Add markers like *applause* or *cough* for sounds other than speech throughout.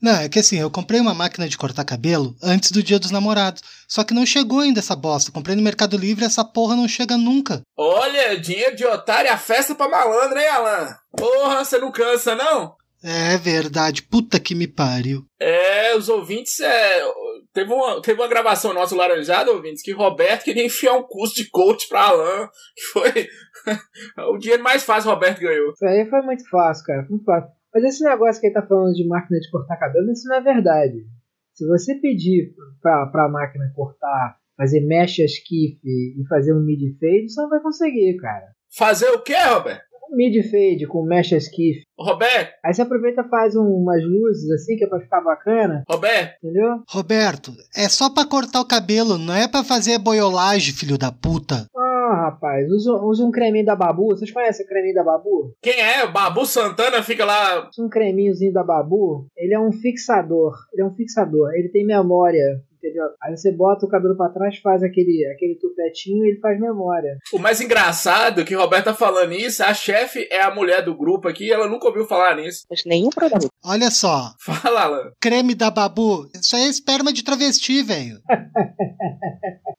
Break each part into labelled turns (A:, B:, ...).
A: Não, é que assim, eu comprei uma máquina de cortar cabelo antes do dia dos namorados. Só que não chegou ainda essa bosta. Comprei no Mercado Livre essa porra não chega nunca.
B: Olha, dinheiro de otário é a festa pra malandro, hein, Alan? Porra, você não cansa, não?
A: É verdade, puta que me pariu.
B: É, os ouvintes. É... Teve, uma, teve uma gravação nossa laranjada, ouvintes, que Roberto queria enfiar um curso de coach pra Alan. Que foi *laughs* o dinheiro mais fácil, Roberto ganhou.
C: Isso aí foi muito fácil, cara. Foi muito fácil. Mas esse negócio que ele tá falando de máquina de cortar cabelo, isso não é verdade. Se você pedir pra, pra máquina cortar, fazer mecha esquife e fazer um mid fade, você não vai conseguir, cara.
B: Fazer o quê, Roberto?
C: Um mid fade com mecha esquife.
B: Roberto,
C: Aí você aproveita e faz um- umas luzes assim, que é pra ficar bacana,
B: Roberto,
C: entendeu?
A: Roberto, é só pra cortar o cabelo, não é pra fazer boiolagem, filho da puta.
C: Ah, rapaz, usa, usa um creminho da Babu. Vocês conhecem o creminho da Babu?
B: quem é? O Babu Santana fica lá.
C: um creminhozinho da Babu, ele é um fixador. Ele é um fixador. Ele tem memória, entendeu? Aí você bota o cabelo pra trás, faz aquele, aquele tupetinho e ele faz memória.
B: O mais engraçado que o Roberto tá falando isso, a chefe é a mulher do grupo aqui, ela nunca ouviu falar nisso.
D: Mas nenhum produto.
A: Olha só,
B: Fala, Alan.
A: creme da babu, isso aí é esperma de travesti, velho.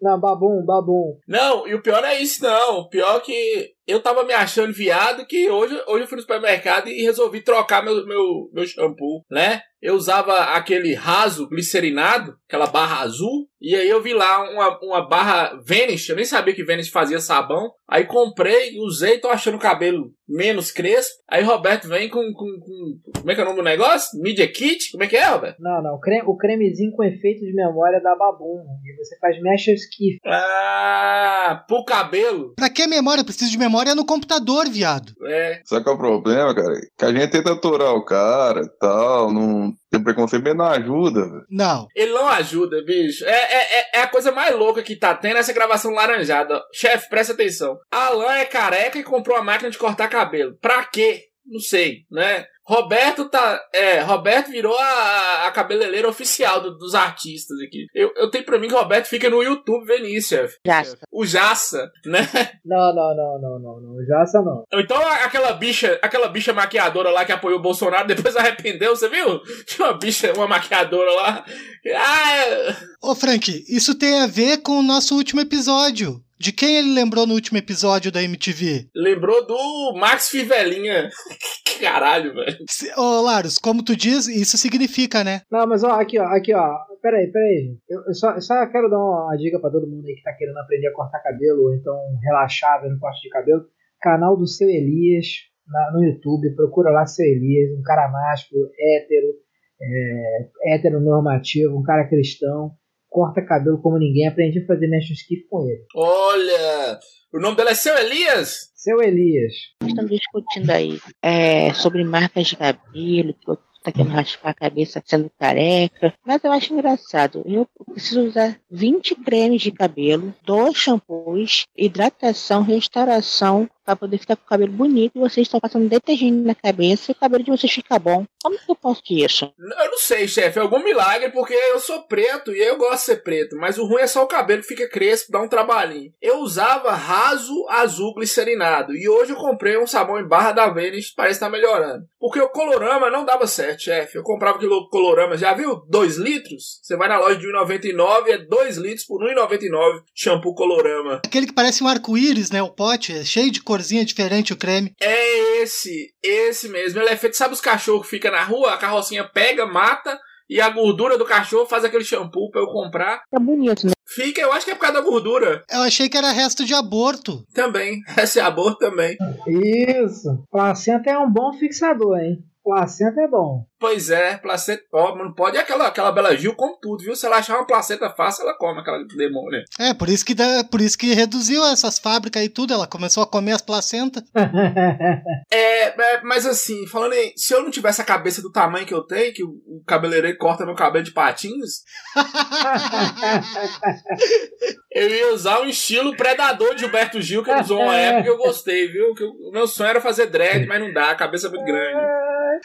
C: Não, babum, babum.
B: Não, e o pior não é isso, não. O pior é que eu tava me achando viado que hoje, hoje eu fui no supermercado e resolvi trocar meu, meu, meu shampoo, né? Eu usava aquele raso glicerinado, aquela barra azul, e aí eu vi lá uma, uma barra Vanish, eu nem sabia que Vanish fazia sabão. Aí comprei, usei, tô achando o cabelo menos crespo. Aí Roberto vem com, com, com- Como é que é o nome do negócio? Media Kit? Como é que é, Roberto?
C: Não, não. O, creme, o cremezinho com efeito de memória da Babum. E você faz mecha esquife.
B: Ah, pro cabelo.
A: Pra que memória? Eu preciso de memória no computador, viado.
B: É,
E: Só que é o problema, cara, que a gente tenta aturar o cara e tal, não tem preconceito, mas não ajuda, velho.
A: Não.
B: Ele não ajuda, bicho. É, é, é- é a coisa mais louca que tá tendo essa gravação laranjada. Chefe, presta atenção. Alan é careca e comprou a máquina de cortar cabelo. Pra quê? Não sei, né? Roberto tá. É, Roberto virou a, a cabeleireira oficial do- dos artistas aqui. Eu, eu tenho pra mim que Roberto fica no YouTube vendo isso, chefe.
D: Jasta.
B: O Jaça, né?
C: Não, não, não, não, não, não. Jaça não.
B: Ou Então a- aquela bicha, aquela bicha maquiadora lá que apoiou o Bolsonaro, depois arrependeu, você viu? Tinha uma bicha, uma maquiadora lá. Ah, é-
A: Ô, Frank, isso tem a ver com o nosso último episódio. De quem ele lembrou no último episódio da MTV?
B: Lembrou do Max Fivelinha. *laughs* Caralho, velho.
A: Se- Ô, Larus, como tu diz, isso significa, né?
C: Não, mas ó, aqui ó, aqui ó. Peraí, peraí, gente. Eu, eu só, eu só quero dar uma dica pra todo mundo aí que tá querendo aprender a cortar cabelo ou então relaxar vendo corte de cabelo. Canal do Seu Elias na- no YouTube. Procura lá Seu Elias, um cara másculo, hétero, é, heteronormativo, um cara cristão. Corta cabelo como ninguém. Aprendi a fazer mesh skip com ele.
B: Olha, o nome dela é Seu Elias?
C: Seu Elias.
D: Nós estamos discutindo aí é, sobre marcas de cabelo, que outro tá querendo raspar a cabeça sendo careca. Mas eu acho engraçado. Eu preciso usar 20 cremes de cabelo, dois shampoos, hidratação, restauração, pra poder ficar com o cabelo bonito. E vocês estão passando detergente na cabeça e o cabelo de vocês fica bom. Como que eu posso isso?
B: N- Eu não sei, chefe. É algum milagre, porque eu sou preto e eu gosto de ser preto. Mas o ruim é só o cabelo que fica crespo, dá um trabalhinho. Eu usava raso azul glicerinado. E hoje eu comprei um sabão em barra da Vênus, parece que tá melhorando. Porque o colorama não dava certo, chefe. Eu comprava aquele colorama, já viu? 2 litros? Você vai na loja de 1,99, é 2 litros por 1,99 shampoo colorama.
A: Aquele que parece um arco-íris, né? O pote é cheio de corzinha diferente, o creme.
B: É esse, esse mesmo. Ele é feito, sabe os cachorros que ficam na rua? A carrocinha pega, mata e a gordura do cachorro faz aquele shampoo pra eu comprar.
D: Fica bonito, né?
B: Fica, eu acho que é por causa da gordura
A: Eu achei que era resto de aborto.
B: também. *laughs* Esse sabor também.
C: Isso. Placenta é um bom fixador, hein? Placenta é bom. *laughs*
B: Pois é, placenta. Ó, mas não pode é aquela, aquela Bela Gil come tudo, viu? Se ela achar uma placenta fácil, ela come aquela demônia.
A: É, por isso que, dá- por isso que reduziu essas fábricas e tudo. Ela começou a comer as placentas. *laughs*
B: É, é, mas assim, falando em. Se eu não tivesse a cabeça do tamanho que eu tenho, que o, o cabeleireiro corta meu cabelo de patins, Eu ia usar um estilo predador de Gilberto Gil, que ele usou uma época que eu gostei, viu? Que eu- o meu sonho era fazer dread, mas não dá, a cabeça é muito grande.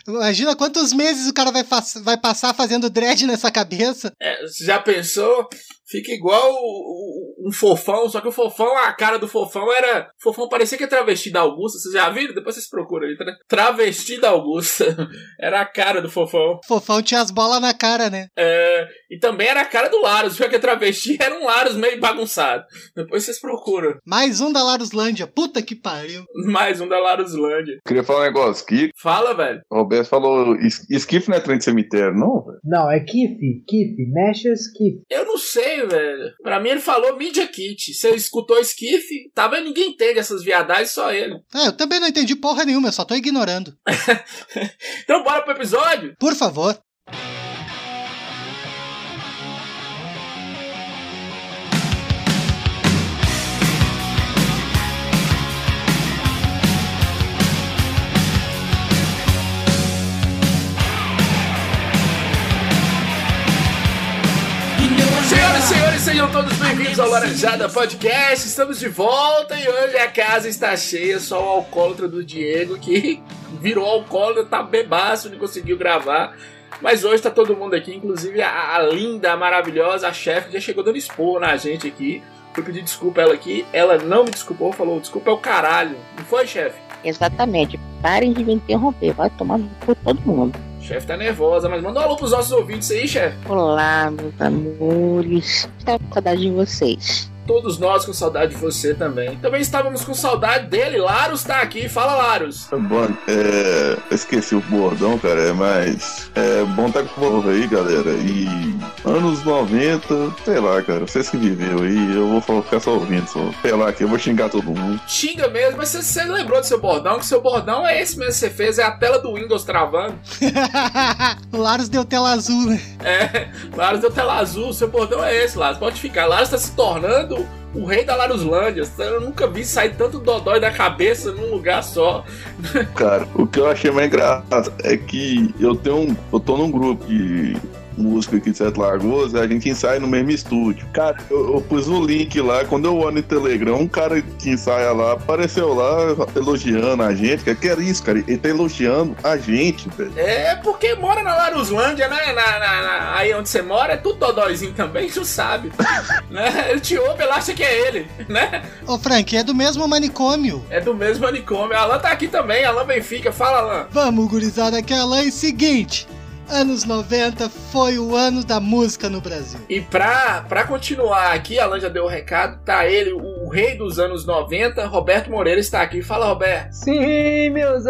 A: Imagina quantos meses o cara vai, fa- vai passar fazendo dread nessa cabeça.
B: É, você já pensou? Fica igual o- o- um fofão, só que o fofão, a cara do fofão era. O fofão parecia que é travesti da Augusta, vocês já viram? Depois vocês procuram aí. Tra... Travesti da Augusta. *laughs* Era a cara do fofão.
A: Fofão tinha as bolas na cara, né?
B: É, E também era a cara do Larus, só que a travesti era um Larus meio bagunçado. Depois vocês procuram.
A: Mais um da Laruslândia. Puta que pariu.
B: Mais um da Laruslândia.
E: Queria falar um negócio. Que
B: Fala, velho.
E: o Roberto falou: es- esquife não é trem de cemitério, não, velho?
C: Não, é Kiff, Kiff, Meshes Kiff.
B: Eu não sei, velho. Pra mim ele falou Media Kit. Você escutou Skiff? Tá vendo? Ninguém entende essas viadagens, só ele.
A: É, eu também não entendi porra nenhuma, eu só tô ignorando.
B: Então bora pro episódio?
A: Por favor. *laughs*
B: Senhoras e senhores, sejam todos bem-vindos ao Laranjada Podcast. Estamos de volta e hoje a casa está cheia. Só o alcoólatra do Diego que *laughs* virou alcoólatra, tá bebaço, não conseguiu gravar. Mas hoje tá todo mundo aqui, inclusive a, a linda, a maravilhosa, a chefe já chegou dando expor na gente aqui. Fui pedir desculpa a ela aqui, ela não me desculpou, falou desculpa é o caralho. Não foi, chefe?
D: Exatamente. Parem de me interromper. Vai tomar no cu todo mundo.
B: Chefe tá nervosa, mas manda um alô pros nossos ouvintes aí, chefe.
D: Olá, meus amores. Estava com saudade de vocês.
B: Todos nós com saudade de você também. Também estávamos com saudade dele. Larus tá aqui. Fala, Larus.
E: Bom, é, eu esqueci o bordão, cara, é, mas é bom tá com o povo aí, galera. E anos 90, sei lá, cara, vocês que viveu aí, eu vou fa- ficar só ouvindo, só. Sei lá, que eu vou xingar todo mundo.
B: Xinga mesmo, mas você, você lembrou do seu bordão? Que seu bordão é esse mesmo que você fez, é a tela do Windows travando.
A: o Larus deu tela azul, né?
B: É, Larus deu tela azul, seu bordão é esse, Larus. Pode ficar. Larus tá se tornando o rei da Laruslândia. Eu nunca vi sair tanto dodói da cabeça num lugar só.
E: Cara, o que eu achei mais engraçado é que eu tenho um. Eu tô num grupo de música aqui de Sete Lagoas, a gente ensaia no mesmo estúdio. Cara, eu, eu pus o link lá, quando eu olho no Telegram, um cara que ensaia lá apareceu lá elogiando a gente. Que que era isso, cara? Ele tá elogiando a gente, velho.
B: É porque mora na Laruslândia, né? Na, na- na- aí onde você mora é tudo dodóizinho também, *laughs* tu sabe. né? Ele te ouve, ele acha que é ele, né?
A: Ô, Frank, é do mesmo manicômio.
B: É do mesmo manicômio. A Alan tá aqui também, Alan Benfica. Fala, Alan.
A: Vamos, gurizada, que é a lei seguinte. Anos 90 foi o ano da música no Brasil.
B: E pra, pra continuar aqui, Alan já deu o recado, tá ele, o rei dos anos 90, Roberto Moreira está aqui. Fala, Roberto.
C: Sim, meus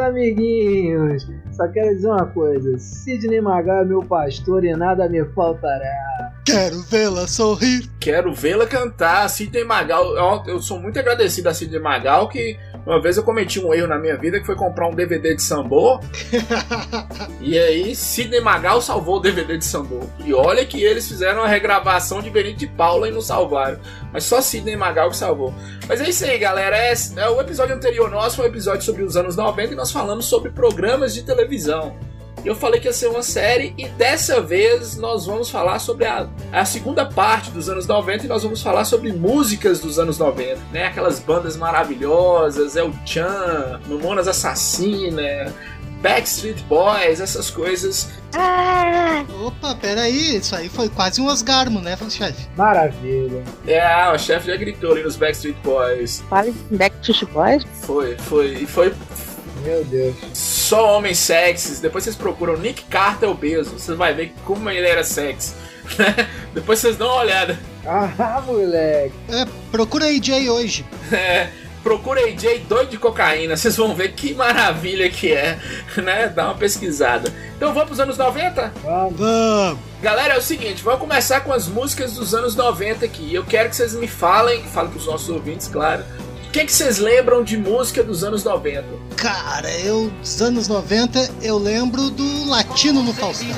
C: amiguinhos. Só quero dizer uma coisa. Sidney Magal é meu pastor e nada me faltará.
A: Quero vê-la sorrir.
B: Quero vê-la cantar, Sidney Magal. Ó, Eu, sou muito agradecido a Sidney Magal, que uma vez eu cometi um erro na minha vida, que foi comprar um DVD de Sambô. e aí, Sidney Magal salvou o DVD de Sambô. E olha que eles fizeram a regravação de Benito de Paula e não salvaram. Mas só Sidney Magal que salvou. Mas é isso aí, galera. É, é o episódio anterior nosso foi um episódio sobre os anos 90 e nós falamos sobre programas de televisão. E Eu falei que ia ser uma série e dessa vez nós vamos falar sobre a a segunda parte dos anos 90 e nós vamos falar sobre músicas dos anos 90, né? Aquelas bandas maravilhosas, El Chan, Mamonas Assassina, Backstreet Boys, essas coisas.
D: Ah!
A: Opa, peraí, isso aí foi quase um Osgarmo, né, chefe?
C: Maravilha.
B: É, ah, o chefe já gritou ali nos Backstreet Boys.
D: Fala de Backstreet Boys.
B: Foi, foi, e foi
C: Meu Deus. *laughs*
B: só homens sexys. Depois vocês procuram Nick Carter obeso, vocês vai ver como ele era sexy. *laughs* né? Depois vocês dão uma olhada.
C: Ah, moleque.
A: Procura aí Jay hoje.
B: É, procura AJ doido de cocaína, vocês vão ver que maravilha que é, né? Dá uma pesquisada. Então vamos pros anos 90?
C: Vamos.
A: Vamos.
B: Galera, é o seguinte, vamos começar com as músicas dos anos 90 aqui. Eu quero que vocês me falem, que falem pros nossos ouvintes, claro. O que, que vocês lembram de música dos anos 90?
A: Cara, eu, dos anos 90, eu lembro do Latino no Faustão.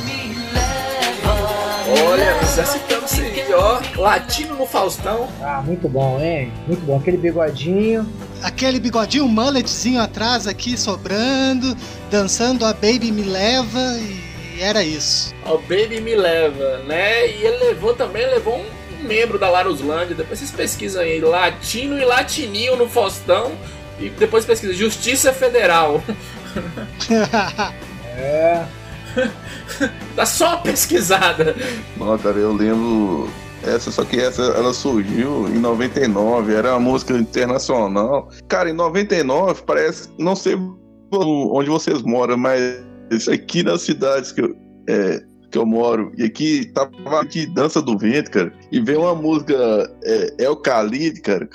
B: Olha, nós já citamos isso aí, ó. Latino no Faustão.
C: Ah, muito bom, hein? Muito bom. Aquele bigodinho.
A: Aquele bigodinho, um mulletzinho atrás aqui, sobrando, dançando a Baby Me Leva e era isso. *laughs*
B: O Baby Me Leva, né? E ele levou também, levou um um membro da Laruslândia. Depois vocês pesquisam aí, Latino e Latininho no Faustão. E depois pesquisa, Justiça Federal. *laughs*
C: É.
B: Dá Tá só uma pesquisada.
E: Não, cara, eu lembro. Essa, só que essa ela surgiu em 99, era uma música internacional. Cara, em 99 parece, não sei onde vocês moram, mas aqui nas cidades que eu, é, que eu moro, e aqui tava de Dança do Vento, cara, e veio uma música é, El Khalid, cara,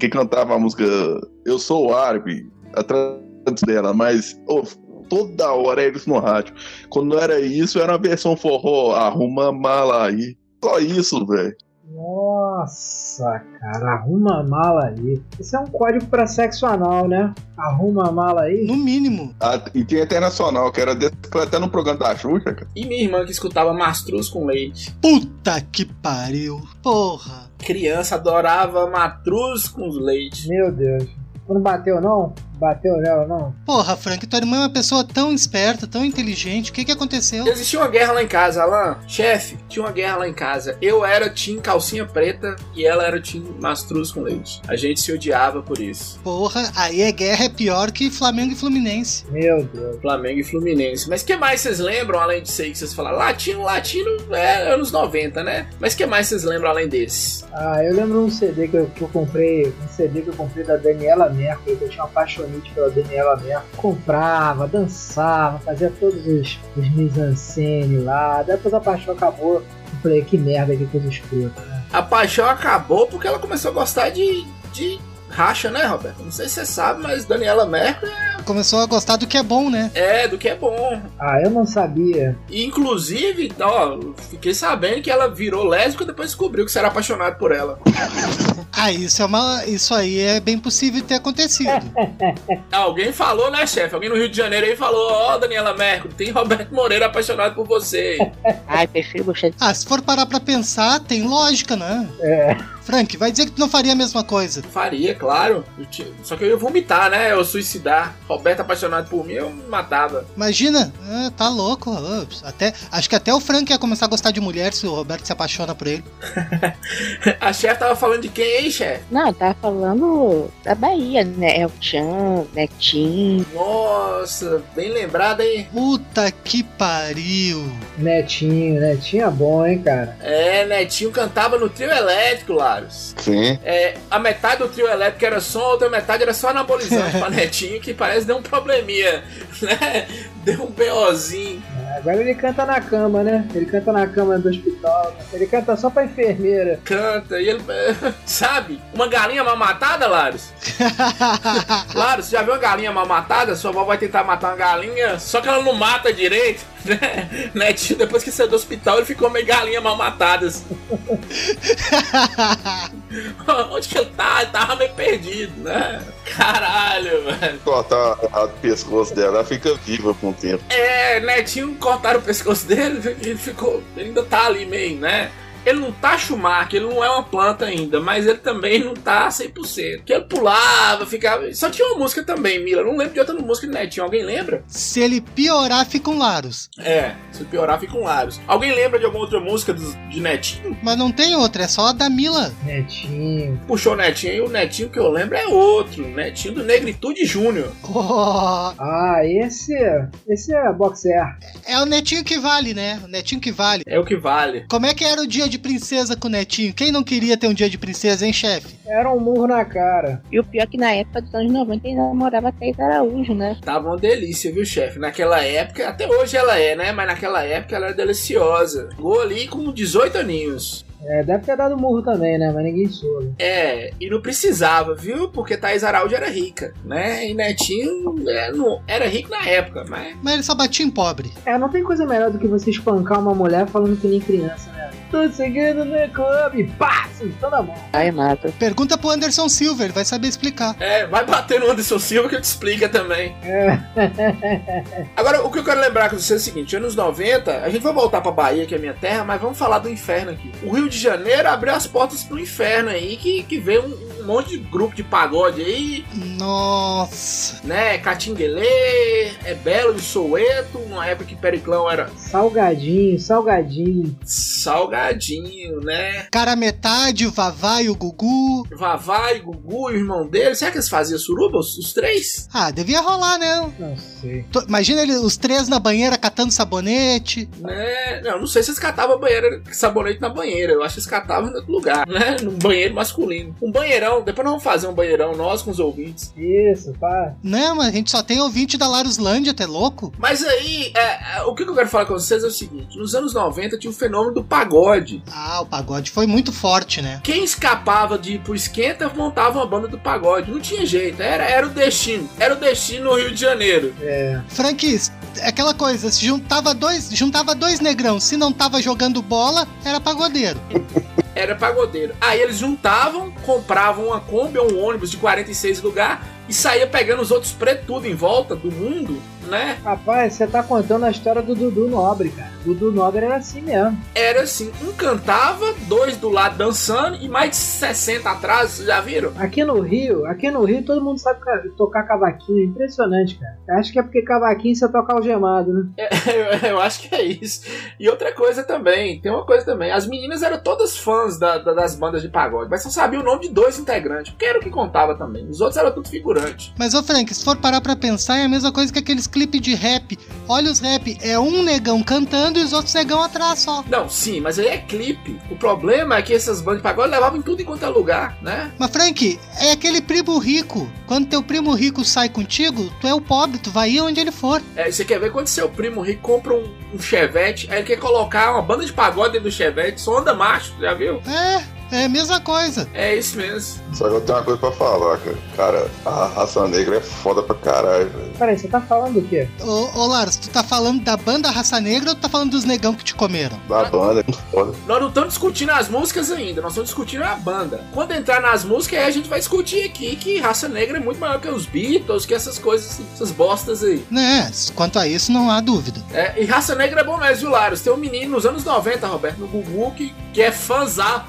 E: que cantava a música Eu Sou Árabe, atrás dela, mas oh, toda hora era isso no rádio. Quando não era isso, era uma versão forró, arruma mala aí. Só isso, velho.
C: Nossa, cara, arruma a mala aí. Isso é um código para sexo anal, né? Arruma a mala aí.
A: No mínimo.
E: Ah, e tinha internacional, que era desse, foi até no programa da Xuxa, cara.
B: E minha irmã que escutava Mastruz com leite.
A: Puta que pariu, porra.
B: Criança adorava Matruz com leite.
C: Meu Deus. Não bateu, não? Bateu nela, não?
A: Porra, Frank, tua irmã é uma pessoa tão esperta, tão inteligente. O que que aconteceu?
B: Existia uma guerra lá em casa, Alan. Chefe, tinha uma guerra lá em casa. Eu era Tim Calcinha Preta e ela era Tim Mastruz com Leite. A gente se odiava por isso.
A: Porra, aí é guerra é pior que Flamengo e Fluminense.
C: Meu Deus.
B: Flamengo e Fluminense. Mas que mais vocês lembram, além de sei que vocês falaram? Latino, latino é anos 90, né? Mas que mais vocês lembram além desse?
C: Ah, eu lembro um CD que eu, que eu comprei, um CD que eu comprei da Daniela Mercury, que eu tinha uma paixão apaixonante pela Daniela Mercury. Comprava, dançava, fazia todos os, os mise-en-scène lá. Depois a paixão acabou. Eu falei, que merda, que coisa escrota, né?
B: A paixão acabou porque ela começou a gostar de, de racha, né, Roberto? Não sei se você sabe, mas Daniela Mercury é...
A: Começou a gostar do que é bom, né?
B: É, do que é bom.
C: Ah, eu não sabia.
B: E, inclusive, ó, fiquei sabendo que ela virou lésbica e depois descobriu que você era apaixonado por ela.
A: Ah, isso é uma. Isso aí é bem possível ter acontecido.
B: Alguém falou, né, chefe? Alguém no Rio de Janeiro aí falou, ó, Daniela Mercury, tem Roberto Moreira apaixonado por você.
D: Ai, prefiro você.
A: Ah, se for parar pra pensar, tem lógica, né?
C: É.
A: Frank, vai dizer que tu não faria a mesma coisa.
B: Faria, claro. Te... Só que eu ia vomitar, né? Eu suicidar. Roberto apaixonado por mim, eu me matava. *laughs*
A: Imagina, ah, tá louco. Ups. Até, acho que até o Frank ia começar a gostar de mulher se o Roberto se apaixona por ele.
B: a chefe tava falando de quem, hein, chefe?
D: Não, tava falando da Bahia, né? El Chan, Netinho.
B: Nossa, bem lembrado, hein?
A: Puta que pariu. *laughs*
C: Netinho, Netinho é bom, hein, cara?
B: É, Netinho cantava no trio elétrico, Laros.
E: Sim.
B: É, a metade do trio elétrico era som, a outra metade era só anabolizante pra Netinho, que parece deu um probleminha, *laughs* né? Deu um BOzinho.
C: Agora ele canta na cama, né? Ele canta na cama do hospital. Né? Ele canta só pra enfermeira.
B: Canta, e ele. *laughs* Sabe? Uma galinha mal matada, Laros? Laros, você já viu uma galinha mal matada? Sua avó vai tentar matar uma galinha, só que ela não mata direito, *laughs* né? Netinho, depois que saiu do hospital, ele ficou meio galinha mal assim. matadas. *laughs* Onde que ele tá? Ele tava meio perdido, né? Caralho, velho.
E: Cortar o pescoço dela, ela fica viva com o tempo.
B: É, Netinho cortaram o pescoço dele, ele ficou. Ele ainda tá ali meio, né? Ele não tá Schumacher, ele não é uma planta ainda, mas ele também não tá 100%. Que ele pulava, ficava. Só tinha uma música também, Mila. Não lembro de outra música do Netinho. Alguém lembra?
A: Se ele piorar, fica um Laros.
B: É, se piorar, fica um Laros. Alguém lembra de alguma outra música do, de Netinho?
A: Mas não tem outra, é só a da Mila.
C: Netinho.
B: Puxou o Netinho e o Netinho que eu lembro é outro. Netinho do Negritude Júnior.
A: Oh.
C: Ah, esse. Esse é boxer.
A: *laughs* É, é o Netinho que vale, né? O Netinho que vale.
B: É o que vale.
A: Como é que era o dia de princesa com o Netinho? Quem não queria ter um dia de princesa, hein, chefe?
C: Era um murro na cara.
D: E o pior é que na época dos anos 90 ainda namorava Thaís Araújo, né?
B: Tava uma delícia, viu, chefe? Naquela época, até hoje ela é, né? Mas naquela época ela era deliciosa. Gol ali com 18 aninhos.
C: É, deve ter dado murro também, né? Mas ninguém soube.
B: É, e não precisava, viu? Porque Thais Araújo era rica, né? E Netinho é, não, era rico na época, mas.
A: Mas ele só batia em pobre.
C: É, não tem coisa melhor do que você espancar uma mulher falando que nem criança, né? Tô seguindo no clube, pá! Sentando a mão.
D: Ai, mata.
A: Pergunta pro Anderson Silva, ele vai saber explicar.
B: É, vai bater no Anderson Silva que eu te explica também. É. Agora, o que eu quero lembrar com você é o seguinte: anos 90, a gente vai voltar pra Bahia, que é minha terra, mas vamos falar do inferno aqui. O Rio de Janeiro abriu as portas pro inferno aí, que, que veio um, um monte de grupo de pagode aí.
A: Nossa!
B: Né? Catinguelê, é Belo e Soueto, uma época que Periclão era.
C: Salgadinho, salgadinho.
B: Salgadinho separadinho, né?
A: Cara metade, o Vavá e o Gugu.
B: Vavai, Gugu e o irmão dele. Será que eles faziam suruba, os, os três?
A: Ah, devia rolar, né?
C: Não sei.
A: Tô- Imagina ele, os três na banheira catando sabonete.
B: Né? Não, não sei se eles catavam banheiro, sabonete na banheira. Eu acho que eles catavam em outro lugar, né? Num banheiro masculino. Um banheirão. Depois nós vamos fazer um banheirão, nós com os ouvintes.
C: Isso, pá.
A: Não, mas a gente só tem ouvinte da Laruslândia, até louco.
B: Mas aí, é, é, o que eu quero falar com vocês é o seguinte: nos anos 90 tinha o fenômeno do pagode.
A: Ah, o pagode foi muito forte, né?
B: Quem escapava de ir pro esquenta montava uma banda do pagode. Não tinha jeito, era, era o destino. Era o destino no Rio de Janeiro.
C: é.
A: Franquis, aquela coisa, se juntava dois, juntava dois negrão, se não tava jogando bola, era pagodeiro.
B: Era pagodeiro. Aí eles juntavam, compravam uma Kombi ou um ônibus de 46 lugar e saía pegando os outros pretos tudo em volta do mundo, né?
C: Rapaz, você tá contando a história do Dudu Nobre, cara. Dudu Nobre era assim mesmo.
B: Era assim, um cantava, dois do lado dançando e mais de 60 atrás, vocês já viram?
C: Aqui no Rio, aqui no Rio todo mundo sabe ca- tocar cavaquinho, é impressionante, cara. Acho que é porque cavaquinho você toca algemado, né?
B: *laughs* Eu, eu acho que é isso. E outra coisa também, tem uma coisa também. As meninas eram todas fãs da- da- das bandas de pagode, mas só sabiam o nome de dois integrantes, porque era o que contava também. Os outros eram tudo figurante.
A: Mas ô Frank, se for parar pra pensar, é a mesma coisa que aqueles clipes de rap. Olha os rap, é um negão cantando e os outros negão atrás só.
B: Não, sim, mas aí é clipe. O problema é que essas bandas de pagode levavam em tudo enquanto é lugar, né?
A: Mas Frank, é aquele primo rico. Quando teu primo rico sai contigo, tu é o pobre, tu vai ir onde ele for.
B: É, você quer ver quando seu primo rico compra um, um chevette, aí ele quer colocar uma banda de pagode dentro do chevette, só anda macho, já viu?
A: É, é a mesma coisa.
B: É isso mesmo.
E: Só que eu tenho uma coisa pra falar, cara. Cara, a raça negra é foda pra caralho, velho.
C: Peraí, você tá falando do quê?
A: Ô, ô Lars, tu tá falando da banda Raça Negra ou tu tá falando dos negão que te comeram?
E: Da banda, é muito foda.
B: Nós não estamos discutindo as músicas ainda, nós estamos discutindo a banda. Quando entrar nas músicas, aí a gente vai discutir aqui que raça negra é muito maior que os Beatles, que essas coisas, essas bostas aí.
A: Né, quanto a isso não há dúvida. *laughs*
B: É, e raça negra é bom mesmo, viu, Laros? Tem um menino nos anos 90, Roberto, no Gugu, que, que é fãzá.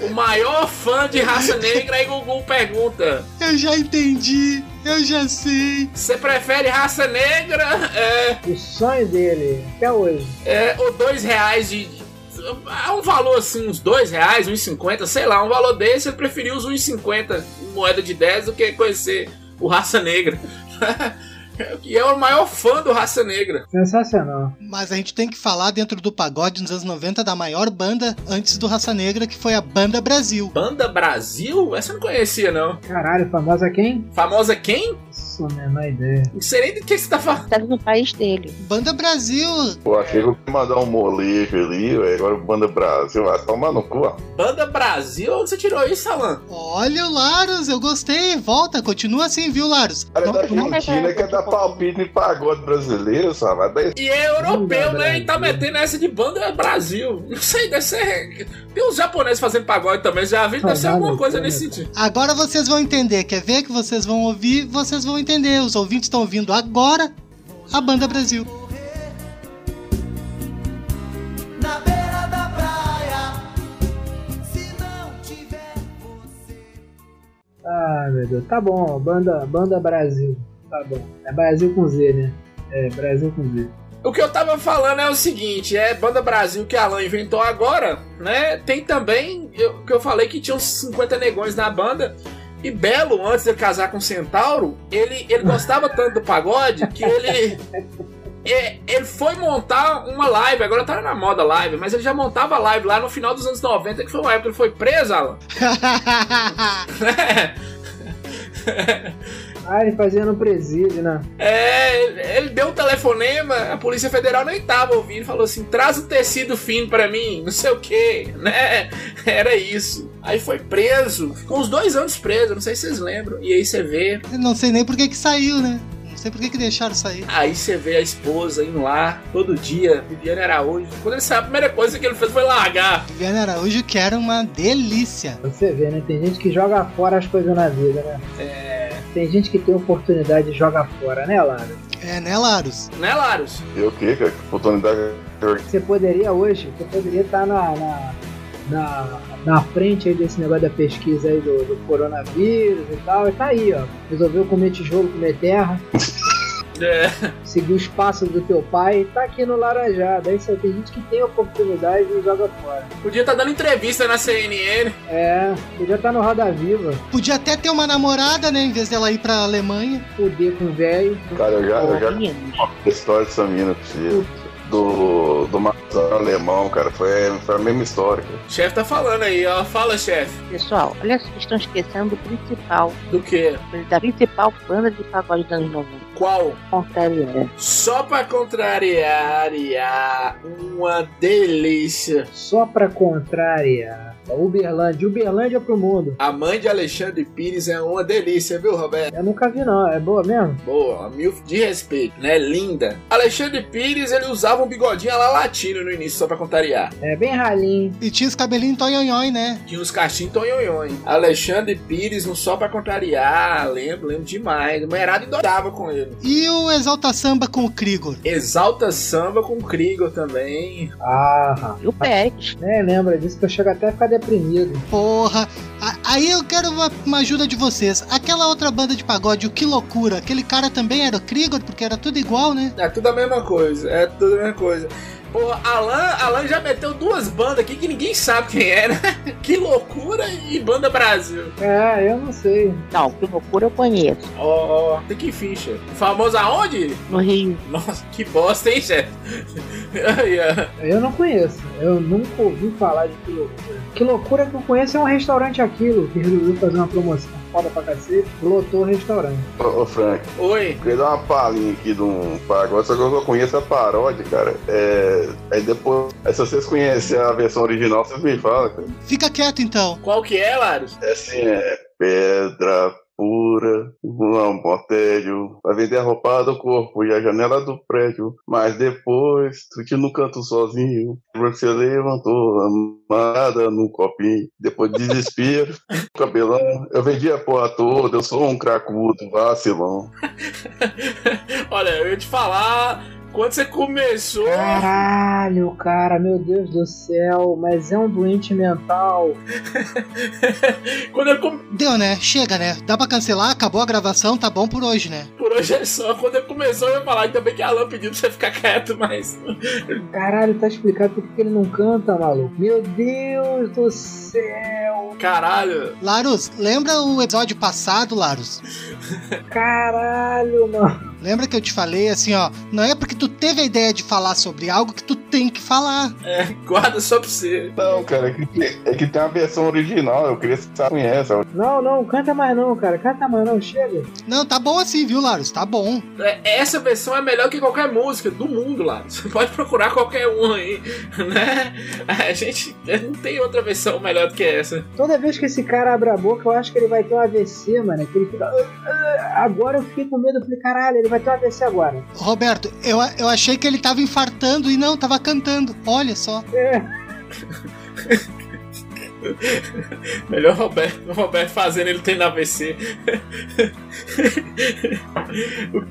B: O maior fã de raça negra, aí Gugu pergunta:
A: eu já entendi, eu já sei.
B: Você prefere raça negra? É,
C: O sonho dele, até hoje.
B: é, ou dois reais de. de- é Um valor assim, uns dois reais, uns 50, sei lá, um valor desse, ele preferiu os 1,50 em moeda de 10 do que conhecer o Raça Negra. *laughs* E é o maior fã do Raça Negra.
C: Sensacional.
A: Mas a gente tem que falar dentro do pagode nos anos 90 da maior banda antes do Raça Negra, que foi a Banda Brasil.
B: Banda Brasil? Essa eu não conhecia, não.
C: Caralho, famosa quem?
B: Famosa quem?
C: Isso, a menor ideia.
B: Não sei nem do que você tá falando.
D: Estava no país dele.
A: Banda Brasil,
E: Pô, achei que eu ia mandar um molejo ali, velho. Agora banda Brasil, vai tomar no cu, ó.
B: Banda Brasil? Onde você tirou isso, Alan?
A: olha o Laros, eu gostei. Volta, continua assim, viu, Laros?
E: Cara é da
A: Não- não-
E: Argentina quer dar palpite em pagode brasileiro, sabe? Vai dar
B: E é europeu,
C: Banda
B: né? E tá
C: Brasil.
B: metendo essa de banda Brasil. Não sei, deve ser. Tem uns japoneses fazendo pagode também, já vi, deve ser
C: Caralho,
B: alguma coisa
C: cara.
B: nesse sentido.
A: Agora vocês vão entender. Quer ver que vocês vão ouvir? Vocês vão entender. Os ouvintes estão ouvindo agora a Banda Brasil. *laughs*
F: na beira da praia. Se não tiver você.
C: Ah, meu Deus. Tá bom, banda, banda Brasil. Tá bom. É Brasil com Z, né? É, Brasil com Z.
B: O que eu tava falando é o seguinte: é Banda Brasil que a Alan inventou agora, né? Tem também, eu, que eu falei que tinha uns 50 negões na banda. E Belo, antes de casar com Centauro, ele, ele gostava tanto do pagode que ele. é, ele foi montar uma live, agora tá na moda live, mas ele já montava live lá no final dos anos 90, que foi uma época que ele foi preso, Alan.
C: Ah, ele fazia no presídio, né?
B: É, ele- ele deu um telefonema, a Polícia Federal nem tava ouvindo, falou assim: traz um tecido fino pra mim, não sei o que, né? *laughs* Era isso. Aí foi preso, ficou uns dois anos preso, não sei se vocês lembram. E aí você vê,
A: Eu não sei nem por que que saiu, né? Não sei por que que deixaram sair.
B: aí você vê a esposa indo lá todo dia, Viviane Araújo. Quando ele saiu, a primeira coisa que ele fez foi largar.
A: Viviane Araújo que era uma delícia.
C: Você vê, né? Tem gente que joga fora as coisas na vida, né? É. Tem gente que tem oportunidade e joga fora, né, Lara?
A: É, né, Laros?
B: Né, Larus?
E: eu o quê, cara? Que oportunidade.
C: Você poderia hoje, você poderia estar na, na, na, na frente aí desse negócio da pesquisa aí do, do coronavírus e tal. E tá aí, ó. Resolveu comer tijolo, comer terra.
B: É,
C: seguir os passos do teu pai, tá aqui no Laranjada. É isso aí, tem gente que tem oportunidade e joga fora.
B: podia estar dando entrevista na CNN.
C: É, podia estar no Roda Viva,
A: Podia até ter uma namorada, né? Em vez dela ir pra Alemanha.
C: fuder com o velho.
E: Cara, eu já, eu já
D: Pelo menos.
E: a história dessa mina pra você. Do, do maçã alemão, cara. Foi, foi a mesma história. cara.
B: O chefe tá falando aí, ó. Fala, chefe.
D: Pessoal, olha só, estão esquecendo do principal,
B: Do quê?
D: da principal banda de pagode dos anos 90.
B: Qual?
D: Contrariando.
B: Só pra contrariar, iá, uma delícia.
C: Só pra contrária. É Uberlândia, Uberlândia é pro mundo.
B: A mãe de Alexandre Pires é uma delícia, viu, Roberto?
C: Eu nunca vi não, é boa mesmo?
B: Boa, uma milf de respeito, né? Linda. Alexandre Pires, ele usava um bigodinho lá latino no início, só pra contrariar.
C: É bem ralinho.
A: E tinha os cabelinhos toionhoi, né?
B: Tinha uns cachinhos tonhonhon. Alexandre Pires, não só pra contrariar, lembro, lembro demais. Merado idorava com ele.
A: E o Exalta Samba com o Krigor.
B: Exalta samba com Krigor também.
C: Ah, rapaz.
D: E o Pérez.
C: nem lembra disso que eu chego até a ficar deprimido.
A: Porra. A- Aí eu quero uma, uma ajuda de vocês. Aquela outra banda de pagode, o Que Loucura, aquele cara também era o Krigor, porque era tudo igual, né?
B: É tudo a mesma coisa, é tudo a mesma coisa. Porra, Alan, Alan já meteu duas bandas aqui que ninguém sabe quem é, né? *laughs* Que loucura e banda Brasil.
C: É, eu não sei.
D: Não, que loucura eu conheço.
B: Ó, ó, que ficha. Famoso aonde?
D: No Rio.
B: Nossa, que bosta, hein, chefe? *laughs* Aí, ó.
C: Eu não conheço. Eu nunca ouvi falar de que loucura. Que loucura que eu conheço é um restaurante aquilo, que resolveu fazer uma promoção foda pra cacete, lotou o restaurante.
E: Ô, ô, Frank,
B: Oi.
E: eu queria dar uma palhinha aqui de um pagode, só que eu só conheço a paródia, cara. É, aí depois, aí se vocês conhecerem a versão original, vocês me falam, cara.
A: Fica quieto então.
B: Qual que é, Laros?
E: É assim, é pedra pura, um botelho, vai vender a roupa do corpo e a janela do prédio, mas depois tu te no canto sozinho, você levantou amada num copinho, depois desespero, *laughs* cabelão, eu vendi a porra toda, eu sou um cracudo, vacilão.
B: Olha, eu ia te falar, quando você começou.
C: É. Caralho, cara, meu Deus do céu, mas é um doente mental.
B: quando eu come-
A: Deu, né? Chega, né? Dá pra cancelar, acabou a gravação, tá bom por hoje, né?
B: Por hoje é só. Quando eu começou, eu ia falar. Ainda bem que Alan pediu pra você ficar quieto, mas. *laughs*
C: Caralho, tá explicado por que ele não canta, maluco. Meu Deus do céu,
B: Caralho.
A: Larus, lembra o episódio passado, Larus?
C: caralho, mano.
A: Lembra que eu te falei assim, ó, não é porque tu teve a ideia de falar sobre algo que tu tem que falar.
B: Guarda só pra você.
E: Não, cara, é que, é que tem a versão original, eu queria que você conhece.
C: Não, não, canta mais não, cara, canta mais não, chega.
A: Não, tá bom assim, viu, Larus? Tá bom.
B: É, Essa versão é melhor que qualquer música do mundo, Laros. Você *laughs* pode procurar qualquer uma aí, *laughs* né? A gente não tem outra versão melhor do que essa.
C: Toda vez que esse cara abre a boca, eu acho que ele vai ter um AVC, mano. Que ele fica. "Ah, ah", Agora eu fiquei com medo, eu falei, caralho, ele vai ter um AVC agora.
A: Roberto, eu, a- eu achei que ele tava infartando e não, tava cantando. Olha só.
C: É,
B: Melhor Roberto, o Roberto fazendo ele tendo AVC. *laughs*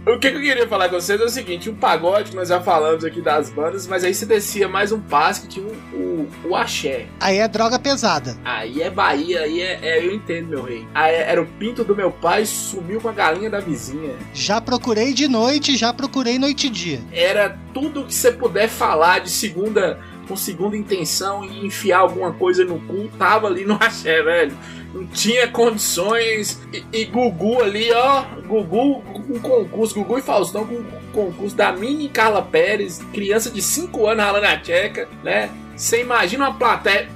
B: o, o que, que eu queria falar com vocês é o seguinte: o pagode, nós já falamos aqui das bandas, mas aí se descia mais um passo que tinha o, o, o axé.
A: Aí é droga pesada.
B: Aí é Bahia, aí é, é- eu entendo, meu rei. Aí era o pinto do meu pai, sumiu com a galinha da vizinha.
A: Já procurei de noite, já procurei noite e dia.
B: era tudo que você puder falar de segunda com segunda intenção e enfiar alguma coisa no cu, tava ali no *laughs* axé, velho. Não tinha condições. E, e Gugu ali, ó. Gugu com concurso, Gugu e Faustão com um concurso da mini Carla Pérez, criança de 5 anos ralando a tcheca, né? Você imagina uma plateia.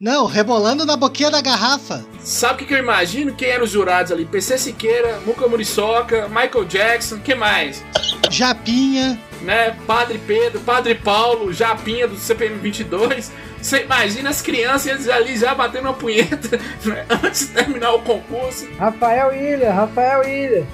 A: Não, rebolando na boquinha da garrafa.
B: Sabe o que, que eu imagino? Quem eram os jurados ali? PC Siqueira, Muca Muriçoca, Michael Jackson, que mais?
A: Japinha.
B: né? Padre Pedro, Padre Paulo, Japinha do CPM 22. Você imagina as crianças eles ali já batendo uma punheta *laughs* né? antes de terminar o concurso.
C: Rafael Ilha, Rafael Ilha.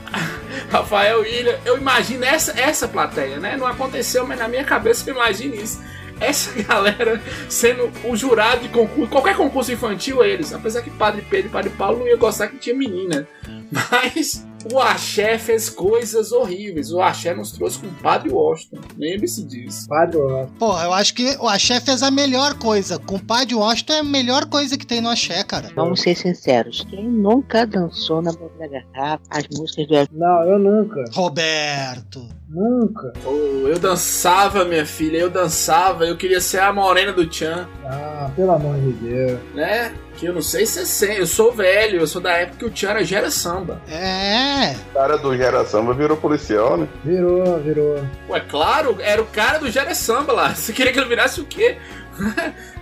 B: Rafael Ilha, eu imagino essa, essa plateia, né? Não aconteceu, mas na minha cabeça eu imagino isso. Essa *laughs* galera sendo o jurado de concurso, qualquer concurso infantil, eles. Apesar que Padre Pedro e Padre Paulo não ia gostar que tinha menina. Mas o Axé fez coisas horríveis. O Axé nos trouxe com o Padre Washington. Lembre-se disso.
C: Padua.
A: Porra, eu acho que o Axé fez a melhor coisa. Com o Padre Washington é a melhor coisa que tem no Axé, cara.
D: Vamos ser sinceros. Quem nunca dançou na boca da garrafa as músicas do
C: Não, eu nunca.
A: Roberto.
C: Nunca.
B: Pô, Oh, eu dançava, minha filha, eu dançava, eu queria ser a morena do Tchan,
C: Ah, pelo amor de Deus.
B: né? Que eu não sei se é sem, eu sou velho, eu sou da época que o Tchan era gera samba.
A: É,
E: O cara do Gera Samba virou policial, né?
C: Virou, virou.
B: Ué, claro, era o cara do gera samba lá. *laughs* Você queria que ele virasse o quê? *laughs*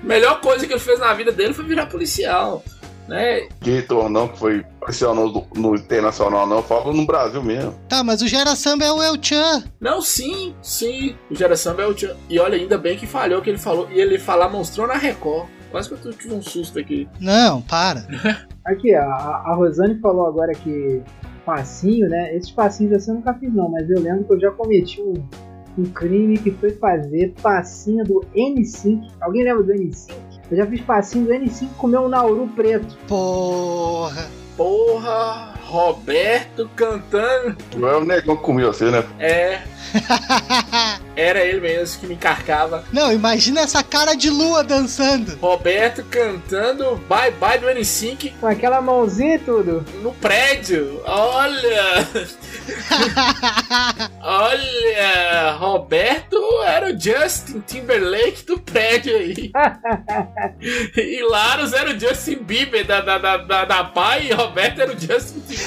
B: Melhor coisa que ele fez na vida dele foi virar policial, né?
E: Que retorno não, que foi policial no, no internacional, não. Eu falo no Brasil mesmo.
A: tá, mas o Gera Samba é o El Chan.
B: Não, sim, sim. O Geração é o tio. E olha, ainda bem que falhou o que ele falou. E ele falar monstrou na Record. Quase que eu tive um susto aqui.
A: Não, para.
C: Aqui, a, a Rosane falou agora que passinho, né? Esses passinhos assim eu nunca fiz não, mas eu lembro que eu já cometi um, um crime que foi fazer passinho do N5. Alguém lembra do N5? Eu já fiz passinho do N5 com meu Nauru preto.
A: Porra.
B: Porra, Roberto cantando.
E: Não é o negão que comia você, né?
B: É, era ele mesmo que me encarcava.
A: Não, imagina essa cara de lua dançando.
B: Roberto cantando Bye Bye do N5
C: Com aquela mãozinha e tudo.
B: no prédio. Olha, olha, Roberto era o Justin Timberlake do prédio aí. E Laros era o Justin Bieber da, da, da, da, da pai e Roberto era o Justin Timberlake.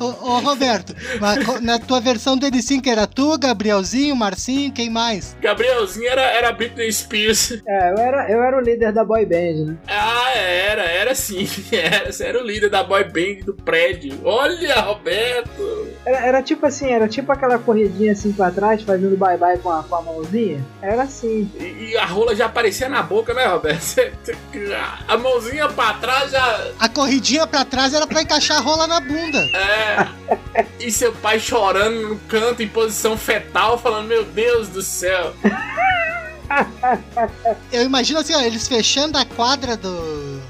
A: ô, ô, Roberto, mas co- na tua versão dele sim que era tu, Gabrielzinho, Marcinho, quem mais?
B: Gabrielzinho era, era Britney Spears.
C: É, eu era, eu era o líder da boy band, né?
B: Ah, era, era sim. *laughs* Era, você era o líder da boy band do prédio. Olha, Roberto.
C: Era, era tipo assim, era tipo aquela corridinha assim pra trás, fazendo bye-bye com a, com a mãozinha. Era assim.
B: E, e a rola já aparecia na boca, né, Roberto? *laughs* Você- a mãozinha pra trás já.
A: A corridinha pra trás era pra encaixar a rola na bunda.
B: É. E seu pai chorando no canto em posição fetal, falando: Meu Deus do céu.
A: Eu imagino assim, ó, eles fechando a quadra do.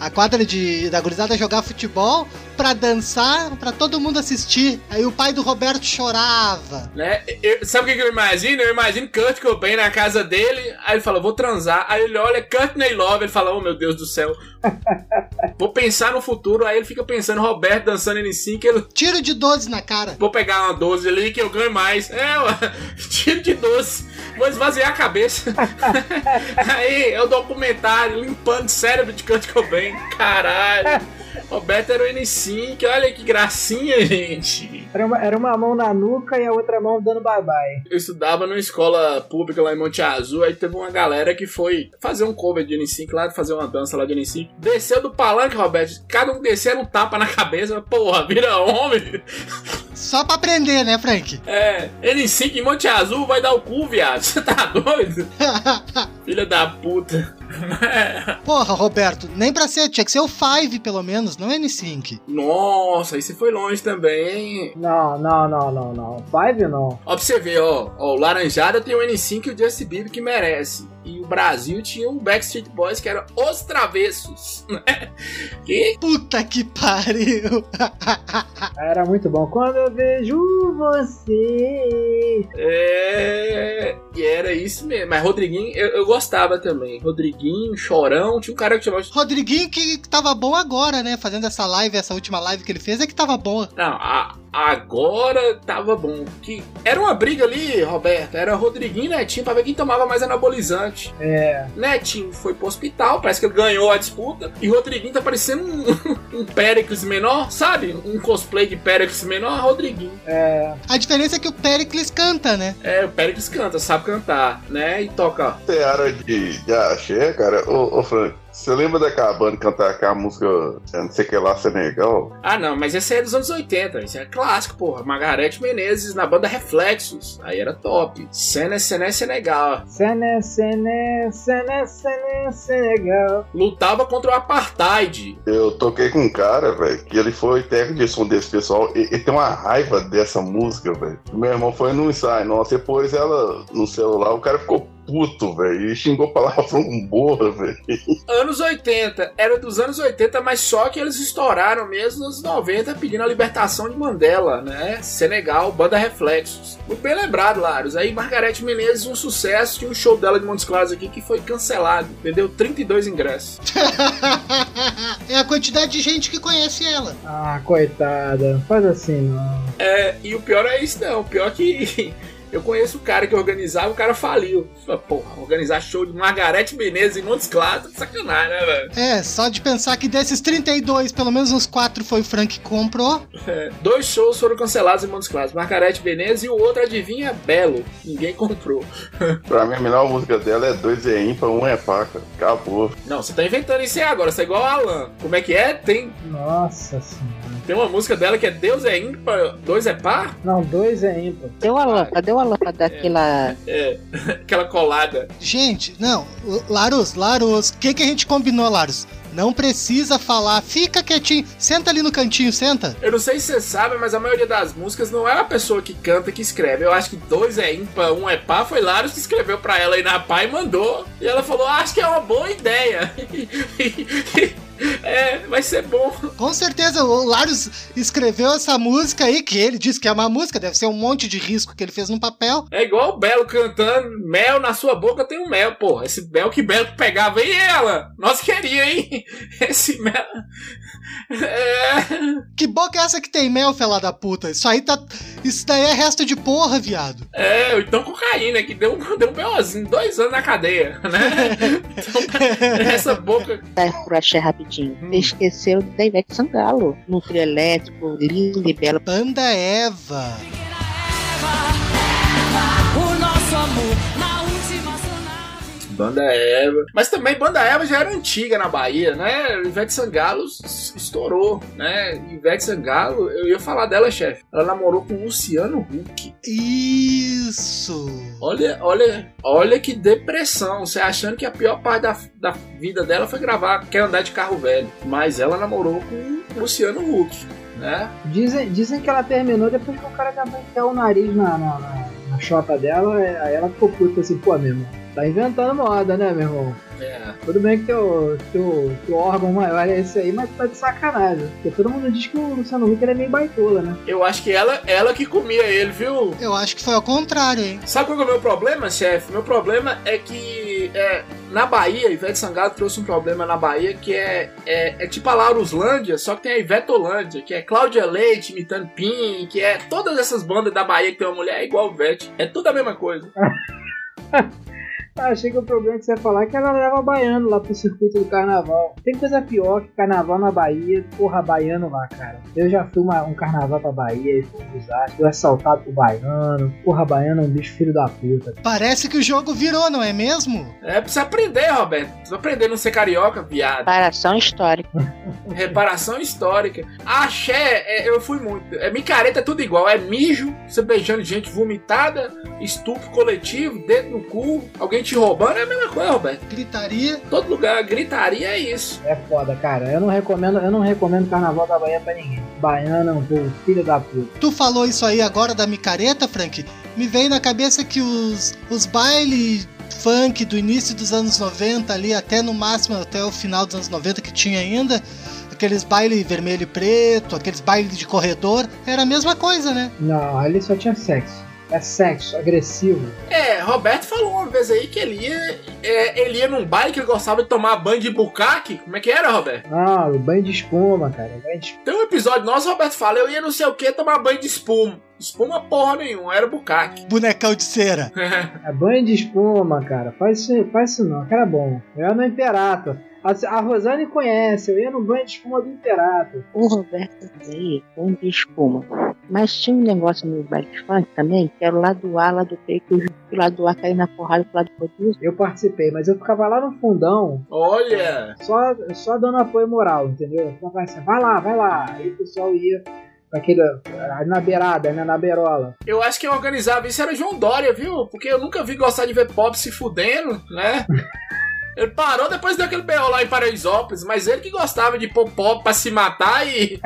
A: A quadra de, da gurizada jogar futebol pra dançar, pra todo mundo assistir. Aí o pai do Roberto chorava.
B: né? Eu- sabe o que que eu imagino? Eu imagino Kurt Cobain na casa dele, aí ele fala, vou transar. Aí ele olha, Kurt Ney Love, ele fala, oh meu Deus do céu. vou pensar no futuro, aí ele fica pensando, Roberto dançando N5, ele,
A: Tiro de 12 na cara.
B: vou pegar uma 12 ali que eu ganho mais. É, ué, *laughs* tiro de 12, vou esvaziar a cabeça. *laughs* aí é o documentário, limpando o cérebro de Kurt Cobain, caralho. Roberto era o N5, olha que gracinha, gente.
C: Era uma, era uma mão na nuca e a outra mão dando bye-bye.
B: Eu estudava numa escola pública lá em Monte Azul, aí teve uma galera que foi fazer um cover de N5 lá, fazer uma dança lá de N5. Desceu do palanque, Roberto. Cada um desceu era um tapa na cabeça. Porra, vira homem.
A: Só pra aprender, né, Frank? *laughs*
B: É, N5 em Monte Azul vai dar o cu, viado. *laughs* Você tá doido? Filha da puta.
A: Porra, Roberto, nem pra ser, tinha que ser o Five, pelo menos, não N5.
B: Nossa, aí você foi longe também, hein?
C: Não, não, não, não, não. Five não.
B: Ó, pra você ver, ó, ó, o Laranjada tem o N5 e o Justin Bieber que merece. E o Brasil tinha o Backstreet Boys que era os travessos, *laughs* né? Que
A: Puta que pariu. *laughs*
C: Era muito bom. Quando eu vejo você.
B: É. E era isso mesmo. Mas Rodriguinho, eu, eu gostava também. Rodriguinho, Chorão, tinha um cara que chamava.
A: Rodriguinho que tava bom agora, né? Fazendo essa live, essa última live que ele fez, é que tava boa.
B: Não, a- agora tava bom. Que era uma briga ali, Roberto. Era Rodriguinho e Netinho pra ver quem tomava mais anabolizante.
C: É.
B: Netinho foi pro hospital, parece que ele ganhou a disputa. E Rodriguinho tá parecendo um, *laughs* um Péricles menor, sabe? Um cosplay de Péricles menor, Rodriguinho.
A: A diferença é que o Pericles canta,
B: *laughs*
A: né?
B: É, o Péricles canta, sabe cantar, né? E toca.
E: Seara de, de axé, cara. Ô, ô Frank, você lembra da Cabana cantar aquela música é, não sei o que lá, Senegal?
B: Ah, não, mas esse aí é dos anos 80, esse é clássico, porra. Margarete Menezes na banda Reflexos, aí era top. Sené, Sené, Senegal.
C: Sené, sené, sené, sené, Senegal.
B: Lutava contra o apartheid.
E: Eu toquei com um cara, velho, que ele foi técnico de som desse pessoal e, e tem uma raiva dessa música, velho. Meu irmão foi num ensaio, nossa, depois ela no celular, o cara ficou puto, velho. E xingou *laughs* palavrão com um borra, velho.
B: Anos 80, era dos anos 80, mas só que eles estouraram mesmo nos 90 pedindo a libertação de Mandela, né? Senegal, banda Reflexos. Muito bem lembrado, Laros. Aí Margarete Menezes, um sucesso, tinha um show dela de Montes Claros aqui que foi cancelado, entendeu? 32 ingressos.
A: é a quantidade de gente que conhece ela.
C: Ah, coitada. Faz assim, não.
B: É, e o pior é isso, não. O pior é que. *laughs* Eu conheço o cara que organizava, o cara faliu. Falei, Porra, organizar show de Margarete Menezes em Montes Claros, tá de sacanagem, né, velho?
A: É, só de pensar que desses 32, pelo menos uns 4 foi o Frank que comprou.
B: Dois shows foram cancelados em Montes Claros, Margarete Menezes e o outro, adivinha, Belo. Ninguém comprou.
E: Pra mim, a melhor música dela é dois é ímpar, um é faca. Acabou.
B: Não, você tá inventando isso aí agora, você é igual o Alan. Como é que é? Tem,
C: Nossa senhora.
B: tem uma música dela que é Deus é ímpar, dois é par?
C: Não, dois é ímpar.
D: Deu a lâmpada, deu a lâmpada daquela.
B: É, aquela colada.
A: Gente, não, L- Larus, Larus, o que, que a gente combinou, Larus? Não precisa falar, fica quietinho, senta ali no cantinho, senta.
B: Eu não sei se vocês sabem, mas a maioria das músicas não é a pessoa que canta que escreve. Eu acho que dois é ímpar, um é pá. Foi Laros que escreveu pra ela aí na pá e mandou. E ela falou: Acho que é uma boa ideia. *laughs* é, vai ser bom.
A: Com certeza, o Larus escreveu essa música aí, que ele disse que é uma música, deve ser um monte de risco que ele fez num papel.
B: É igual o Belo cantando: Mel na sua boca tem um mel, porra. Esse mel que Belo pegava. E ela? Nós queria, hein? *laughs* Esse mel. É.
A: Que boca é essa que tem mel, fela da puta? Isso aí tá. Isso daí é resto de porra, viado.
B: É, ou então cocaína, que deu, deu um *laughs* BOzinho, dois anos na cadeia, né? Então, essa boca.
D: Tá por achar rapidinho. Você Esqueceu da Ivete Sangalo. No trio elétrico, lindo e belo.
A: Banda Eva.
F: O nosso amor na última sonata.
B: Banda Eva. Mas também Banda Eva já era antiga na Bahia, né? Ivete Sangalo s- estourou, né? Ivete Sangalo, eu ia falar dela, chefe. Ela namorou com Luciano Huck.
A: Isso.
B: Olha, olha, olha que depressão. Você achando que a pior parte da, da vida dela foi gravar Quer Andar de Carro Velho. Mas ela namorou com Luciano Huck, né?
C: Dizem, dizem que ela terminou depois que o cara acabou de enfiar o nariz na, na, na, na chota dela, é, aí ela ficou puta assim, pô, meu irmão, tá inventando moda, né, meu irmão?
B: É.
C: Tudo bem que teu, teu, teu órgão maior é esse aí, mas tá de sacanagem. Porque todo mundo diz que o Luciano Huck ele é meio baitola, né?
B: Eu acho que ela, ela que comia ele, viu?
A: Eu acho que foi ao contrário, hein?
B: Sabe qual que é o meu problema, chefe? Meu problema é que é, na Bahia, Ivete Sangalo trouxe um problema na Bahia que é, é, é tipo a Lauruslândia, só que tem a Ivetolândia, que é Cláudia Leite imitando Pim, que é todas essas bandas da Bahia que tem uma mulher é igual Ivete. É tudo a mesma coisa.
C: Ah, achei que o problema que você ia falar é que ela leva baiano lá pro circuito do carnaval. Tem coisa pior que carnaval na Bahia, porra, baiano lá, cara. Eu já fui uma- um carnaval pra Bahia e foi um desastre. Fui assaltado por baiano. Porra, baiano é um bicho filho da puta.
A: Parece que o jogo virou, não é mesmo?
B: É, precisa aprender, Roberto. Precisa aprender a não ser carioca, viado.
D: Paração histórica.
B: Reparação histórica. Axé, é, eu fui muito. É micareta, é tudo igual. É mijo, você beijando gente vomitada, estupro coletivo, dedo no cu, alguém te roubando. É a mesma coisa, Roberto.
A: Gritaria.
B: Todo lugar, gritaria é isso.
C: É foda, cara. Eu não recomendo, eu não recomendo carnaval da Bahia pra ninguém. Baiano é um povo filho da puta.
A: Tu falou isso aí agora da micareta, Frank? Me veio na cabeça que os, os baile funk do início dos anos 90 ali, até no máximo até o final dos anos 90 que tinha ainda, aqueles baile vermelho e preto, aqueles baile de corredor, era a mesma coisa, né?
C: Não, ali só tinha sexo. É sexo, agressivo.
B: É, Roberto falou uma vez aí que ele ia, é, ele ia num baile que ele gostava de tomar banho de bucaque. Como é que era, Roberto?
C: Ah, o banho de espuma, cara. O Banho de espuma.
B: Tem um episódio nosso, Roberto fala, eu ia não sei o que tomar banho de espuma. Espuma porra nenhuma, era *laughs* bucaque.
A: Bonecão de cera.
C: É banho de espuma, cara. Faz isso, faz isso não, cara é bom. Eu era no Imperato. A, a Rosane conhece, eu ia no banho de espuma do Imperato.
D: O Roberto aí, um de espuma. Mas tinha um negócio no baile de funk também, que era o lado A, lado B, que o lado A caía na porrada, o lado B do
C: Eu participei, mas eu ficava lá no fundão,
B: Olha,
C: só, só dando apoio moral, entendeu? Eu ficava assim, vai lá, vai lá. Aí o pessoal ia pra aquele, na beirada, né, na beirola.
B: eu acho que quem organizava isso era João Dória, viu? Porque eu nunca vi gostar de ver pop se fudendo, né? Ele parou depois daquele B.O. lá em Paraisópolis, mas ele que gostava de pôr pop pra se matar e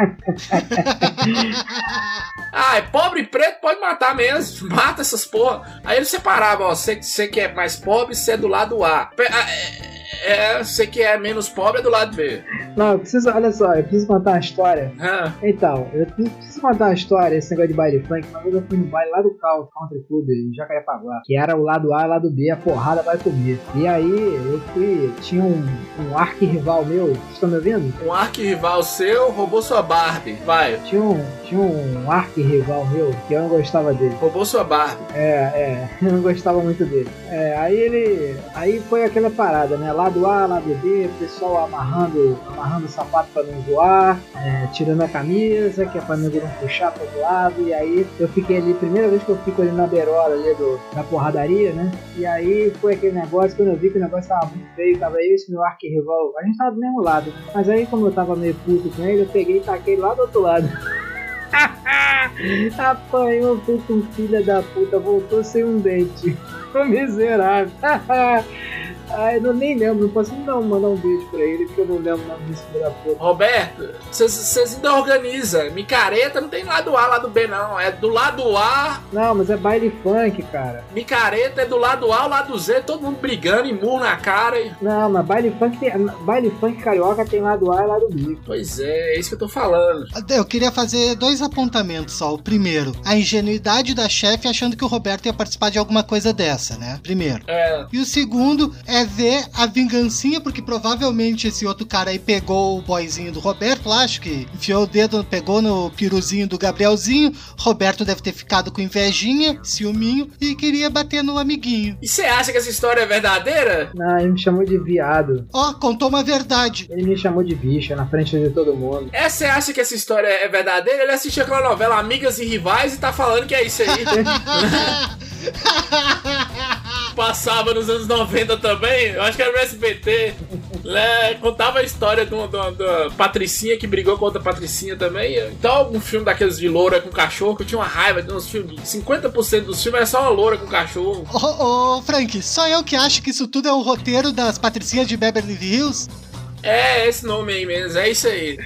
B: Ah, é pobre e preto, pode matar mesmo. *laughs* Mata essas porra. Aí eles separavam, ó. Você você que é mais pobre, você é do lado A. Pe- ah, É, é, você que é menos pobre é do lado B.
C: Não, eu preciso, olha só, eu preciso contar uma história.
B: Ah,
C: Então, eu preciso contar uma história, esse negócio de baile funk. Uma vez eu fui no baile lá do Cal- Country Club, em Jacarepaguá, que era o lado A e o lado B, a porrada vai comer. E aí, eu fui, tinha um, um arquirrival meu, vocês estão me ouvindo?
B: Um arquirrival seu roubou sua Barbie. Vai,
C: Tinha um, tinha um arquirrival meu, que eu não gostava dele.
B: roubou sua Barbie.
C: É, *laughs* é, eu não gostava muito dele. É, aí ele. Aí foi aquela parada, né? Lado A, lado B, o pessoal amarrando, amarrando o sapato pra não voar, é, tirando a camisa, que é pra não puxar pro outro lado. E aí eu fiquei ali, primeira vez que eu fico ali na beirola ali do, da porradaria, né? E aí foi aquele negócio, quando eu vi que o negócio tava muito feio, tava eu e esse meu arquirrival, a gente tava do mesmo lado. Mas aí, como eu tava meio puto com ele, eu peguei e taquei lá do outro lado. Apanhou feito um filho da puta, voltou sem um dente. *laughs* Ô miserável. *laughs* Ai, eu não- nem lembro, não posso nem dar um- mandar um beijo pra ele, porque eu não lembro o nome desse filho da puta.
B: Roberto, vocês- vocês ainda organizam. Micareta não tem lado A, lado B, não. É do lado A,
C: Não, mas é baile funk, cara.
B: micareta é do lado A, o lado Z, todo mundo brigando e murro na cara. E...
C: Não, mas baile funk, tem, baile funk carioca tem lado A e lado B.
B: Pois é, é isso que eu tô falando.
A: Eu queria fazer dois apontamentos só. O primeiro, a ingenuidade da chefe achando que o Roberto ia participar de alguma coisa dessa, né? Primeiro.
B: É,
A: E o segundo é ver a vingancinha, porque provavelmente esse outro cara aí pegou o boyzinho do Roberto, lá, acho que enfiou o dedo, pegou no piruzinho do Gabrielzinho. Roberto deve ter ficado com invejinha, ciúminho, e queria bater no amiguinho.
B: E você acha que essa história é verdadeira?
C: Não, ele me chamou de viado.
A: Ó, contou uma verdade.
C: Ele me chamou de bicha na frente de todo mundo.
B: É, você acha que essa história é verdadeira? Ele assistiu aquela novela Amigas e Rivais e tá falando que é isso aí. Passava nos anos 90 também, eu acho que era no SBT. né? Contava a história de uma, de uma- de uma Patricinha que brigou com outra Patricinha também. Então, um filme daqueles de loura com cachorro, que eu tinha uma raiva de uns filmes. 50% dos filmes era só uma loura com cachorro.
A: Ô, ô, Frank, só eu que acho que isso tudo é o roteiro das patricinhas de Beverly Hills?
B: É, esse nome aí mesmo, é isso aí.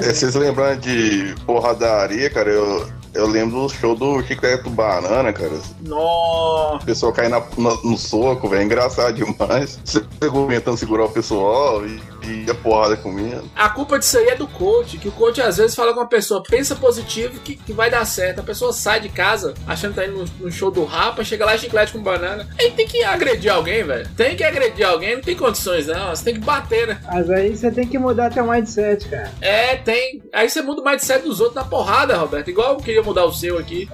E: É, vocês lembrando de porradaria, cara, eu, eu lembro do show do Chicleto Banana, cara.
B: Nossa.
E: O pessoal caindo na- na- no soco, velho. é Engraçado demais. *laughs* Você pegou tentando segurar o pessoal e, e a porrada comendo.
B: A culpa disso aí é do coach, que o coach às vezes fala com a pessoa, pensa positivo que, que vai dar certo. A pessoa sai de casa achando que tá indo no, no show do Rapa, chega lá chiclete com banana. Aí tem que agredir alguém, velho. Tem que agredir alguém, não tem condições não. Você tem que bater, né?
C: Mas aí você tem que mudar teu mindset, cara.
B: É, tem. Aí você muda o mindset dos outros na porrada, Roberto. Igual eu queria mudar o seu aqui.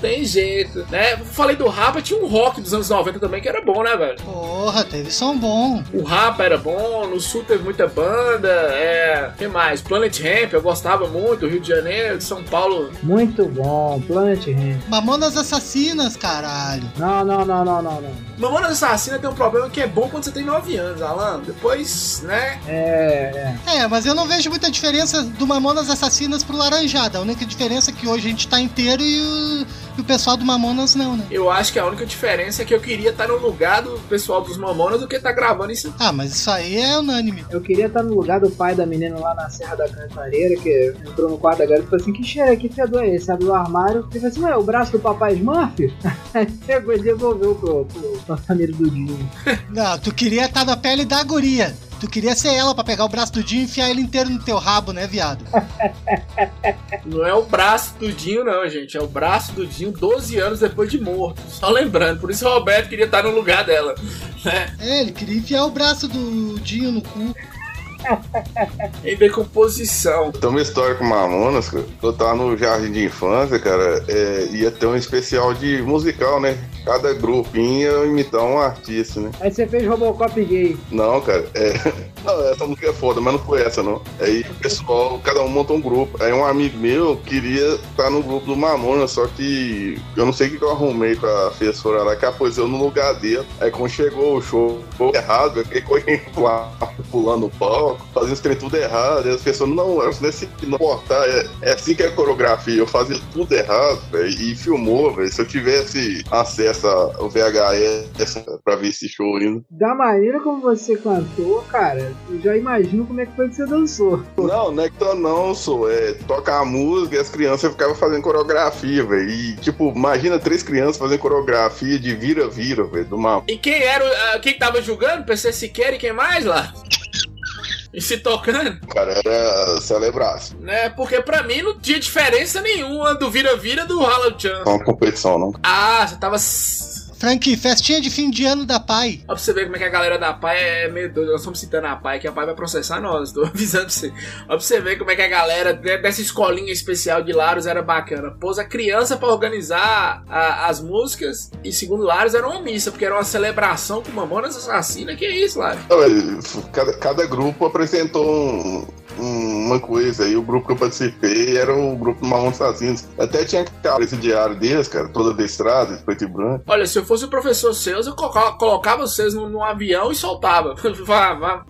B: tem jeito, né? Eu Falei do Rapa, tinha um rock dos anos 90 também que era bom, né, velho?
A: Porra, teve som bom.
B: O Rapa era bom, no Sul teve muita banda, é. que mais? Planet Ramp, eu gostava muito, Rio de Janeiro, São Paulo.
C: Muito bom, Plant Hand.
A: Mamonas Assassinas, caralho.
C: Não, não, não, não, não, não.
B: Mamonas Assassina tem um problema que é bom quando você tem 9 anos, Alan. Depois, né?
C: É, é.
A: É, mas eu não vejo muita diferença do Mamonas Assassinas pro Laranjada. A única diferença é que hoje a gente tá inteiro e o, e o pessoal do Mamonas não, né?
B: Eu acho que a única diferença é que eu queria estar no lugar do pessoal dos Mamonas do que estar gravando isso.
A: Ah, mas isso aí é unânime.
C: Eu queria estar no lugar do pai da menina lá na Serra da Cantareira, que entrou no quarto da garota e falou assim: que cheiro é que fedor é esse? Abriu o armário e falou assim: ué, o braço do papai Smurf? *laughs* Aí pegou e devolveu pro, pro, pra família do Dinho.
A: Não, Ah, tu queria estar na pele da guria. Tu queria ser ela pra pegar o braço do Dinho e enfiar ele inteiro no teu rabo, né, viado?
B: Não é o braço do Dinho, não, gente. É o braço do Dinho 12 anos depois de morto. Só lembrando, por isso o Roberto queria estar no lugar dela.
A: É, ele queria enfiar o braço do Dinho no cu.
B: Em decomposição.
E: Tem uma história com Mamonas, cara. Eu tava no jardim de infância, cara. é, ia ter um especial de musical, né? Cada grupinho ia imitar um artista, né?
C: Aí você fez Robocop gay.
E: Não, cara, é. *laughs* Não, essa música é foda, mas não foi essa, não. Aí o pessoal, cada um montou um grupo. Aí um amigo meu queria estar no grupo do Mamona, só que eu não sei o que que eu arrumei com a assessora lá, que ela pôs eu no lugar dele. Aí quando chegou o show ficou errado, eu fiquei *laughs* correndo lá, pulando o palco, fazendo os trem tudo errado. Aí as pessoas, não, eu não se não cortar, é, é assim que é a coreografia. Eu fazia tudo errado, velho, e filmou, velho. Se eu tivesse acesso essa, o VHS pra ver esse show ainda.
C: Da maneira como você cantou, cara, eu já imagino como é que foi que você dançou.
E: Não, não é que tô não, sou. É tocar a música e as crianças ficavam fazendo coreografia, velho. E, tipo, imagina três crianças fazendo coreografia de vira-vira, velho, do mal.
B: E quem era o- ah, quem tava julgando? PC Siqueira e quem mais lá? E se tocando,
E: Cara, era celebração.
B: né? Porque pra mim não tinha diferença nenhuma do vira-vira do Halloween
E: Não é
B: Chance.
E: uma competição, não.
B: Ah, você tava. s-
A: Frank, festinha de fim de ano da pai.
B: Ó, pra você ver como é que a galera da PAI é meio doida. Nós estamos citando a PAI, que a PAI vai processar nós, *laughs* tô avisando pra você. Ó, pra você ver como é que a galera de- dessa escolinha especial de Laros era bacana. Pôs a criança pra organizar a- as músicas e, segundo Laros, era uma missa, porque era uma celebração com mamonas assassina. Que isso, Laros?
E: Não, velho, Cada, cada grupo apresentou um- um- uma coisa. E o grupo que eu participei era o grupo Marrom Assassinos. Até tinha cara, esse diário deles, cara, toda listrada, de preto e branco.
B: Olha, se eu fosse o professor Seus, eu coloca- colocava vocês num, num avião e soltava. *laughs* Vá, vá.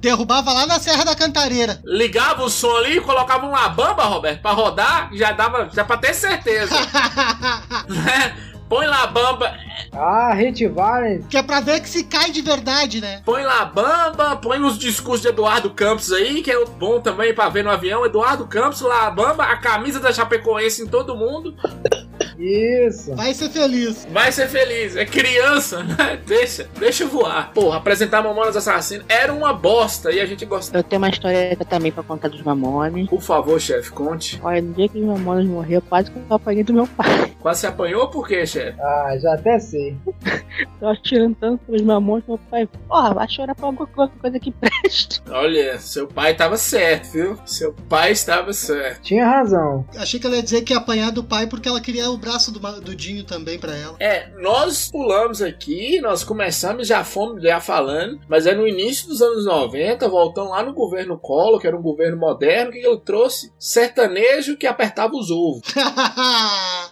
A: Derrubava lá na Serra da Cantareira. *laughs*
B: Ligava o som ali e colocava uma bamba, Roberto, pra rodar, já dava, já pra ter certeza, né? Põe lá a bamba,
C: Ah, retivarem.
A: que é pra ver que se cai de verdade, né?
B: põe lá a bamba, põe nos discursos de Eduardo Campos aí, que é bom também pra ver no avião. Eduardo Campos, lá a bamba, a camisa da Chapecoense em todo mundo.
C: Isso.
A: Vai ser feliz.
B: Vai ser feliz, é criança, *laughs* né? Deixa, deixa voar. Porra, apresentar Mamonas Assassinas era uma bosta e a gente gostava.
D: Eu tenho uma história também pra contar dos mamones.
B: Por favor, chefe, conte.
D: Olha, no dia que os mamones morreu, quase que eu apanhei do meu pai.
B: Quase se apanhou por quê, chefe?
C: Ah, já até sei.
D: Eu atirando tanto pros mamones, meu pai, porra, vai chorar pra alguma coisa, coisa que preste. *laughs*
B: Olha, seu pai estava certo, viu? Seu pai estava certo.
C: Tinha razão.
A: Achei que ela ia dizer que ia apanhar do pai porque ela queria o braço do, ma- do Dinho também pra ela. *laughs*
B: É, nós pulamos aqui, nós começamos, já fomos já falando, mas é no início dos anos 90, voltando lá no governo Collor, que era um governo moderno, que ele trouxe sertanejo que apertava os ovos,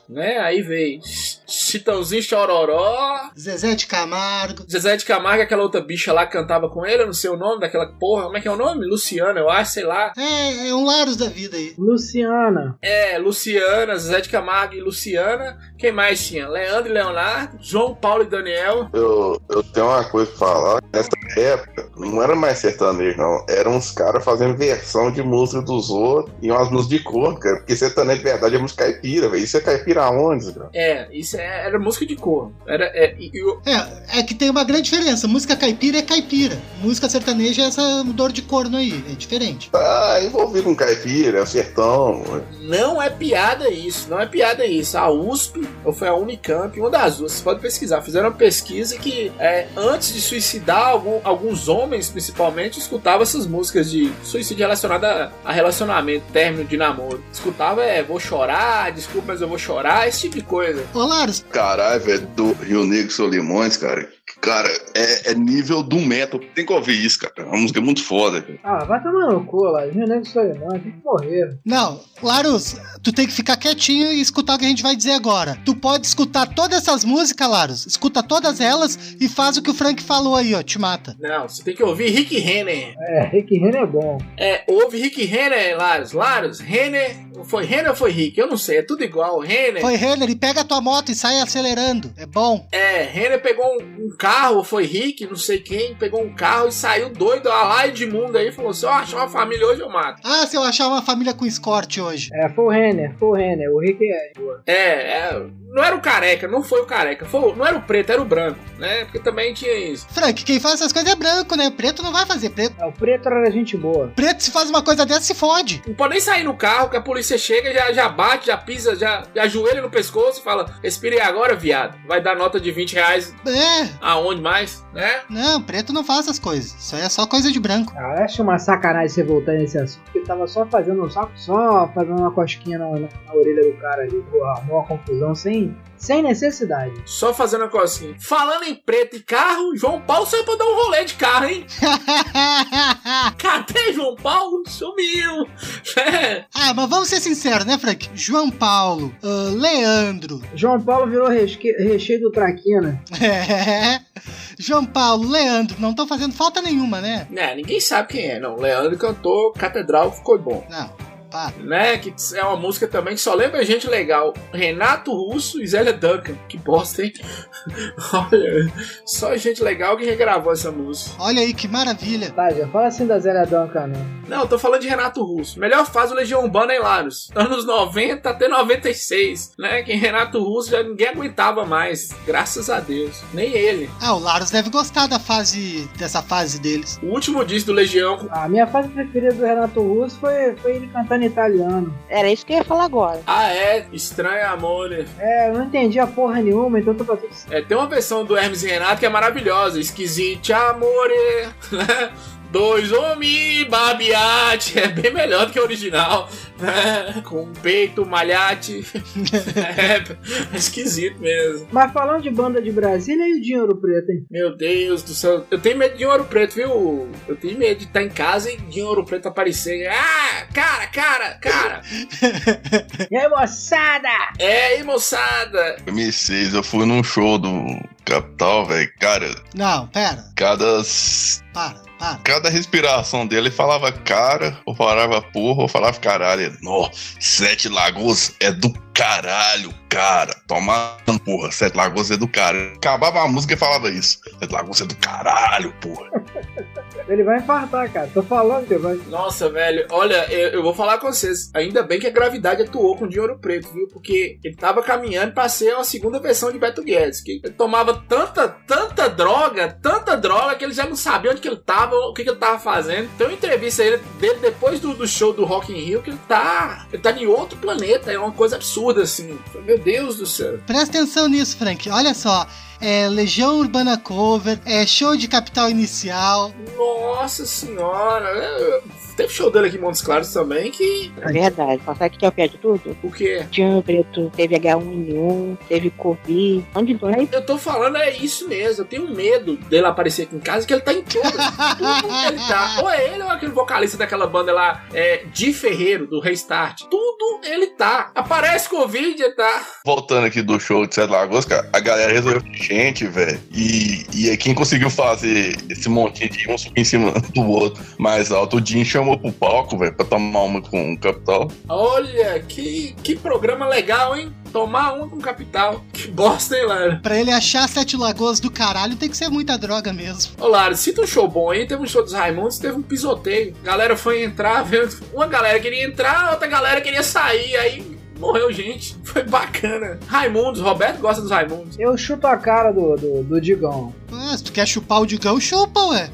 B: né? Aí veio Chitãozinho Chororó,
A: Zezé de Camargo.
B: Zezé de Camargo, aquela outra bicha lá que cantava com ele, eu não sei o nome daquela porra, como é que é o nome? Luciana, eu acho, sei lá.
A: É, é um Laros da vida aí.
C: Luciana.
B: É, Luciana, Zezé de Camargo e Luciana. Quem mais tinha? Leandro e Leonardo, João Paulo e Daniel.
E: Eu, eu tenho uma coisa pra falar. Nessa época, não era mais sertanejo, não. Eram uns caras fazendo versão de música dos outros e umas músicas de cor, cara. Porque sertanejo de verdade é música caipira, velho. Isso é caipira aonde, cara?
B: É, isso é- era música de cor. Era, é, e- e o-
A: É, é que tem uma grande diferença. Música caipira é caipira. Música sertaneja é essa dor de corno aí. É diferente.
E: Tá envolvido com caipira, é o sertão.
B: não é piada isso, não é piada isso. A USP, ou foi a Unicamp, uma das duas, você pode pesquisar. Fizeram uma pesquisa que é, antes de suicidar, algum- alguns homens principalmente escutavam essas músicas de suicídio relacionado a, a relacionamento, término de namoro. Escutava, é, vou chorar, desculpa, mas eu vou chorar, esse tipo de coisa.
A: Ô, Laros,
E: Caralho, velho, do Rio Negro Solimões, cara. Cara, é, é nível do metal. Tem que ouvir isso, cara. É uma música muito foda, cara.
C: Ah, vai tomar no cu é lá. Os meninos Solimões tem que morrer.
A: Não, Larus, tu tem que ficar quietinho e escutar o que a gente vai dizer agora. Tu pode escutar todas essas músicas, Larus. Escuta todas elas e faz o que o Frank falou aí, ó. Te mata.
B: Não, você tem que ouvir Rick Renner.
C: É, Rick Renner é bom.
B: É, houve Rick Renner, Laros. Laros, Renner. Foi Renner ou foi Rick? Eu não sei, é tudo igual. Renner.
A: Foi Renner, e pega a tua moto e sai acelerando. É bom.
B: É, Renner pegou um, um carro, foi Rick, não sei quem, pegou um carro e saiu doido a lá Edmundo aí falou: se eu achar uma família hoje eu mato.
A: Ah, se eu achar uma família com escorte hoje.
C: É, foi o Renner, foi o Renner. O Rick é.
B: É, é, não era o careca, não foi o careca, foi, o- não era o preto, era o branco, né? Porque também tinha isso.
A: Frank, quem faz essas coisas é branco, né? Preto não vai fazer preto.
C: é, O preto era gente boa.
A: Preto, se faz uma coisa dessa, se fode.
B: Não pode nem sair no carro, que a polícia chega, já, já bate, já pisa, já, já ajoelha no pescoço e fala: respire agora, viado. Vai dar nota de 20 reais
A: É.
B: aonde mais, né?
A: Não, preto não faz essas coisas. Isso aí é só coisa de branco. *laughs*
C: Ah, eu acho uma sacanagem você voltar nesse assunto. Porque ele tava só fazendo um saco, só fazendo uma cosquinha na, na- na orelha do cara ali. Pô, arrumou uma confusão sem, sem necessidade.
B: Só fazendo a coisinha. Falando em preto e carro, João Paulo saiu pra dar um rolê de carro, hein? Cadê João Paulo? Sumiu! *laughs* É.
A: ah, mas vamos ser sinceros, né, Frank? João Paulo, ah, Leandro, *laughs*
C: João Paulo virou resque- recheio do Traquina.
A: É. João Paulo, Leandro, não estão fazendo falta nenhuma, né?
B: Né, ninguém sabe quem é, não. Leandro cantou Catedral, ficou bom.
A: Não. pá.
B: né? Que é uma música também que só lembra gente legal. Renato Russo e Zélia Duncan. Que bosta, hein? *laughs* Olha, só gente legal que regravou essa música.
A: Olha aí que maravilha.
C: Tá, já fala assim da Zélia Duncan, né?
B: Não, eu tô falando de Renato Russo. Melhor fase do Legião Urbana, hein, Larus? Anos 90 até 96, né? Que Renato Russo já ninguém aguentava mais. Graças a Deus. Nem ele.
A: Ah, o Laros deve gostar da fase dessa fase deles.
B: O último disco do Legião.
C: A minha fase preferida do Renato Russo foi, foi ele cantando italiano.
D: Era isso que eu ia falar agora.
B: Ah, é. Estranha Amor, né?
C: É, eu não entendi a porra nenhuma, então tô fazendo isso.
B: É, tem uma versão do Hermes e Renato que é maravilhosa. Esquisite amore, *laughs* né? Dois homens babiate. É bem melhor do que o original, né? Com peito, malhate. *laughs* É, esquisito mesmo.
C: Mas falando de banda de Brasília e o Dinho Ouro Preto, hein?
B: Meu Deus do céu. Eu tenho medo de ouro preto, viu? Eu tenho medo de estar em casa e de ouro preto aparecer. Ah, cara, cara, cara.
C: E aí, moçada?
B: É, e moçada.
E: 2006, eu fui num show do Capital, velho. Cara,
A: Não, pera,
E: cada, s-
A: para, para.
E: cada respiração dele ele falava cara, ou falava porra, ou falava caralho. Nó, Sete Lagoas é do caralho, cara. Toma porra, Sete Lagoas é do caralho. Acabava a música e falava isso. Sete Lagoas é do caralho, porra.
C: Ele vai infartar, cara. Tô falando que ele vai.
B: Nossa, velho, olha, eu, eu vou falar com vocês. Ainda bem que a gravidade atuou com o de ouro preto, viu? Porque ele tava caminhando pra ser uma segunda versão de Beto Guedes. Que ele tomava tanta, tanta droga, tanta droga, que ele já não sabia onde que ele tava, o que, que ele tava fazendo. Tem uma entrevista aí dele depois do, do show do Rock in Rio que ele tá. Ele tá em outro planeta. É uma coisa absurda, assim. Meu Deus do céu.
A: Presta atenção nisso, Frank. Olha só. É Legião Urbana Cover, é show de capital inicial. *laughs*
B: Nossa senhora. é, Teve show dele aqui em Montes Claros também, que.
D: É verdade. Mas Sabe o que é o pior de tudo?
B: O quê?
D: Tinha o preto, teve H1N1, teve Covid, um monte de doença.
B: Eu tô falando, é isso mesmo. Eu tenho medo dele aparecer aqui em casa, que ele tá em todas. Tudo que ele tá. Ou é ele ou aquele vocalista daquela banda lá, é, de Ferreiro, do Restart. Tudo ele tá. Aparece Covid, ele tá.
E: Voltando aqui do show de Sete Lagoas, cara, a galera resolveu ter gente, velho. E, e aí quem conseguiu fazer esse montinho de um subir em cima do outro mais alto, o Jim chamou pro palco, velho, pra tomar uma com o Capital.
B: Olha, que, que programa legal, hein? Tomar um com capital. Que bosta, hein, Lara?
A: Pra ele achar Sete Lagoas do caralho, tem que ser muita droga mesmo.
B: Ô, Lara, cita um show bom aí. Teve um show dos Raimundos, teve um pisoteio. A galera foi entrar, *laughs* veio- uma galera queria entrar, a outra galera queria sair. Aí morreu gente. Foi bacana. Raimundos, Roberto gosta dos Raimundos.
C: Eu chuto a cara do, do, do Digão.
A: Ah, se tu quer chupar o Digão, chupa, ué.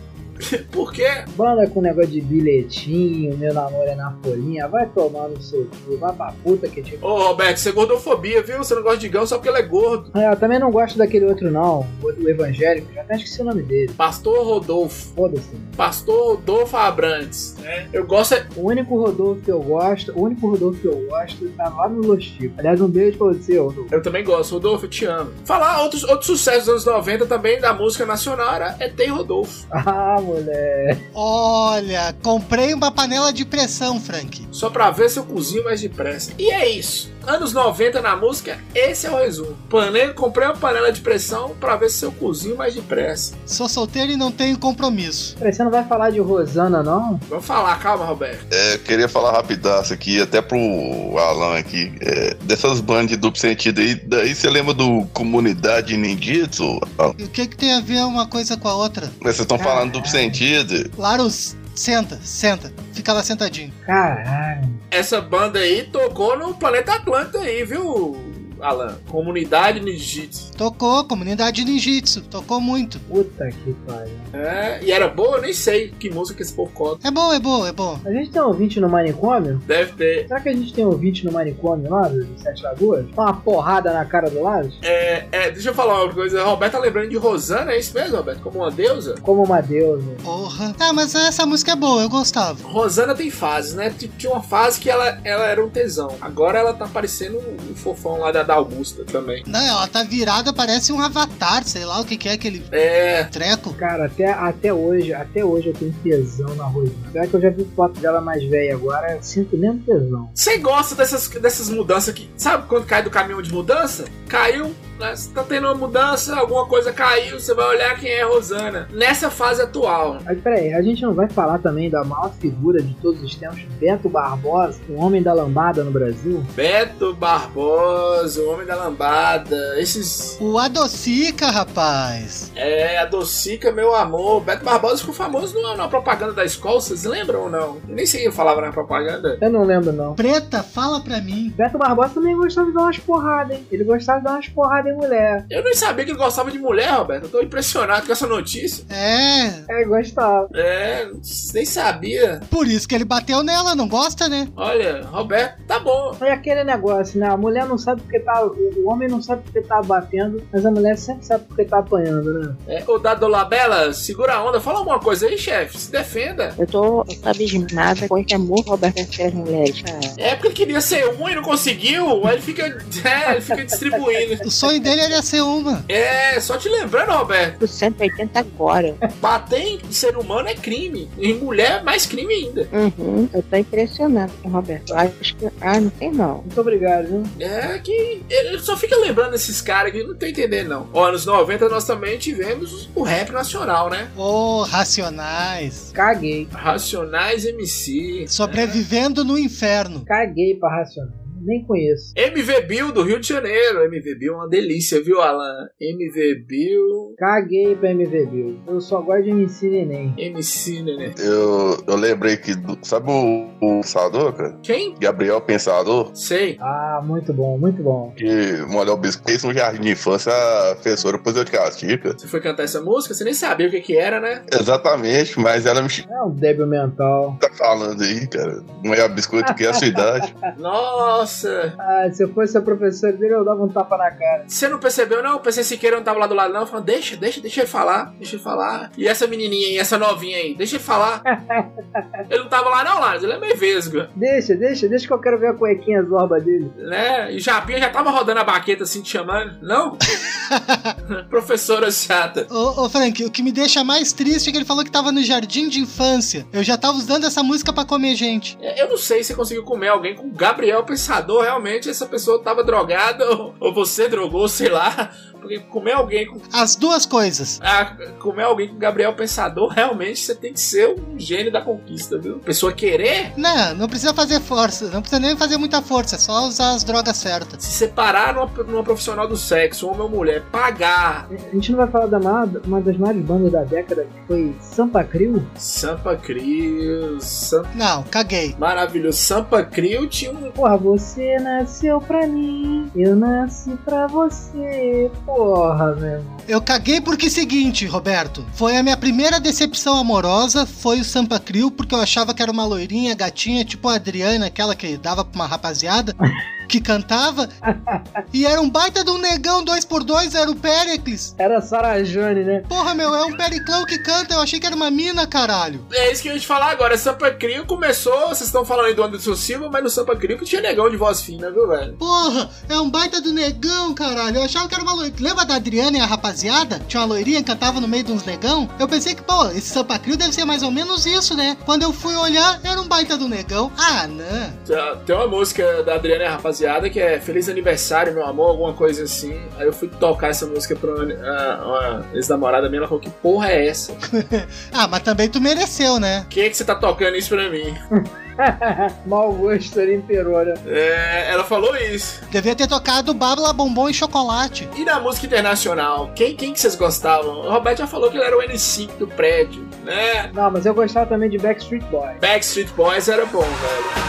B: Porque
C: Banda com negócio de bilhetinho, meu namoro é na folhinha, vai tomar no seu cu, vai pra puta que te.
B: Ô, Roberto, você é gordofobia, viu? Você não gosta de Digão só porque ele é gordo.
C: Ah, Eu também não gosto daquele outro, não, o outro evangélico, já até esqueci o nome dele.
B: Pastor Rodolfo.
C: Foda-se. né?
B: Pastor Rodolfo Abrantes. Eu gosto é.
C: O único Rodolfo que eu gosto, o único Rodolfo que eu gosto tá lá no Los Chicos. Aliás, um beijo pra você, Rodolfo. *laughs*
B: Eu também gosto, Rodolfo, eu te amo. Falar outros, outros sucessos dos anos 90 também da música nacional era É Tem Rodolfo.
C: Ah, moleque.
A: Olha, comprei uma panela de pressão, Frank.
B: Só pra ver se eu cozinho mais depressa. E é isso. Anos 90 na música, esse é o resumo. Panela, comprei uma panela de pressão pra ver se eu cozinho mais depressa.
A: Sou solteiro e não tenho compromisso.
C: Peraí, Você não vai falar de Rosana, não?
B: Vamos falar, calma, Roberto.
E: É, eu queria falar rapidaço aqui, até pro Alan aqui, é, dessas bandas de duplo sentido aí, daí você lembra do Comunidade Ninjitsu? Alan? Né,
A: E o que, que tem a ver uma coisa com a outra?
E: Vocês estão falando duplo sentido?
A: Larus, senta, senta. Fica lá sentadinho.
C: Caralho.
B: Essa banda aí tocou no Planeta Atlântico aí, viu, Alan? Comunidade Nijitsu.
A: Tocou, comunidade ninjitsu, tocou muito.
C: Puta que pariu.
B: É, e era boa, eu nem sei que música que esse povo coloca.
A: É bom, é bom, é bom.
C: A gente tem um ouvinte no manicômio?
B: Deve ter.
C: Será que a gente tem um ouvinte no manicômio lá, do Sete Lagoas? Dá Uma porrada na cara do lado?
B: É, é, deixa eu falar uma coisa. Roberto tá lembrando de Rosana, é isso mesmo, Roberto? Como uma deusa?
C: Como uma deusa.
A: Porra. Ah, mas essa música é boa, eu gostava.
B: Rosana tem fases, né? T- Tinha uma fase que ela, ela era um tesão. Agora ela tá parecendo um fofão lá da, da Augusta também.
A: Não, ela tá virada, parece um avatar, sei lá o que, que é aquele
B: É.
A: treco.
C: Cara, até, até hoje, até hoje eu tenho tesão na Rosana. Será que eu já vi foto dela mais velha agora? Eu sinto mesmo tesão.
B: Você gosta dessas, dessas mudanças que. Sabe quando cai do caminhão de mudança? Caiu. né? Se tá tendo uma mudança, alguma coisa caiu, você vai olhar quem é Rosana. Nessa fase atual.
C: Mas peraí, a gente não vai falar também da maior figura de todos os tempos, Beto Barbosa, o homem da lambada no Brasil?
B: Beto Barbosa, o Homem da Lambada, esses.
A: O Adocica, rapaz.
B: É, a Docica, meu amor. Beto Barbosa ficou famoso numa, numa propaganda da escola, vocês lembram ou não? Eu nem sei quem falava na propaganda.
C: Eu não lembro, não.
A: Preta, fala pra mim.
C: Beto Barbosa também gostava de dar umas porradas, hein? Ele gostava de dar umas porradas em mulher.
B: Eu nem sabia que ele gostava de mulher, Roberto. Eu tô impressionado com essa notícia.
A: É,
C: É, gostava.
B: É, nem sabia.
A: por isso que ele bateu nela, não gosta, né?
B: Olha, Roberto, tá bom.
C: Foi aquele negócio, né? A mulher não sabe porque tá. O homem não sabe porque tá batendo, mas a mulher sempre sabe porque tá apanhando, né?
B: É, o Dado Labela, segura a onda, fala alguma coisa aí, chefe. Se defenda.
D: Eu tô abismada com esse amor que o Roberto tem pelas mulheres, cara.
B: É porque ele queria ser um e não conseguiu, aí ele fica, *laughs* é, ele fica distribuindo.
A: O sonho dele era ser uma.
B: É, só te lembrando, Roberto,
D: 180 agora.
B: bater em ser humano é crime. Em mulher, é mais crime ainda.
D: Uhum. Eu tô impressionada com o Roberto. Eu acho que. Ah, não tem não.
C: Muito obrigado, viu?
B: É que ele só fica lembrando esses caras que não tô entendendo, não. Ó, anos 90 nós também tivemos o rap nacional, né?
A: Oh, Racionais.
C: Caguei.
B: Racionais MC.
A: Sobrevivendo no inferno.
C: Caguei pra racional. Nem conheço.
B: MV Bill do Rio de Janeiro. MV Bill é uma delícia, viu, Alan? MV Bill.
C: Caguei pra MV Bill. Eu só gosto de MC Neném.
B: MC, né?
E: Eu, eu lembrei que. do- sabe o, o Pensador, cara?
B: Quem?
E: Gabriel Pensador,
B: Sei.
C: Ah, muito bom, muito bom.
E: que molhou o biscoito fez um jardim de infância, a professora pôs eu de castigo. cara.
B: Você foi cantar essa música? Você nem sabia o que que era,
E: *laughs*
B: né?
E: Exatamente, mas ela me *laughs* ch-
C: É um débil mental.
E: tá falando aí, cara. Molhar biscoito que é a sua idade.
B: Nossa!
C: Ah, se eu fosse a professora dele, eu dava um tapa na cara.
B: Você não percebeu, não? O PC Siqueira não tava lá do lado, não. Falando, deixa, deixa, deixa ele falar, deixa ele falar. E essa menininha aí, essa novinha aí, deixa ele falar. ele não tava lá, não, Lázaro. Ele é meio vesgo,
C: Deixa, deixa, deixa que eu quero ver a cuequinha zorba dele.
B: né? E o Japinha já tava rodando a baqueta assim, te chamando. Não? Professora chata.
A: Ô, ô, Frank, o que me deixa mais triste é que ele falou que tava no jardim de infância. Eu já tava usando essa música pra comer gente.
B: É, Eu não sei se conseguiu comer alguém com Gabriel Pensador. Realmente, essa pessoa tava drogada ou, ou você drogou, sei lá. Porque comer alguém com
A: As duas coisas.
B: Ah, comer alguém com Gabriel Pensador, realmente você tem que ser um gênio da conquista, viu? Pessoa querer
A: Não, não precisa fazer força, não precisa nem fazer muita força, é só usar as drogas certas.
B: se separar numa, numa profissional do sexo, homem ou mulher, pagar
C: A gente não vai falar da maior, uma das maiores bandas da década, que foi Sampa Crio?
B: Sampa Crio, Sampa...
A: Não, caguei.
B: maravilhoso. Sampa Crio tinha um.
C: Porra, você nasceu pra mim, eu nasci pra você. Porra, meu irmão.
A: Eu caguei porque é seguinte, Roberto, foi a minha primeira decepção amorosa, foi o Sampa Crio, porque eu achava que era uma loirinha, gatinha, tipo a Adriana, aquela que dava pra uma rapaziada. Que cantava e era um baita de um negão 2x2, era o Pericles.
C: Era a Sarah Jane, né? *laughs*
A: Porra, meu, é um periclão que canta, eu achei que era uma mina, caralho.
B: É isso que eu ia te falar agora. Sampa Crio começou, vocês estão falando aí do Anderson Silva, mas no Sampa Crio que tinha negão de voz fina, viu, velho?
A: Porra, é um baita do negão, caralho. Eu achava que era uma loirinha. Lembra da Adriana e a rapaziada? Tinha uma loirinha que cantava no meio de uns negão? Eu pensei que, pô, esse Sampa Crio deve ser mais ou menos isso, né? Quando eu fui olhar, era um baita do negão. Ah, não.
B: Tá, Tem uma música da Adriana e a Rapaziada que é Feliz Aniversário, meu amor, alguma coisa assim. Aí eu fui tocar essa música pra uma, a- uma ex-namorada minha, ela falou, que porra é essa?
A: Ah, mas também tu mereceu, né?
B: Quem é que você tá tocando isso pra mim?
C: Mal gosto ali imperou, né?
B: É, ela falou isso.
A: Devia ter tocado Bábula Bombom e Chocolate.
B: E na música internacional, quem, quem que vocês gostavam? O Roberto já falou que ele era o N5 do prédio, né?
C: Não, mas eu gostava também de Backstreet Boy.
B: Backstreet Boys era bom, velho.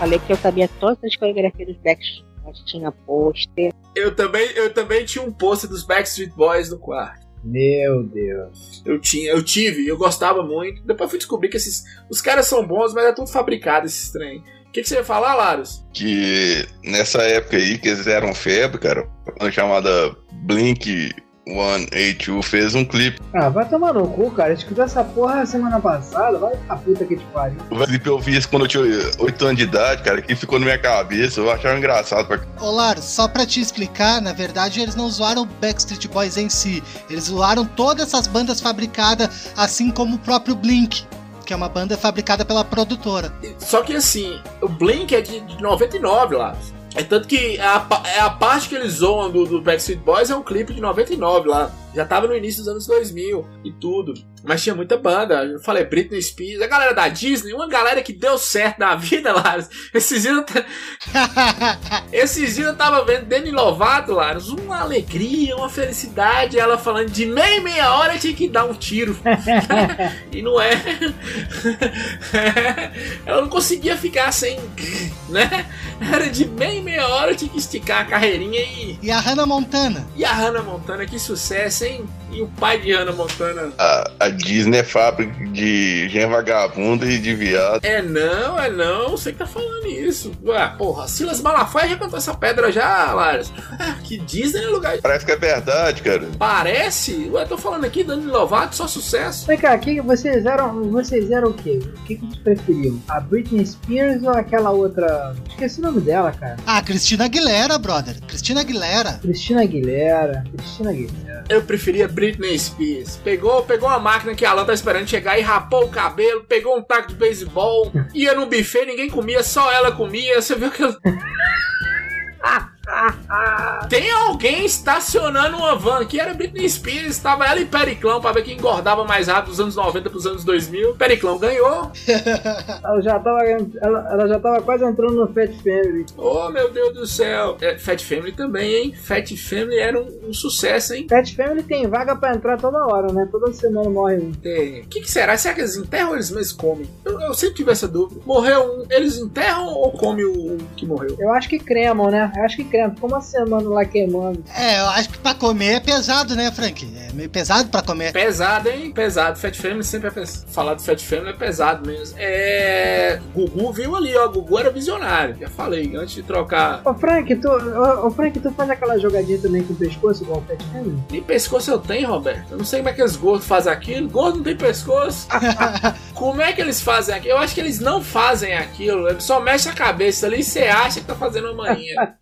D: Falei que eu sabia todas as coreografias dos Backstreet. Boys. Tinha pôster.
B: Eu também, eu também tinha um pôster dos Backstreet Boys no quarto.
C: Meu Deus.
B: Eu tinha, eu tive, eu gostava muito. Depois fui descobrir que esses. Os caras são bons, mas é tudo fabricado esses trem. O que, que você ia falar, Laros?
E: Que nessa época aí que eles eram febre, cara, uma chamada Blink 182 fez um clipe.
C: Ah, vai tomar no cu, cara. Escutou essa porra semana passada, vai pra puta que te pariu.
E: O clipe eu vi isso quando eu tinha 8 anos de idade, cara, que ficou na minha cabeça. Eu achava engraçado pra
A: Ô, Laro, só pra te explicar, na verdade eles não zoaram Backstreet Boys em si. Eles zoaram todas essas bandas fabricadas, assim como o próprio Blink. que é uma banda fabricada pela produtora.
B: Só que assim, o Blink é de, de 99 lá. É tanto que a, pa- é a parte que eles zoam do, do Backstreet Boys é um clipe de 99 lá. Já tava no início dos anos 2000 e tudo. Mas tinha muita banda. Eu falei Britney Spears, a galera da Disney, uma galera que deu certo na *laughs* vida, Lars. Esses dias eu t- esses dias eu tava vendo Demi Lovato, Laros, uma alegria, uma felicidade, ela falando de meia em meia hora tinha que dar um tiro. *laughs* e não é. *laughs* ela não conseguia ficar sem, né? Era de meia em meia hora tinha que esticar a carreirinha e.
A: e a Hannah Montana.
B: E a Hannah Montana, que sucesso, hein? E o pai de Hannah Montana.
E: A, a Disney é fábrica de gente vagabunda e de viado.
B: É não, é não, você que tá falando isso. Ué, porra, Silas Malafaia já cantou essa pedra já, Laros. que Disney é lugar
E: Parece que é verdade, cara.
B: Parece? Ué, tô falando aqui, Dani Lovato, só sucesso.
C: Vem cá, que vocês eram, vocês eram o quê? O que, que vocês preferiam? A Britney Spears ou aquela outra. Esqueci o nome dela, cara.
A: Ah, Cristina Aguilera, brother. Cristina Aguilera.
C: Cristina Aguilera. Cristina Aguilera.
B: Eu preferia Britney Spears. Pegou, pegou uma máquina que a Alan tá esperando chegar e rapou o cabelo, pegou um taco de beisebol, ia no buffet, ninguém comia, só ela comia. Você viu que. eu- Tem alguém estacionando uma van que era Britney Spears, estava ela e Periclão pra ver quem engordava mais rápido dos anos 90 pros anos 2000. Periclão ganhou.
C: Ela já tava, ela, ela já tava quase entrando no Fat Family.
B: Oh meu Deus do céu. É, Fat Family também, hein? Fat Family era um- um sucesso, hein?
C: Fat Family tem vaga pra entrar toda hora, né? Toda semana morre um.
B: É, O que, que será? Será que eles enterram ou eles mesmos comem? Eu, eu sempre tive essa dúvida. Morreu um, eles enterram ou comem o o que morreu?
C: Eu acho que cremam, né? Eu acho que cremam. Ficou uma semana lá queimando.
A: É, eu acho que pra comer é pesado, né, Frank? É meio pesado pra comer.
B: Pesado, hein? Pesado. Fat Family sempre é pes... falar do Fat Family é pesado mesmo. É. Gugu viu ali, ó. Gugu era visionário. Já falei, antes de trocar.
C: Ô Frank, tu, ô, ô, Frank, tu faz aquela jogadinha também com o pescoço igual o Fat Family?
B: Nem pescoço eu tenho, Roberto. Eu não sei como é que os gordos fazem aquilo. Gordo não tem pescoço. como é que eles fazem aquilo? Eu acho que eles não fazem aquilo. Eles só mexe a cabeça ali e você acha que tá fazendo uma maninha.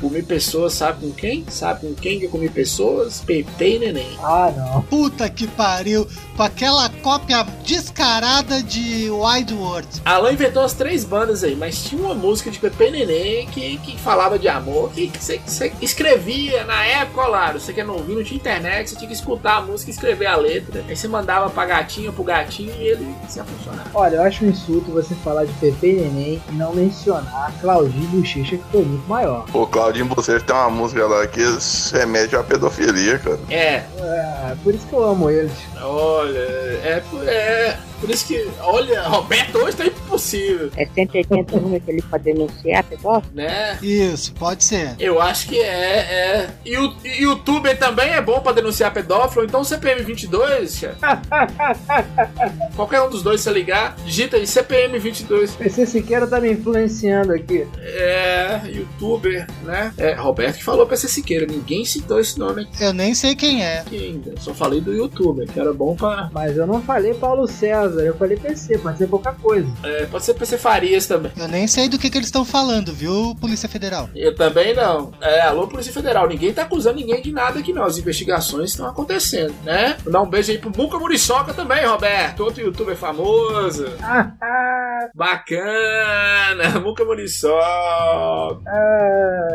B: Comi pessoas, sabe com quem? Sabe com quem que eu comi pessoas? Pepe e Neném.
C: Ah, não.
A: Puta que pariu. Com aquela cópia descarada de Wide World.
B: Alan inventou as três bandas aí, mas tinha uma música de Pepe e Neném que, que falava de amor, que você escrevia na época, claro, você que não ouvir, não tinha internet, você tinha que escutar a música e escrever a letra. Aí você mandava pra gatinha, pro gatinho e ele se apaixonava.
C: Olha, eu acho um insulto você falar de Pepe e Neném e não mencionar Claudinho e Bochecha, que foi muito maior.
E: Pô, Claudinho Buceiro tem uma música lá que eles remete à pedofilia, cara.
B: É,
C: É, por isso que eu amo eles.
B: olha, é, por- é por isso que, olha, Roberto hoje tá impossível,
D: É 180 números que ele pode denunciar, pessoal.
B: né?
A: Isso, pode ser.
B: Eu acho que é, é. E o e youtuber também é bom pra denunciar pedófilo, então CPM22, chefe. Qualquer um dos dois, se ligar, digita aí CPM22.
C: PC Siqueira tá me influenciando aqui.
B: É, youtuber, né? É, Roberto que falou pra esse Siqueira, ninguém citou esse nome
A: Eu nem sei quem é.
B: aqui ainda. Só falei do youtuber, que era bom pra.
C: Mas eu não falei Paulo César, eu falei PC, pode ser pouca coisa.
B: É, pode ser PC Farias também.
A: Eu nem sei do que, que eles estão falando, viu, Polícia Federal?
B: Eu também não. É, alô, Polícia Federal. Ninguém tá acusando ninguém de nada aqui, não. As investigações estão acontecendo, né? Vou dar um beijo aí pro Muca Muriçoca também, Roberto. Outro youtuber famoso.
C: Ah, ah,
B: Bacana! *laughs* Muca Muriçoca.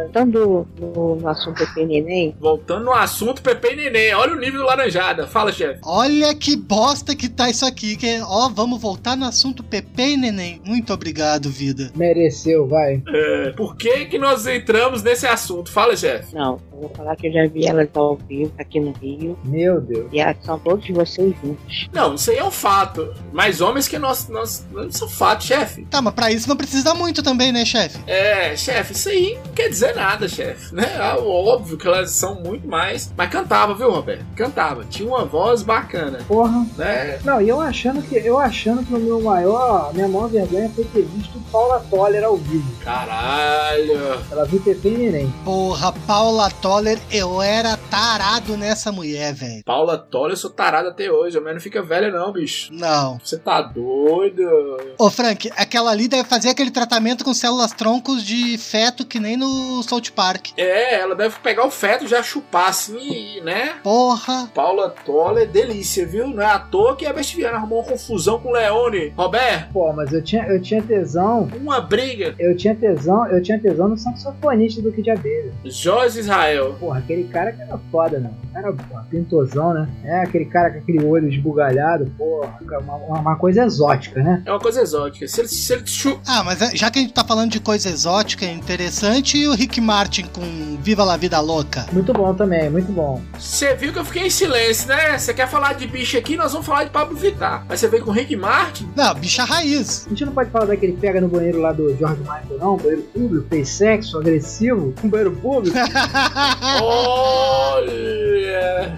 D: Então, do, do, no assunto aqui, neném,
B: Voltando no assunto, Pepe e Neném. Olha o nível do Laranjada. Fala, chefe.
A: Olha que bosta que tá isso aqui. Que, ó, vamos voltar no assunto Pepe e Neném. Muito obrigado, vida.
C: mereceu, vai.
B: É, por que que nós entramos nesse assunto? Fala, chefe.
D: não, eu vou falar que eu já vi elas ao vivo aqui no Rio
C: Meu Deus.
D: e elas são todos vocês juntos.
B: Não, isso aí é um fato. Mas homens que nós... nós isso é um fato, chefe.
A: Tá, mas pra isso não precisa muito também, né, chefe?
B: É, chefe, isso aí não quer dizer nada, chefe. Né? Ah, Óbvio que elas são muito mais... Mas cantava, viu, Roberto? Cantava. Tinha uma voz bacana,
C: Porra.
B: né?
C: Não, e eu achando que eu achando que o meu maior, minha maior vergonha foi ter visto Paula Toller ao vivo.
B: Caralho.
C: Ela viu Pepe e Neném.
A: Porra, Paula Toller, eu era tarado nessa mulher, velho.
B: Paula Toller, eu sou tarado até hoje. A mulher não fica velha, não, bicho.
A: Não.
B: Você tá doido?
A: Ô, Frank, aquela ali deve fazer aquele tratamento com células troncos de feto que nem no South Park.
B: É, ela deve pegar o feto, já chupar assim, e, né?
A: Porra.
B: Paula Toller, delícia, viu? Não é à toa que a Bestiviana arrumou uma confusão com o Leone. Roberto,
C: Pô, mas eu tinha, eu tinha tesão.
B: uma briga.
C: Eu tinha tesão, eu tinha tesão no saxofonista do Kid Abelha.
B: Jorge Israel.
C: Porra, aquele cara que era foda, né? O Cara, porra, pintosão, né? É, aquele cara com aquele olho esbugalhado, porra, uma, uma- uma coisa exótica, né?
B: É uma coisa exótica. Se ele, se ele te chu-
A: Ah, mas é- já que a gente tá falando de coisa exótica e interessante, e o Rick Martin com Viva la Vida Louca?
C: Muito bom também, muito bom.
B: Você viu que eu fiquei em silêncio, né? Você quer falar de bicho aqui, nós vamos falar de Pablo Vittar. Mas você veio com o
A: *laughs*
B: Rick Martin?
A: Não, bicha raiz. *laughs*
C: A gente não pode falar daquele pega no banheiro lá do George Michael, não? Banheiro público, fez sexo, agressivo, um banheiro público.
B: Olha!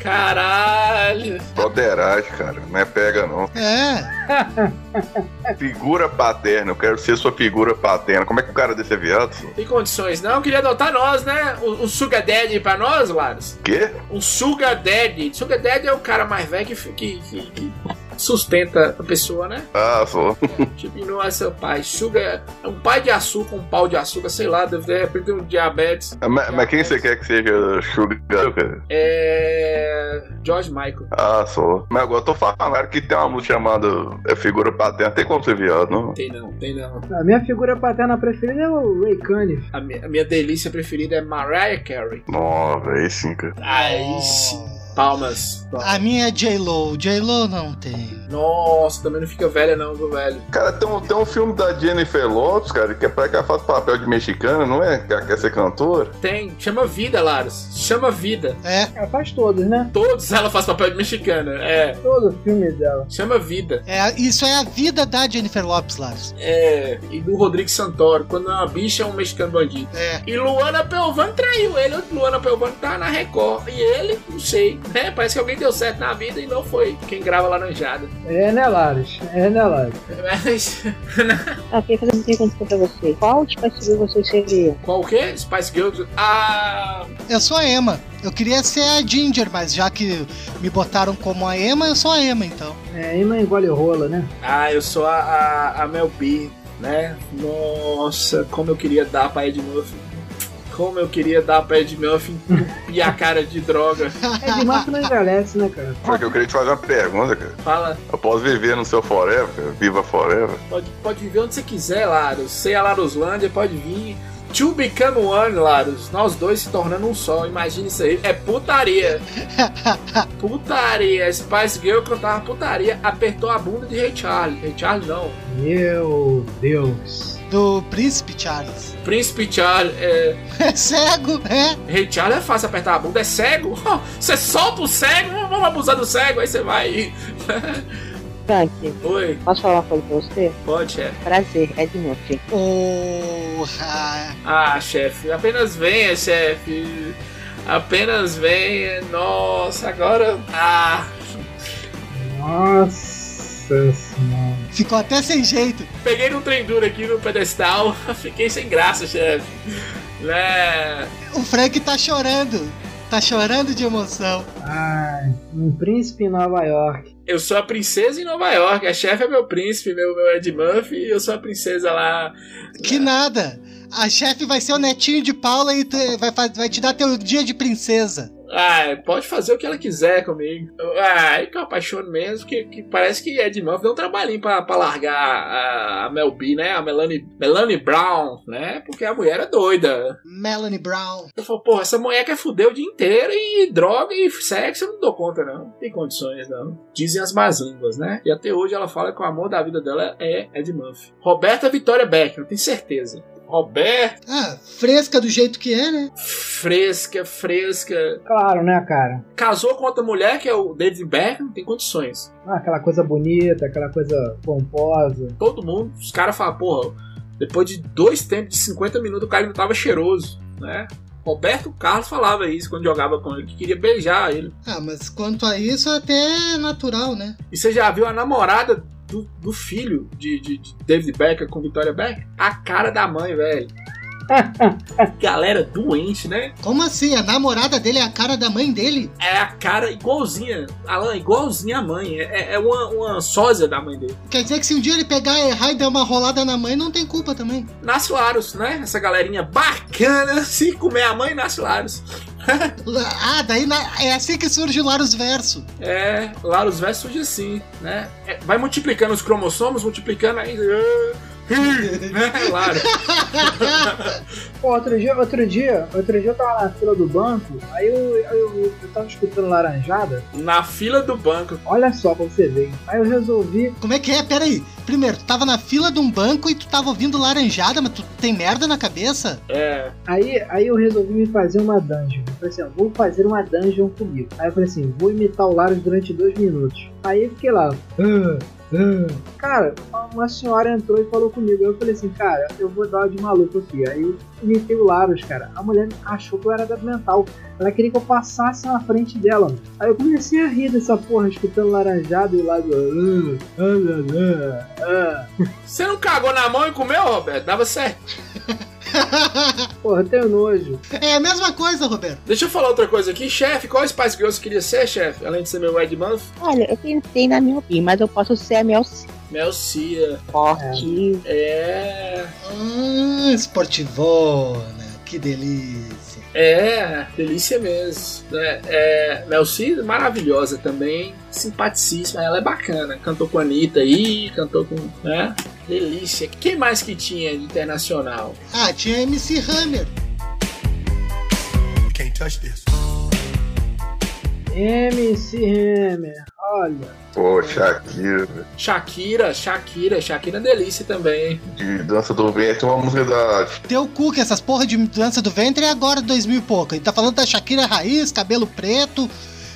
B: Caralho!
E: Poderage, cara. Não é pega, não.
A: é.
E: Figura paterna. Eu quero ser sua figura paterna. Como é que o cara desse é viado? senhor?
B: Tem condições, não? Queria adotar nós, né? Um, um Sugar Daddy pra nós, Laros?
E: Quê?
B: Um Sugar Daddy. Sugar Daddy é o cara mais velho que, fi- que, que- que sustenta a pessoa, né?
E: Ah, só.
B: Tipo, não é seu pai. Sugar é um pai de açúcar, um pau de açúcar, sei lá, deve de repente tem um diabetes.
E: Mas, É, mas quem você quer que seja Sugar? cara?
B: É. George Michael.
E: Ah, só. Mas agora eu tô falando que tem uma música chamada é, Figura Paterna. Tem como ser viado, não?
B: Tem não, tem não.
C: A minha figura paterna preferida é o Ray Cunningham.
B: A minha, a minha delícia preferida é Mariah Carey.
E: Nossa, aí sim, cara.
B: Aí sim. Palmas.
A: A minha é J-Lo. J-Lo não tem.
B: Nossa, também não fica velha não, viu, velho?
E: Cara, tem um, tem um filme da Jennifer Lopes, cara, que é pra que ela faça papel de mexicana, não é? Que ela quer ser cantora.
B: Tem. Chama vida, Laros. Chama vida.
A: É.
C: Ela faz todos, né?
B: Todos ela faz papel de mexicana. É.
C: Todo o filme dela.
B: Chama vida.
A: é isso é a vida da Jennifer Lopes, Lars.
B: É. E do Rodrigo Santoro. Quando é uma bicha, é um mexicano bandido.
A: É.
B: E Luana Pelvan traiu ele. Luana Pelvan tá na Record. E ele, não sei. Né? Parece que alguém deu certo na vida e não foi. Quem grava Laranjada.
C: É, né, Laros? É, né, Laros?
B: Mas.
D: Ah, queria fazer uma pergunta pra você. Qual Spice Girl vocês seriam?
B: Qual o quê? Spice Girls. Ah.
A: Eu sou a Emma. Eu queria ser a Ginger, mas já que me botaram como a Emma, eu sou a Emma, então.
C: É, e não engole rola, né?
B: Ah, eu sou a, a, a Mel B, né? Nossa, como eu queria dar pra Ed Murphy. Como eu queria dar pra Ed Murphy e a cara de droga.
C: É de mato não envelhece, né, cara?
E: Só que eu queria te fazer uma pergunta, cara.
B: Fala,
E: Eu posso viver no seu Forever, cara? Viva Forever.
B: pode, pode viver onde você quiser, Larus. Sei a Laruslândia, pode vir. To become one, Larus. Nós dois se tornando um só. Imagina isso aí. É putaria. Putaria. Spice Girl cantava putaria. Apertou a bunda de Ray Charles. Ray Charles não.
C: Meu Deus.
A: Do Príncipe Charles. *laughs*
B: Príncipe Charles. É...
A: É cego, é?
B: Rei Charles é fácil apertar a bunda, é cego. *laughs* Você solta o cego, vamos abusar do cego, aí você vai. e-
D: Frank,
B: Oi,
D: posso falar uma coisa pra você?
B: pode, chefe.
D: Prazer, é de noite.
A: Porra.
B: Ah, chefe, apenas venha, chefe. Apenas venha. Nossa, agora. Ah,
C: Nossa senhora.
A: Ficou até sem jeito.
B: peguei no trem duro aqui no pedestal, *laughs* fiquei sem graça, chefe. Né?
A: O Frank tá chorando. Tá chorando de emoção.
C: Ai, um príncipe em Nova York.
B: Eu sou a princesa em Nova York, a chefe é meu príncipe, meu, meu Ed Murphy, e eu sou a princesa lá
A: Que nada. A chefe vai ser o netinho de Paula e te- vai, fa- vai te dar teu dia de princesa.
B: Ah, pode fazer o que ela quiser comigo. Ah, é que eu apaixono mesmo, que, que parece que Ed Murphy deu um trabalhinho pra, pra largar a, a Mel B, né? A Melanie, Melanie Brown, né? Porque a mulher é doida.
A: Melanie Brown.
B: Eu falo, porra, essa mulher quer fuder o dia inteiro e droga e sexo, eu não dou conta, não. Não tem condições, não. Dizem as más línguas, né? E até hoje ela fala que o amor da vida dela é Ed Murphy. Roberta Vitória Beck, eu tenho certeza. Roberta,
A: Ah, fresca do jeito que é, né?
B: fresca, fresca.
C: Claro, né, cara?
B: Casou com outra mulher, que é o David Beckham, tem condições.
C: Ah, aquela coisa bonita, aquela coisa pomposa.
B: todo mundo, os caras falam, porra, depois de dois tempos de 50 minutos o cara ainda tava cheiroso, né? Roberto Carlos falava isso quando jogava com ele, que queria beijar ele.
A: Ah, mas quanto a isso, até é natural, né?
B: E você já viu a namorada do, do filho de, de- de David Becker com Victoria Becker? A cara da mãe, velho. Galera doente, né?
A: Como assim? A namorada dele é a cara da mãe dele?
B: É a cara igualzinha. Alan, igualzinha a mãe. É, é uma, uma sósia da mãe dele.
A: Quer dizer que se um dia ele pegar, errar e der uma rolada na mãe, não tem culpa também.
B: Nasce Laros, né? Essa galerinha bacana. Se comer a mãe, nasce Laros.
A: Ah, daí na- é assim que surge o Larus Verso.
B: É, Laros versus surge assim, né? É, vai multiplicando os cromossomos, multiplicando aí. né, Laros?
C: Pô, outro dia, outro dia, outro dia eu tava na fila do banco, aí eu, eu, eu, eu tava escutando Laranjada,
B: Na fila do banco.
C: olha só pra você ver. Aí eu resolvi,
A: Como é que é? Pera aí. Primeiro, tu tava na fila de um banco e tu tava ouvindo laranjada, mas tu tem merda na cabeça?
B: É.
C: aí, aí eu resolvi me fazer uma dungeon. Eu falei assim, ó, vou fazer uma dungeon comigo. Aí eu falei assim, vou imitar o Laros durante dois minutos. Aí eu fiquei lá, "Ah, ah." cara, uma senhora entrou e falou comigo. Aí eu falei assim, cara, eu vou dar uma de maluco aqui. Aí eu imitei o Laros, cara. A mulher achou que eu era da mental. Ela queria que eu passasse na frente dela. mano. Aí eu comecei a rir dessa porra, escutando laranjado e lá do. "Ah, ah, ah, ah, ah."
B: Você não cagou na mão e comeu, Roberto? Dava certo.
C: Porra, eu tenho nojo.
A: É a mesma coisa, Roberto.
B: Deixa eu falar outra coisa aqui, chefe. Qual Spice Girl você queria ser, chefe? Além de ser meu Ed Month?
D: Olha, eu tentei na minha opinião, mas eu posso ser a Mel C.
B: Mel Cia.
D: forte.
B: É.
A: Hum, esportivona. Que delícia.
B: É, delícia mesmo. né? É, Mel C, maravilhosa também, simpaticíssima, ela é bacana. Cantou com a Anitta aí, cantou com. né? Delícia. Quem mais que tinha de internacional?
A: Ah, tinha MC Hammer.
G: Can't touch this.
C: MC Hammer, olha.
E: Pô, Shakira,
B: Shakira, Shakira, Shakira é delícia também.
E: de Dança do Vento, uma música da
A: Teu cu que essas porra de dança do ventre é agora 2000 e pouco. Ele tá falando da Shakira raiz, cabelo preto,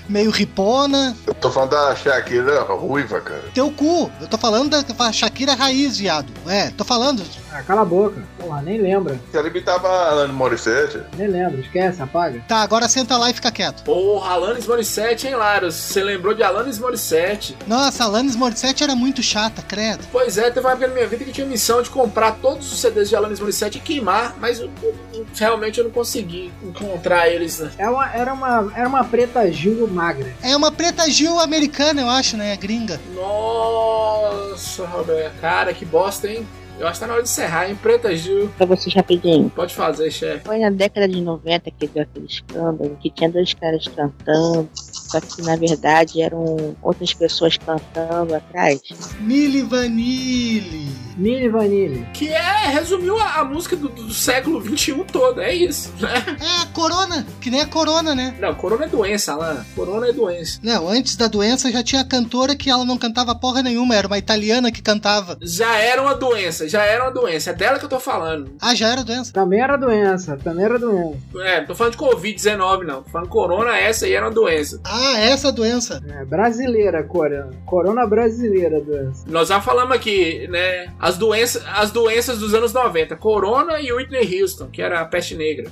A: meio ripona.
E: Eu tô falando da Shakira ruiva, cara.
A: Teu cu. Eu tô falando da Shakira raiz, viado. É, tô falando.
C: Ah, cala a boca. Porra, nem lembra.
E: Se ela imitava a Alanis Morissette,
C: Nem lembra. Esquece, apaga.
A: Tá, agora senta lá e fica quieto.
B: Porra, Alanis Morissette, hein, Laros? Você lembrou de Alanis Morissette?
A: Nossa, Alanis Morissette era muito chata, credo.
B: Pois é, teve uma época na minha vida que eu tinha missão de comprar todos os CDs de Alanis Morissette e queimar, mas eu- eu- realmente eu não consegui encontrar eles. né?
C: Ela era É uma, era uma preta Gil magra.
A: É uma preta Gil americana, eu acho, né? Gringa.
B: Nossa, Roberto. Cara, que bosta, hein? Eu acho que tá na hora de encerrar, hein? Preta Gil.
D: Pra vocês rapidinho.
B: Pode fazer, chefe.
D: Foi na década de 90 que deu aquele escândalo, que tinha dois caras cantando, só que na verdade eram outras pessoas cantando atrás.
A: Mili Vanilli.
C: Mini Vanille.
B: Que é, resumiu a, a música do, do século XXI todo, é isso, *laughs* né?
A: É a corona, que nem a corona, né?
B: Não, corona é doença, Alan. Corona é doença.
A: Não, antes da doença já tinha a cantora que ela não cantava porra nenhuma, era uma italiana que cantava.
B: Já era uma doença, já era uma doença. É dela que eu tô falando.
A: Ah, já era doença.
C: Também era doença, também era doença.
B: É, não tô falando de Covid-19, não. Tô falando corona, essa aí era uma doença.
A: Ah, essa doença.
C: É, brasileira, corona. Corona brasileira,
B: *laughs*
C: doença.
B: Nós já falamos aqui, né? As doenças, as doenças dos anos 90. Corona e Whitney Houston, que era a peste negra.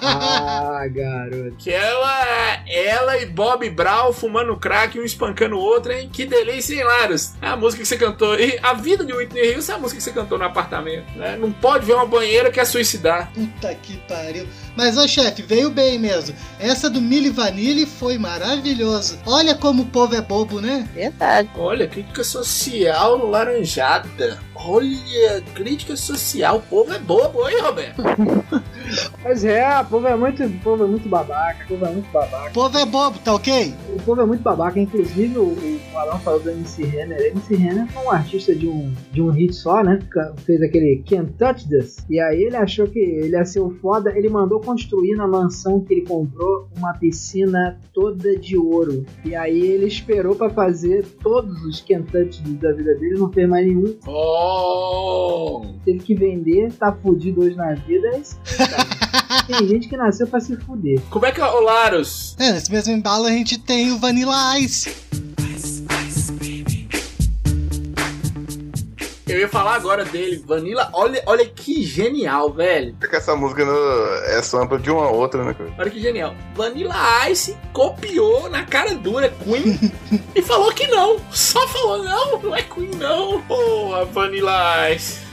C: Ah, garoto.
B: Que ela, ela e Bob Brown fumando crack, um espancando o outro, hein? Que delícia, hein, Laros? É a música que você cantou. E a vida de Whitney Houston é a música que você cantou no apartamento, né? Não pode ver uma banheira que é suicidar.
A: Puta que pariu. Mas, ô chefe, veio bem mesmo. Essa do Mili Vanilli foi maravilhoso. Olha como o povo é bobo, né?
D: Verdade.
B: Olha, crítica social no Laranjada. Olha, crítica social. O povo é bobo, hein, Roberto?
C: Mas é, o povo é muito, o povo é muito babaca, o povo é muito babaca.
A: O povo é bobo, tá ok?
C: O povo é muito babaca, inclusive o, o Alan falou do MC Hammer. MC Hammer foi um artista de um, de um hit só, né? Ca- Fez aquele Can't Touch This. E aí ele achou que ele ia ser o foda. Ele mandou construir na mansão que ele comprou uma piscina toda de ouro. E aí ele esperou pra fazer todos os Can't Touch This da vida dele, não fez mais nenhum.
B: Oh,
C: Teve que vender, tá fudido hoje na vida. É isso aí, cara. Tem gente que nasceu pra se fuder.
B: como é que é o Laros?
A: É, nesse mesmo embalo a gente tem o Vanilla Ice.
B: Eu ia falar agora dele, Vanilla. Olha, olha que genial, velho.
E: é que essa música né, é sampa de uma outra, né, cara?
B: Olha que genial. Vanilla Ice copiou na cara dura Queen e falou que não. Só falou, não, não é Queen não. Porra, Vanilla Ice.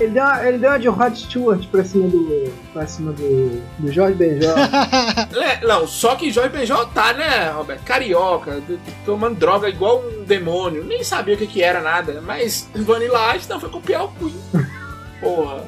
C: Ele deu, uma, ele deu uma de Rod Stewart pra cima do. pra cima do. do Jorge Benjol.
B: Le- É, Não, só que Jorge Benjol tá, né, Roberto? Carioca, d- d- tomando droga igual um demônio. Nem sabia o que, que era nada. Mas Vanilla Ice não foi copiar o Queen. Porra.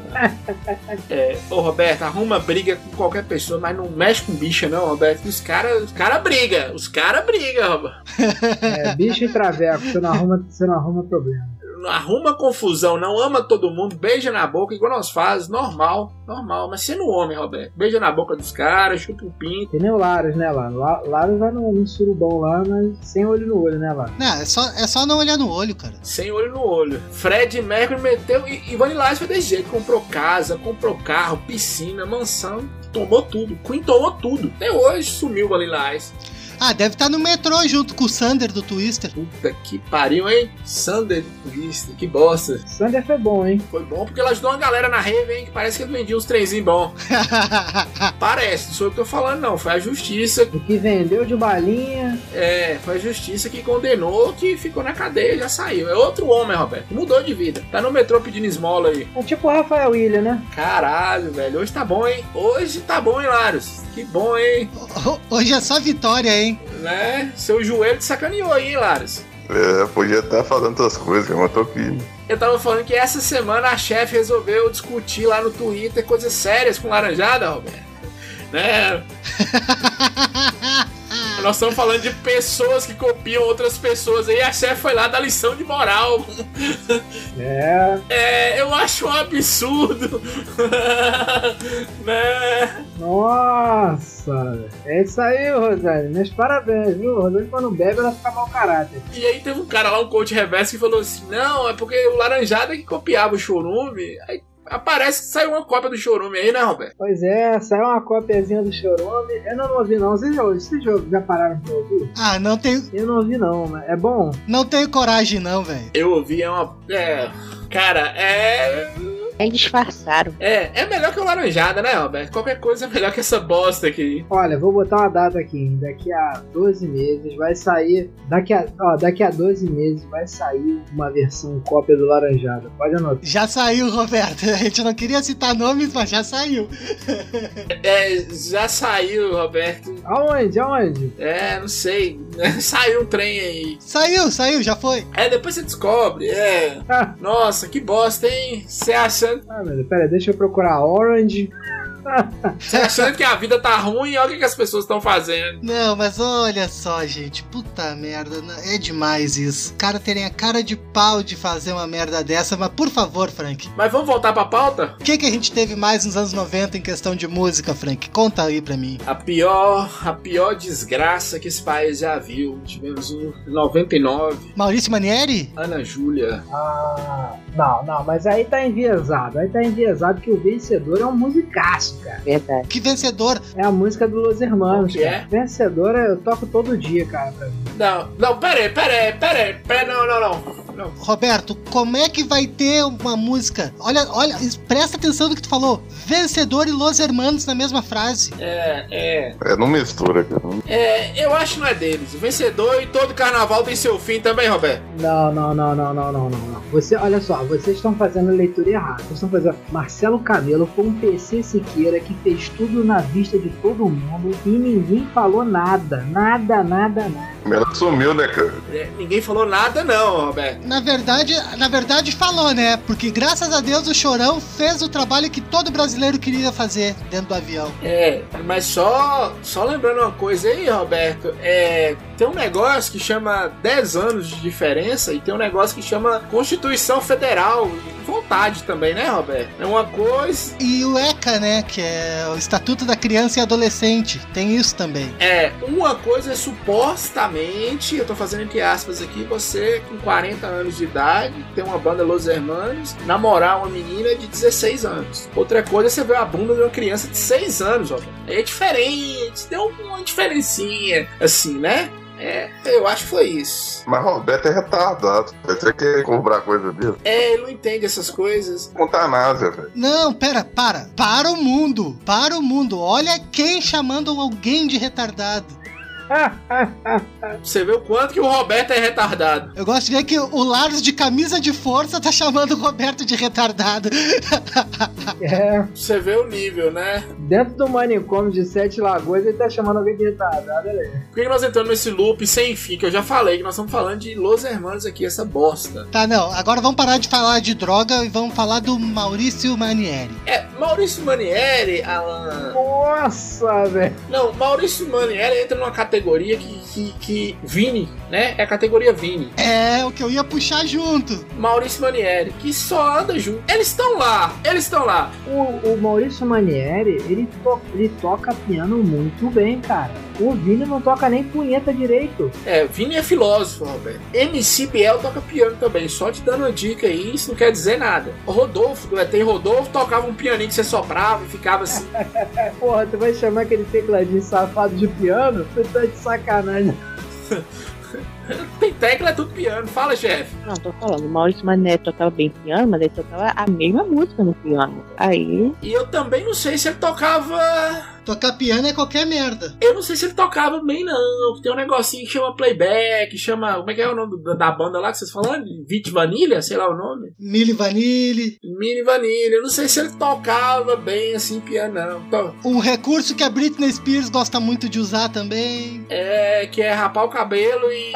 B: É, ô Roberto, arruma briga com qualquer pessoa, mas não mexe com bicha, não, Roberto. Os caras os cara briga, os caras brigam, Roberto.
C: É, bicho e traveco, você não arruma, você não arruma problema.
B: Não Arruma confusão, não ama todo mundo, beija na boca, igual nós faz, normal, normal. Mas sendo homem, Roberto, beija na boca dos caras, chupa o pinto.
C: Tem nem o Laros, né, Laros? La- Laros vai num, num surubão lá, mas sem olho no olho, né, Laros?
A: Não, é só, é só não olhar no olho, cara.
B: Sem olho no olho. Fred Mercury meteu. E, e Vanilla Ice foi desse jeito. Comprou casa, comprou carro, piscina, mansão. Tomou tudo. Queen tomou tudo. Até hoje sumiu Vanilla Ice.
A: Ah, deve estar no metrô junto com o Sander do Twister. *laughs*
B: Puta que pariu, hein? Sander Vista, que bosta.
C: Sander foi bom, hein?
B: Foi bom porque ela ajudou uma galera na rave, hein? Que parece que ele vendia uns trenzinhos bons. Parece, não sou eu que tô falando, não. Foi a justiça.
C: O que vendeu de balinha.
B: É, foi a justiça que condenou que ficou na cadeia, já saiu. É outro homem, Roberto. Mudou de vida. Tá no metrô pedindo esmola aí.
C: É tipo o Rafael William, né?
B: Caralho, velho. Hoje tá bom, hein? Hoje tá bom, hein, Laros? Que bom, hein?
A: Hoje é só vitória, hein? *laughs*
B: Né? Seu joelho te sacaneou aí, hein, Laros?
E: É, podia estar falando outras coisas, mas tô aqui.
B: Eu tava falando que essa semana a chefe resolveu discutir lá no Twitter coisas sérias com laranjada, Roberto. Né? Nós estamos falando de pessoas que copiam outras pessoas aí. A chefe foi lá dar lição de moral.
C: É,
B: É, eu acho um absurdo. *laughs* né?
C: nossa. É isso aí, Rosane. Meus parabéns, viu? Rosane, quando bebe, ela fica mau caráter.
B: E aí teve um cara lá, um coach reverso, que falou assim: não, é porque o laranjada que copiava o chorume. Aí aparece que saiu uma cópia do chorume aí, né, Roberto?
C: Pois é, saiu uma copiazinha do Chorome. Eu não ouvi, não. Vocês já, vocês já, já pararam pra ouvir?
A: Ah, não tenho,
C: Eu não ouvi, não. mas É bom?
A: não tenho coragem, não, velho.
B: Eu ouvi, é uma. É. Cara, é.
D: Aí disfarçaram.
B: É, é melhor que o Laranjada, né, Roberto? Qualquer coisa é melhor que essa bosta aqui.
C: Olha, vou botar uma data aqui, hein? daqui a 12 meses vai sair, daqui a, ó, daqui a 12 meses vai sair uma versão cópia do Laranjada, pode anotar.
A: Já saiu, Roberto. *laughs* A gente não queria citar nomes, mas já saiu.
B: É, já saiu, Roberto.
C: Aonde, aonde? *laughs*
B: É, não sei. *laughs* Saiu um trem aí.
A: Saiu, saiu, já foi.
B: É, depois você descobre. É.
C: Ah,
B: Nossa, que bosta, hein? Você achando,
C: ah, meu Deus, pera, deixa eu procurar Orange,
B: você achando que a vida tá ruim e olha o que, que as pessoas estão fazendo.
A: Não, mas olha só, gente. Puta merda. não- É demais isso. Os caras terem a cara de pau de fazer uma merda dessa. Mas por favor, Frank.
B: Mas vamos voltar pra pauta?
A: O que, que a gente teve mais nos anos 90 em questão de música, Frank? Conta aí pra mim.
B: A pior, a pior desgraça que esse país já viu. Tivemos um em 99,
A: Maurício Manieri?
B: Ana Júlia.
C: ah, não, não, mas aí tá enviesado, aí tá enviesado que o vencedor é um musicaço, cara,
D: Verdade.
A: Que vencedor.
C: é a música do Los Hermanos,
B: Qual que
C: cara. vencedor é, eu toco todo dia, cara, pra mim.
B: Não, não, peraí, peraí, peraí, peraí, não, não, não. não.
A: Roberto, como é que vai ter uma música? Olha, olha, es- presta atenção no que tu falou. Vencedor e Los Hermanos na mesma frase.
B: É, é.
E: É, não mistura, cara.
B: É, eu acho que não é deles. O vencedor e todo carnaval tem seu fim também, Roberto.
C: Não, não, não, não, não, não, não, não. Você, olha só, vocês estão fazendo a leitura errada. Vocês estão fazendo. Marcelo Camelo foi um PC Siqueira que fez tudo na vista de todo mundo e ninguém falou nada. Nada, nada, nada.
E: Ela sumiu, né, cara?
B: É, ninguém falou nada, não, Roberto.
A: Na verdade, na verdade falou, né? Porque graças a Deus o Chorão fez o trabalho que todo brasileiro queria fazer dentro do avião.
B: É, mas só, só lembrando uma coisa aí, Roberto. É, tem um negócio que chama 10 anos de diferença e tem um negócio que chama Constituição Federal. e Vontade também, né, Roberto? É uma coisa.
A: E o ECA, né? Que é o Estatuto da Criança e Adolescente. Tem isso também.
B: É, uma coisa é supostamente, eu tô fazendo entre aspas aqui, você com 40 anos de idade, tem uma banda Los Hermanos, namorar uma menina de 16 anos. Outra coisa é você ver a bunda de uma criança de 6 anos, ó. Aí É diferente, deu uma diferencinha, assim, né? É, eu acho que foi isso.
E: Mas Roberto é retardado. Você quer cobrar coisa dele?
B: É, ele não entende essas coisas.
E: Contar nada, velho.
A: Não, pera, para. Para o mundo. Para o mundo. Olha quem chamando alguém de retardado.
C: *laughs*
B: Você vê o quanto que o Roberto é retardado.
A: Eu gosto de ver que o Lars de camisa de força tá chamando o Roberto de retardado. *laughs*
C: É,
B: Você vê o nível, né?
C: dentro do manicômio de Sete Lagoas, ele tá chamando alguém de retardado. olha aí.
B: Por que que nós entramos nesse loop sem fim? Que eu já falei que nós estamos falando de Los Hermanos aqui, essa bosta.
A: Tá, não. Agora vamos parar de falar de droga e vamos falar do Maurício Manieri.
B: É, Maurício Manieri, Alan.
C: Nossa, velho.
B: Não, Maurício Manieri entra numa categoria que, que, que. Vini, né? É a categoria Vini.
A: É o que eu ia puxar junto.
B: Maurício Manieri, que só anda junto. Eles estão lá, eles estão lá.
C: O, o Maurício Manieri, ele, to- ele toca piano muito bem, cara. O Vini não toca nem punheta direito.
B: É, Vini é filósofo, Roberto. MC Biel toca piano também, só te dando uma dica aí, isso não quer dizer nada. O Rodolfo, do ET Rodolfo, tocava um pianinho que você soprava e ficava assim.
C: É, porra, tu vai chamar aquele tecladinho safado de piano? Tu tá de sacanagem.
B: Tem tecla, é tudo piano. Fala, chefe.
D: Não, tô falando, o Maurício Mané tocava bem piano, mas ele tocava a mesma música no piano. Aí,
B: E eu também não sei se ele tocava.
A: Tocar piano é qualquer merda.
B: Eu não sei se ele tocava bem, não. Tem um negocinho que chama playback, chama. Como é que é o nome da- da banda lá que vocês falam? Vit Vanilha? Sei lá o nome.
A: Mili Vanille,
B: Mini Vanilha. Eu não sei se ele tocava bem assim, piano, não. To-
A: um recurso que a Britney Spears gosta muito de usar também.
B: É que é rapar o cabelo e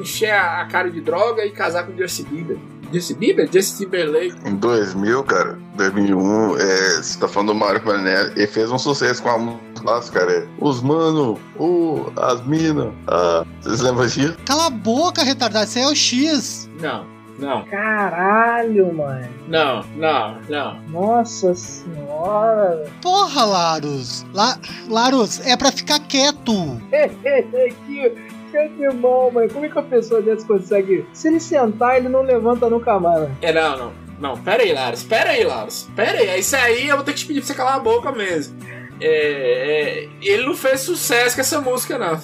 B: encher a a cara de droga e casar com o Justin Bieber. Justin Bieber? Justin Timberlake.
E: Em 2000, cara, 2001, é, você tá falando do Mário Mané, ele fez um sucesso com a música clássica, cara. é, Os mano, o, as mina, ah, vocês lembram disso?
A: Cala a boca, retardado. Isso aí é o X.
B: Não, não,
C: Caralho, mano.
B: não, não, não.
C: Nossa senhora. *laughs*
A: Porra, Larus. La Larus, é pra ficar quieto.
C: que, que animal, mano. Como é que uma pessoa dessa consegue? Se ele sentar, ele não levanta nunca mais, mano.
B: É, não, não. Não, pera aí, Laros. Pera aí, Laros. Pera aí. É Isso aí eu vou ter que te pedir pra você calar a boca mesmo. É, é, ele não fez sucesso com essa música, não.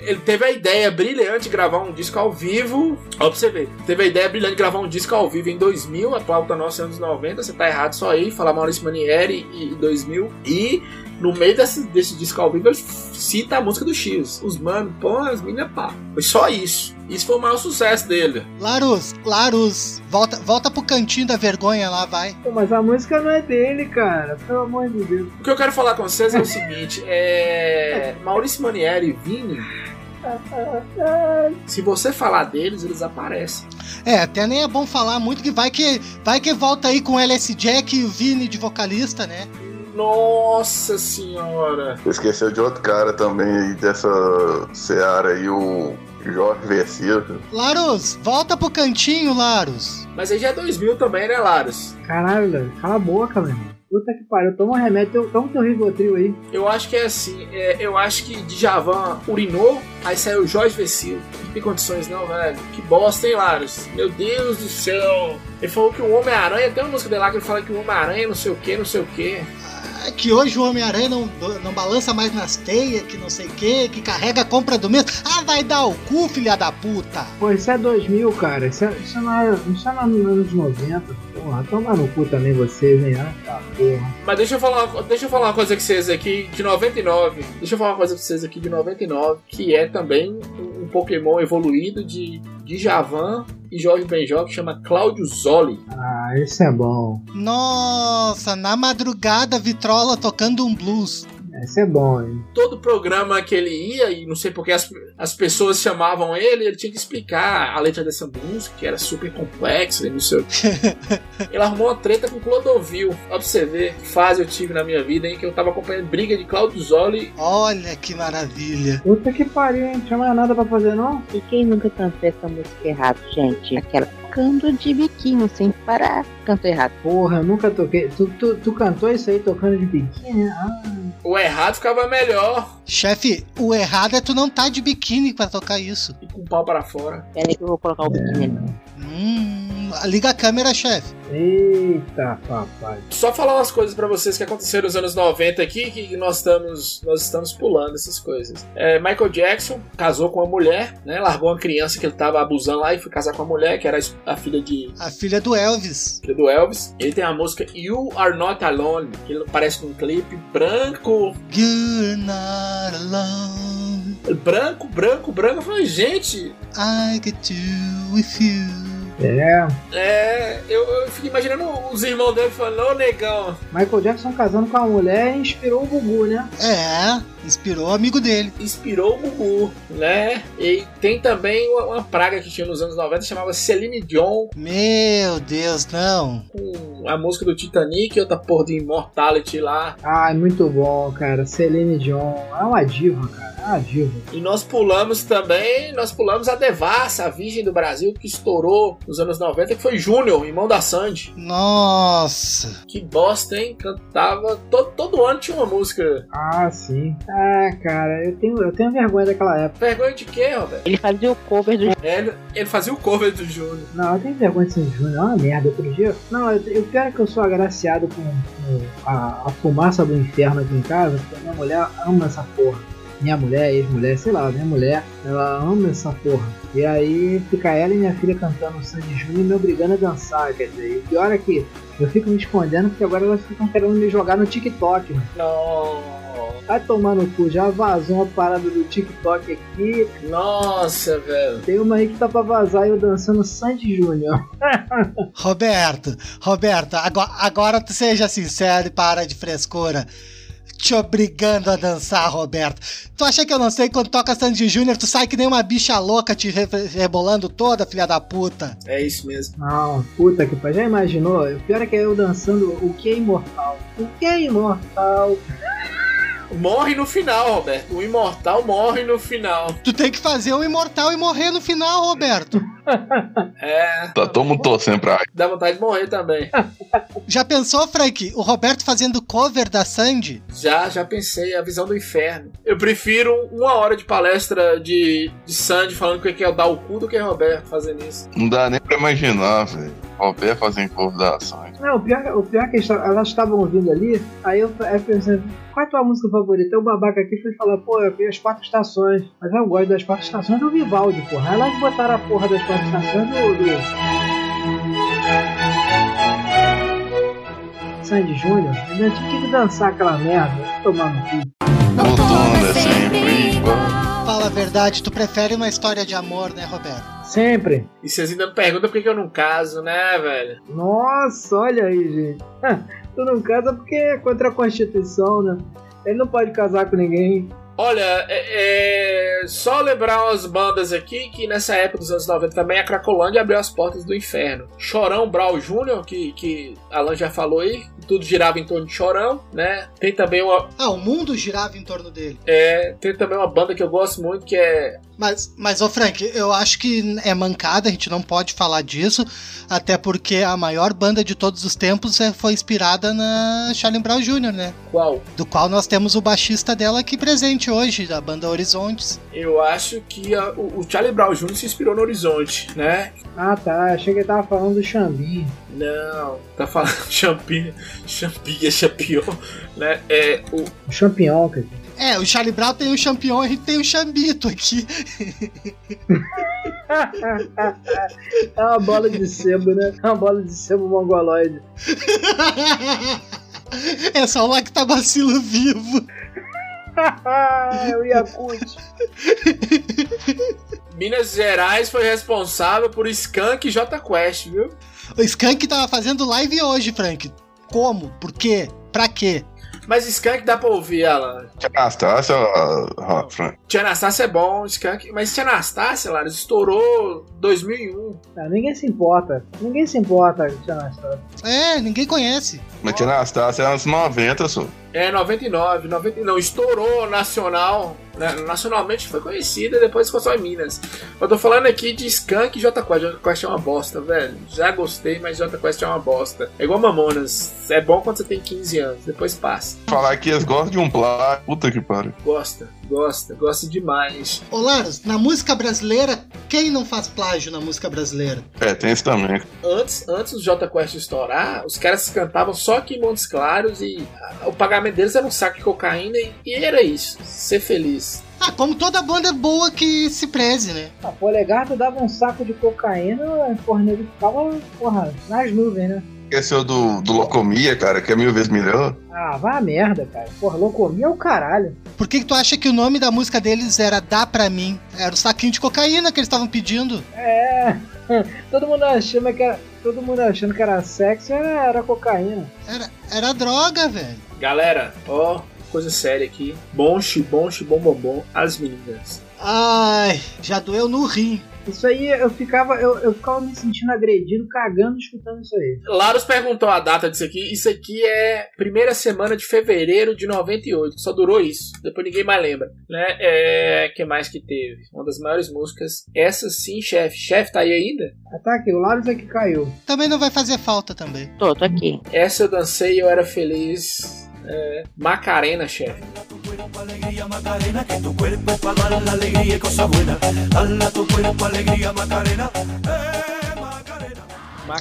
B: Ele teve a ideia brilhante de gravar um disco ao vivo. Ó, pra você ver. Teve a ideia brilhante de gravar um disco ao vivo em 2000, a pauta nossa anos 90. Você tá errado só aí, falar Maurício Manieri e e 2000. E no meio desse, desse disco ao vivo, ele cita a música do X. Os mano, pô, as meninas, pá. Foi só isso. Isso foi o maior sucesso dele.
A: Larus, Larus, volta, volta pro cantinho da vergonha lá, vai.
C: Pô, mas a música não é dele, cara. Pelo amor de Deus.
B: O que eu quero falar com vocês é o seguinte: é. Maurício Manieri e Vini, se você falar deles, eles aparecem.
A: É, até nem é bom falar muito que vai que vai que volta aí com o LS Jack e o Vini de vocalista, né?
B: Nossa senhora!
E: Esqueceu de outro cara também aí dessa seara aí, o Jorge Versilo.
A: Larus, volta pro cantinho, Larus.
B: Mas aí já é 2000 também, né, Laros?
C: Caralho, velho. Cala a boca, mano. Puta que pariu. Toma um remédio. Toma teu Rivotril aí.
B: Eu acho que é assim: é, eu acho que Djavan urinou, aí saiu Jorge Vecil. Não tem condições, não, velho. Que bosta, hein, Laros? Meu Deus do céu! Ele falou que o Homem-Aranha, tem uma música dele lá que ele fala que o Homem-Aranha não sei o que, não sei o que.
A: Ah, que hoje o Homem-Aranha não, não balança mais nas teias, que não sei o que, que carrega a compra do mês. Ah, vai dar o cu, filha da puta.
C: Pô, isso é 2000, cara. Isso, é, isso, não, é, isso é nos anos 90. Porra, toma no cu também vocês, hein? Ah, tá, porra.
B: Mas deixa eu falar, uma co- deixa eu falar uma coisa com vocês aqui de 99. Deixa eu falar uma coisa com vocês aqui de 99, que é também um um Pokémon evoluído de de Javan e Jorge Benjó, que chama Claudio Zoli.
C: Ah, isso é bom.
A: Nossa, na madrugada, Vitrola tocando um blues.
C: Isso é bom, hein?
B: Todo programa que ele ia, e não sei porque as, as pessoas chamavam ele, ele tinha que explicar a letra dessa música, que era super complexa e não sei o que. ele arrumou uma treta com Clodovil. Ó pra você ver que fase eu tive na minha vida, hein, que eu tava acompanhando briga de Claudio Zoli.
A: Olha que maravilha.
C: Puta que pariu, hein? Não tinha mais nada pra fazer, não?
D: e quem nunca cantou essa música errado, gente? Aquela cando de biquinho, sem parar, cantou errado.
C: Porra, eu nunca toquei. Tu, tu, tu cantou isso aí tocando de biquíni? né? Ah,
B: O errado ficava melhor.
A: Chefe, o errado é tu não tá de biquíni pra tocar isso.
B: E com o pau para fora.
D: Peraí que eu vou colocar o biquinho ali.
A: Hum, Liga a câmera, chefe.
C: Eita, papai.
B: Só falar umas coisas pra vocês que aconteceram nos anos 90 aqui, que nós estamos, nós estamos pulando essas coisas. É, Michael Jackson casou com uma mulher, né? Largou uma criança que ele tava abusando lá e foi casar com uma mulher, que era a es- a filha de
A: A filha do Elvis.
B: filha do Elvis. Ele tem a música You Are Not Alone, que ele parece num clipe branco,
A: You're not alone.
B: branco, branco, branco. Eu falei, gente,
A: I get you with you.
C: É,
B: é, eu, eu fico imaginando os irmãos dele falando, ô negão,
C: Michael Jackson casando com a mulher inspirou o Gugu, né?
A: É, inspirou o amigo dele.
B: inspirou o Gugu, né? E tem também uma, uma praga que tinha nos anos 90, chamava Celine Dion,
A: Meu Deus, não.
B: com a música do Titanic e outra porra de Immortality lá.
C: Ai, muito bom, cara. Celine Dion. É uma diva, cara. É uma diva.
B: E nós pulamos também, nós pulamos a Devassa, a Virgem do Brasil, que estourou nos anos 90, que foi Júnior, irmão da Sandy.
A: Nossa.
B: Que bosta, hein? Cantava. Todo, todo ano tinha uma música.
C: Ah, sim. Ah, cara, eu tenho, eu tenho vergonha daquela época.
B: Vergonha de quê, Roberto?
D: Ele fazia o cover do
B: É, Ele, ele fazia o cover do Júnior.
C: Não, eu tenho vergonha de Sandy Júnior, é uma merda outro dia. Não, eu, eu pior é que eu sou agraciado com, com a, a fumaça do inferno aqui em casa, porque a minha mulher ama essa porra. Minha mulher, ex-mulher, sei lá, minha mulher, ela ama essa porra. E aí fica ela e minha filha cantando Sandy Júnior e me obrigando a dançar, quer dizer, e o pior é que eu fico me escondendo porque agora elas ficam querendo me jogar no TikTok, mano.
B: Não.
C: Vai tomar no cu, já vazou uma parada do TikTok aqui,
B: Nossa, velho.
C: tem uma aí que tá pra vazar e eu dançando Sandy Júnior.
A: Roberto, Roberto, agora, agora tu seja sincero e para de frescura. Te obrigando a dançar, Roberto. Tu acha que eu não sei quando toca Sandy Júnior, tu sai que nem uma bicha louca te re- rebolando toda, filha da puta.
B: É isso mesmo.
C: Não, puta que pariu. Já imaginou? O pior é que é eu dançando o que é imortal. O que é imortal?
B: Morre no final, Roberto. O imortal morre no final.
A: Tu tem que fazer o imortal e morrer no final, Roberto.
B: É.
E: Tá todo mundo torcendo pra
B: Dá vontade de morrer também.
A: Já pensou, Frank? O Roberto fazendo cover da Sandy?
B: Já, já pensei, a visão do inferno. Eu prefiro uma hora de palestra de, de Sandy falando que é dar o cu do que Roberto fazendo isso.
E: Não dá nem pra imaginar, velho. Roberto fazendo cover da Sandy.
C: Não, o pior, o pior é que eles ta- elas estavam ouvindo ali, aí eu, aí eu pensei, qual é a tua música favorita? Aí O babaca aqui foi falar, pô, eu vi as quatro estações. Mas eu gosto das quatro estações do Vivaldi, porra. Aí elas botaram a porra das quatro estações do. do... Sandy Júnior, ainda tinha que dançar aquela merda, tomar no cu.
E: Outono é sempre igual.
A: Fala a verdade, tu prefere uma história de amor, né, Roberto?
C: Sempre.
B: E vocês ainda me perguntam por que, que eu não caso, né, velho?
C: Nossa, olha aí, gente. Ah, tu não casa porque é contra a Constituição, né? Ele não pode casar com ninguém.
B: Olha, é, é, só lembrar umas bandas aqui que nessa época dos anos 90 também a Cracolândia abriu as portas do inferno. Chorão Brau Júnior, que, que Alan já falou aí, tudo girava em torno de Chorão, né? Tem também uma,
A: Ah, o mundo girava em torno dele.
B: é, tem também uma banda que eu gosto muito que é.
A: Mas, mas, ô Frank, eu acho que é mancada, a gente não pode falar disso, até porque a maior banda de todos os tempos é- foi inspirada na Charlie Brown Jr., né?
B: Qual?
A: Do qual nós temos o baixista dela aqui presente hoje, da banda Horizontes.
B: Eu acho que a- o, o Charlie Brown Jr. se inspirou no Horizonte, né?
C: Ah, tá. Achei que ele tava falando do Xambim.
B: Não, tá falando champinha, champinha, champion, é né? É, o,
C: O Champignon, quer dizer.
A: É, o Charlie Brown tem o Champion, a gente tem o Chambito aqui. *laughs*
C: É uma bola de sebo, né? É uma bola de sebo mongoloide. *laughs*
A: é só o lactabacilo vivo.
C: é o Yakut.
B: Minas Gerais foi responsável por Skank e J Quest, viu?
A: O Skank tava fazendo live hoje, Frank. Como? Por quê? Pra quê?
B: Mas Skank dá pra ouvir, Alan.
E: Te Anastácia, ó, ó, Frank.
B: Tia Anastácia é bom, Skank. Mas Tia Anastácia, Lara, estourou 2001.
C: Ah, ninguém se importa. Ninguém se importa, Tia Anastácia.
A: É, ninguém conhece.
E: Mas Tia Anastácia é anos 90, só.
B: É, 99, 90, não, estourou nacional, né, nacionalmente foi conhecida, depois ficou só em Minas. Eu tô falando aqui de Skank e J Quest, J Quest é uma bosta, velho, já gostei, mas J Quest é uma bosta. É igual Mamonas, é bom quando você tem 15 anos, depois passa,
E: Falar que eles gostam de um plágio. Puta que pariu.
B: gosta, Gosta, gosta demais.
A: Ô Laros, na música brasileira, quem não faz plágio na música brasileira?
E: É, tem isso também.
B: Antes, antes do J Quest estourar, os caras cantavam só aqui em Montes Claros e ah, o pagamento deles era um saco de cocaína e, e era isso. Ser feliz.
A: Ah, como toda banda boa que se preze, né?
C: A Polegarda Ah, dava um saco de cocaína, porra, nego ficava, porra, nas nuvens, né?
E: Esqueceu do, do Locomia, cara, que é mil vezes melhor.
C: Ah, vá a merda, cara. Porra, loucomia é o caralho.
A: Por que, que tu acha que o nome da música deles era Dá Pra Mim? Era o saquinho de cocaína que eles estavam pedindo.
C: É. Todo mundo achando que era, todo mundo achando que era sexo, era, era cocaína.
A: Era, era droga, velho.
B: Galera, ó, coisa séria aqui. Bonche, bonche, bom, bom, bom. As meninas.
A: Ai, já doeu no rim.
C: Isso aí eu ficava, eu, eu ficava me sentindo agredido, cagando, escutando isso aí.
B: Laros perguntou a data disso aqui. Isso aqui é primeira semana de fevereiro de 98. Só durou isso. Depois ninguém mais lembra. Né? É. que mais que teve? Uma das maiores músicas. Essa sim, chefe. Chefe, tá aí ainda?
C: Ah, tá aqui, o Larus é que caiu.
A: Também não vai fazer falta também.
D: Tô, tô aqui.
B: Essa eu dancei e eu era feliz. É, Macarena, chefe.
G: tu cuerpo alegría Macarena, que tu cuerpo es para dar la alegría y cosas buenas. Dala tu cuerpo alegría Macarena, eh Macarena.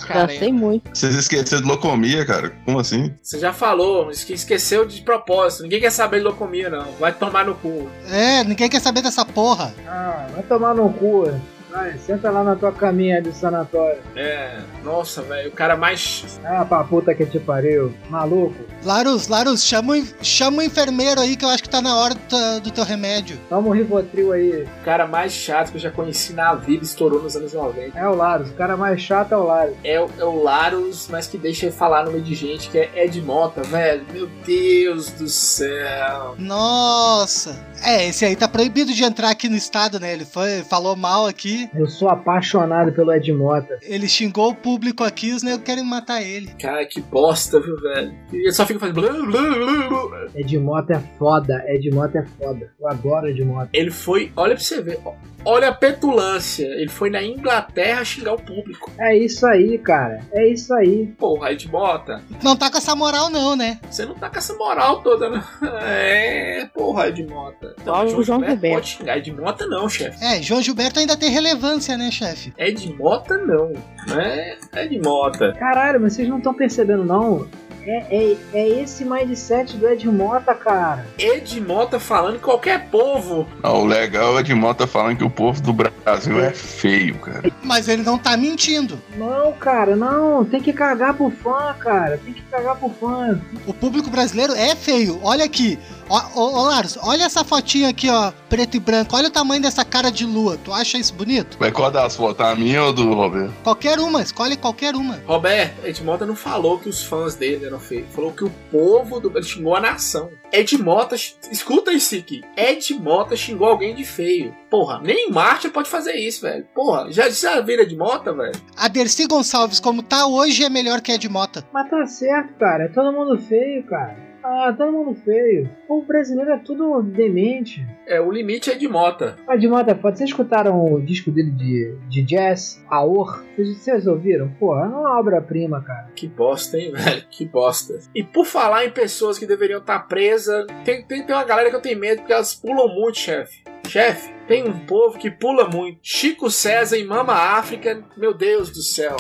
D: Gastei
B: Macarena.
D: muito.
E: Vocês esqueceram do Locomia, cara? Como assim?
B: Você já falou, mas que esqueceu de propósito. Ninguém quer saber de locomia, não. Vai tomar no cu.
A: É, ninguém quer saber dessa porra.
C: Ah, vai tomar no cu. Vai, senta lá na tua caminha de sanatório.
B: É, nossa, velho. O cara mais.
C: Ah, pra puta que te pariu. Maluco.
A: Larus, Larus, chama, o en- chama o enfermeiro aí que eu acho que tá na hora do teu- do teu remédio.
C: Toma um ribotril aí.
B: O cara mais chato que eu já conheci na vida estourou nos anos 90.
C: É o Larus, o cara mais chato é o Larus.
B: É, o- é o Larus, mas que deixa ele falar no meio de gente, que é Ed Mota, velho. Meu Deus do céu.
A: Nossa. É, esse aí tá proibido de entrar aqui no estado, né? Ele foi, falou mal aqui.
C: Eu sou apaixonado pelo Ed Mota.
A: Ele xingou o público aqui, os negros querem matar ele.
B: Cara, que bosta, viu, velho? E ele só fica fazendo. blá, blá, blá, blá.
C: Ed Mota é foda, Ed Mota é foda. Eu adoro Ed Mota.
B: Ele foi, olha pra você ver, ó, olha a petulância. Ele foi na Inglaterra xingar o público.
C: É isso aí, cara. É isso aí.
B: Porra, Ed Mota,
A: Não tá com essa moral, não, né?
B: você não tá com essa moral toda, né? *laughs* É, porra, Ed Mota. Então,
D: Olha o
B: João
D: João
B: Gilberto
D: Gilberto.
B: Pode xingar Ed Mota, não, chefe.
A: É, João Gilberto ainda tem relevância, né, chefe?
B: Ed Mota, não. né? Ed Mota.
C: Caralho, mas vocês não estão percebendo, não? É, é, é esse mindset do Ed Mota, cara.
B: Ed Mota falando qualquer povo.
E: Não, o legal é que Mota falando que o povo do Brasil é feio, cara.
A: Mas ele não tá mentindo.
C: Não, cara, não. Tem que cagar pro fã, cara. Tem que cagar pro fã.
A: O público brasileiro é feio. Olha aqui. Ó, ô, ô, Larus, olha essa fotinha aqui, ó. Preto e branco. Olha o tamanho dessa cara de lua. Tu acha isso bonito?
E: Vai qual das fotos? A minha ou do Roberto?
A: Qualquer uma, escolhe qualquer uma.
B: Roberto, Ed Mota não falou que os fãs dele eram feios. Falou que o povo do. Ele xingou a nação. Ed Mota. Escuta isso aqui. Ed Mota xingou alguém de feio. Porra, nem Marte pode fazer isso, velho. Porra, já, já vira Ed Mota, velho?
A: A Dercy Gonçalves, como tá hoje, é melhor que a de Mota.
C: Mas tá certo, cara. É todo mundo feio, cara. Ah, todo mundo feio. O povo brasileiro é tudo demente.
B: É, o limite é Ed Mota.
C: Mas de moda foda, vocês escutaram o disco dele de, de jazz, Aor? Vocês, vocês ouviram? Pô, é uma obra-prima, cara.
B: Que bosta, hein, *laughs* velho? Que bosta. E por falar em pessoas que deveriam estar presas, tem, tem, tem uma galera que eu tenho medo porque elas pulam muito, chefe. Chefe, tem um povo que pula muito. Chico César em Mama África, meu Deus do céu.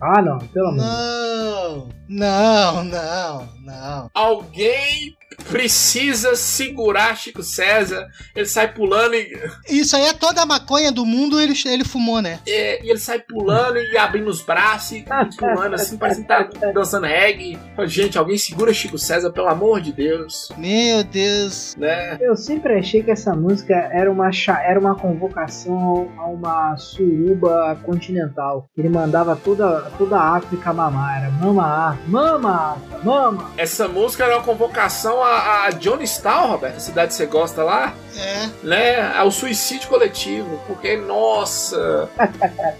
C: Ah, não, pelo amor.
A: Não, não, não, não.
B: Alguém precisa segurar Chico César. Ele sai pulando e,
A: Isso aí é toda a maconha do mundo, ele, ele fumou, né?
B: é, e ele sai pulando e abrindo os braços e pulando assim, parece que tá dançando reggae. Gente, alguém segura Chico César, pelo amor de Deus.
A: Meu Deus.
B: Né?
C: Eu sempre achei que essa música era uma, cha- era uma convocação a uma suruba continental. Ele mandava toda, toda a África mamar. Era mama África, mama África, mama.
B: Essa música era uma convocação a, a Johnny Stal, Roberto, a cidade que você gosta lá,
A: É.
B: né? Ao suicídio coletivo, porque, nossa,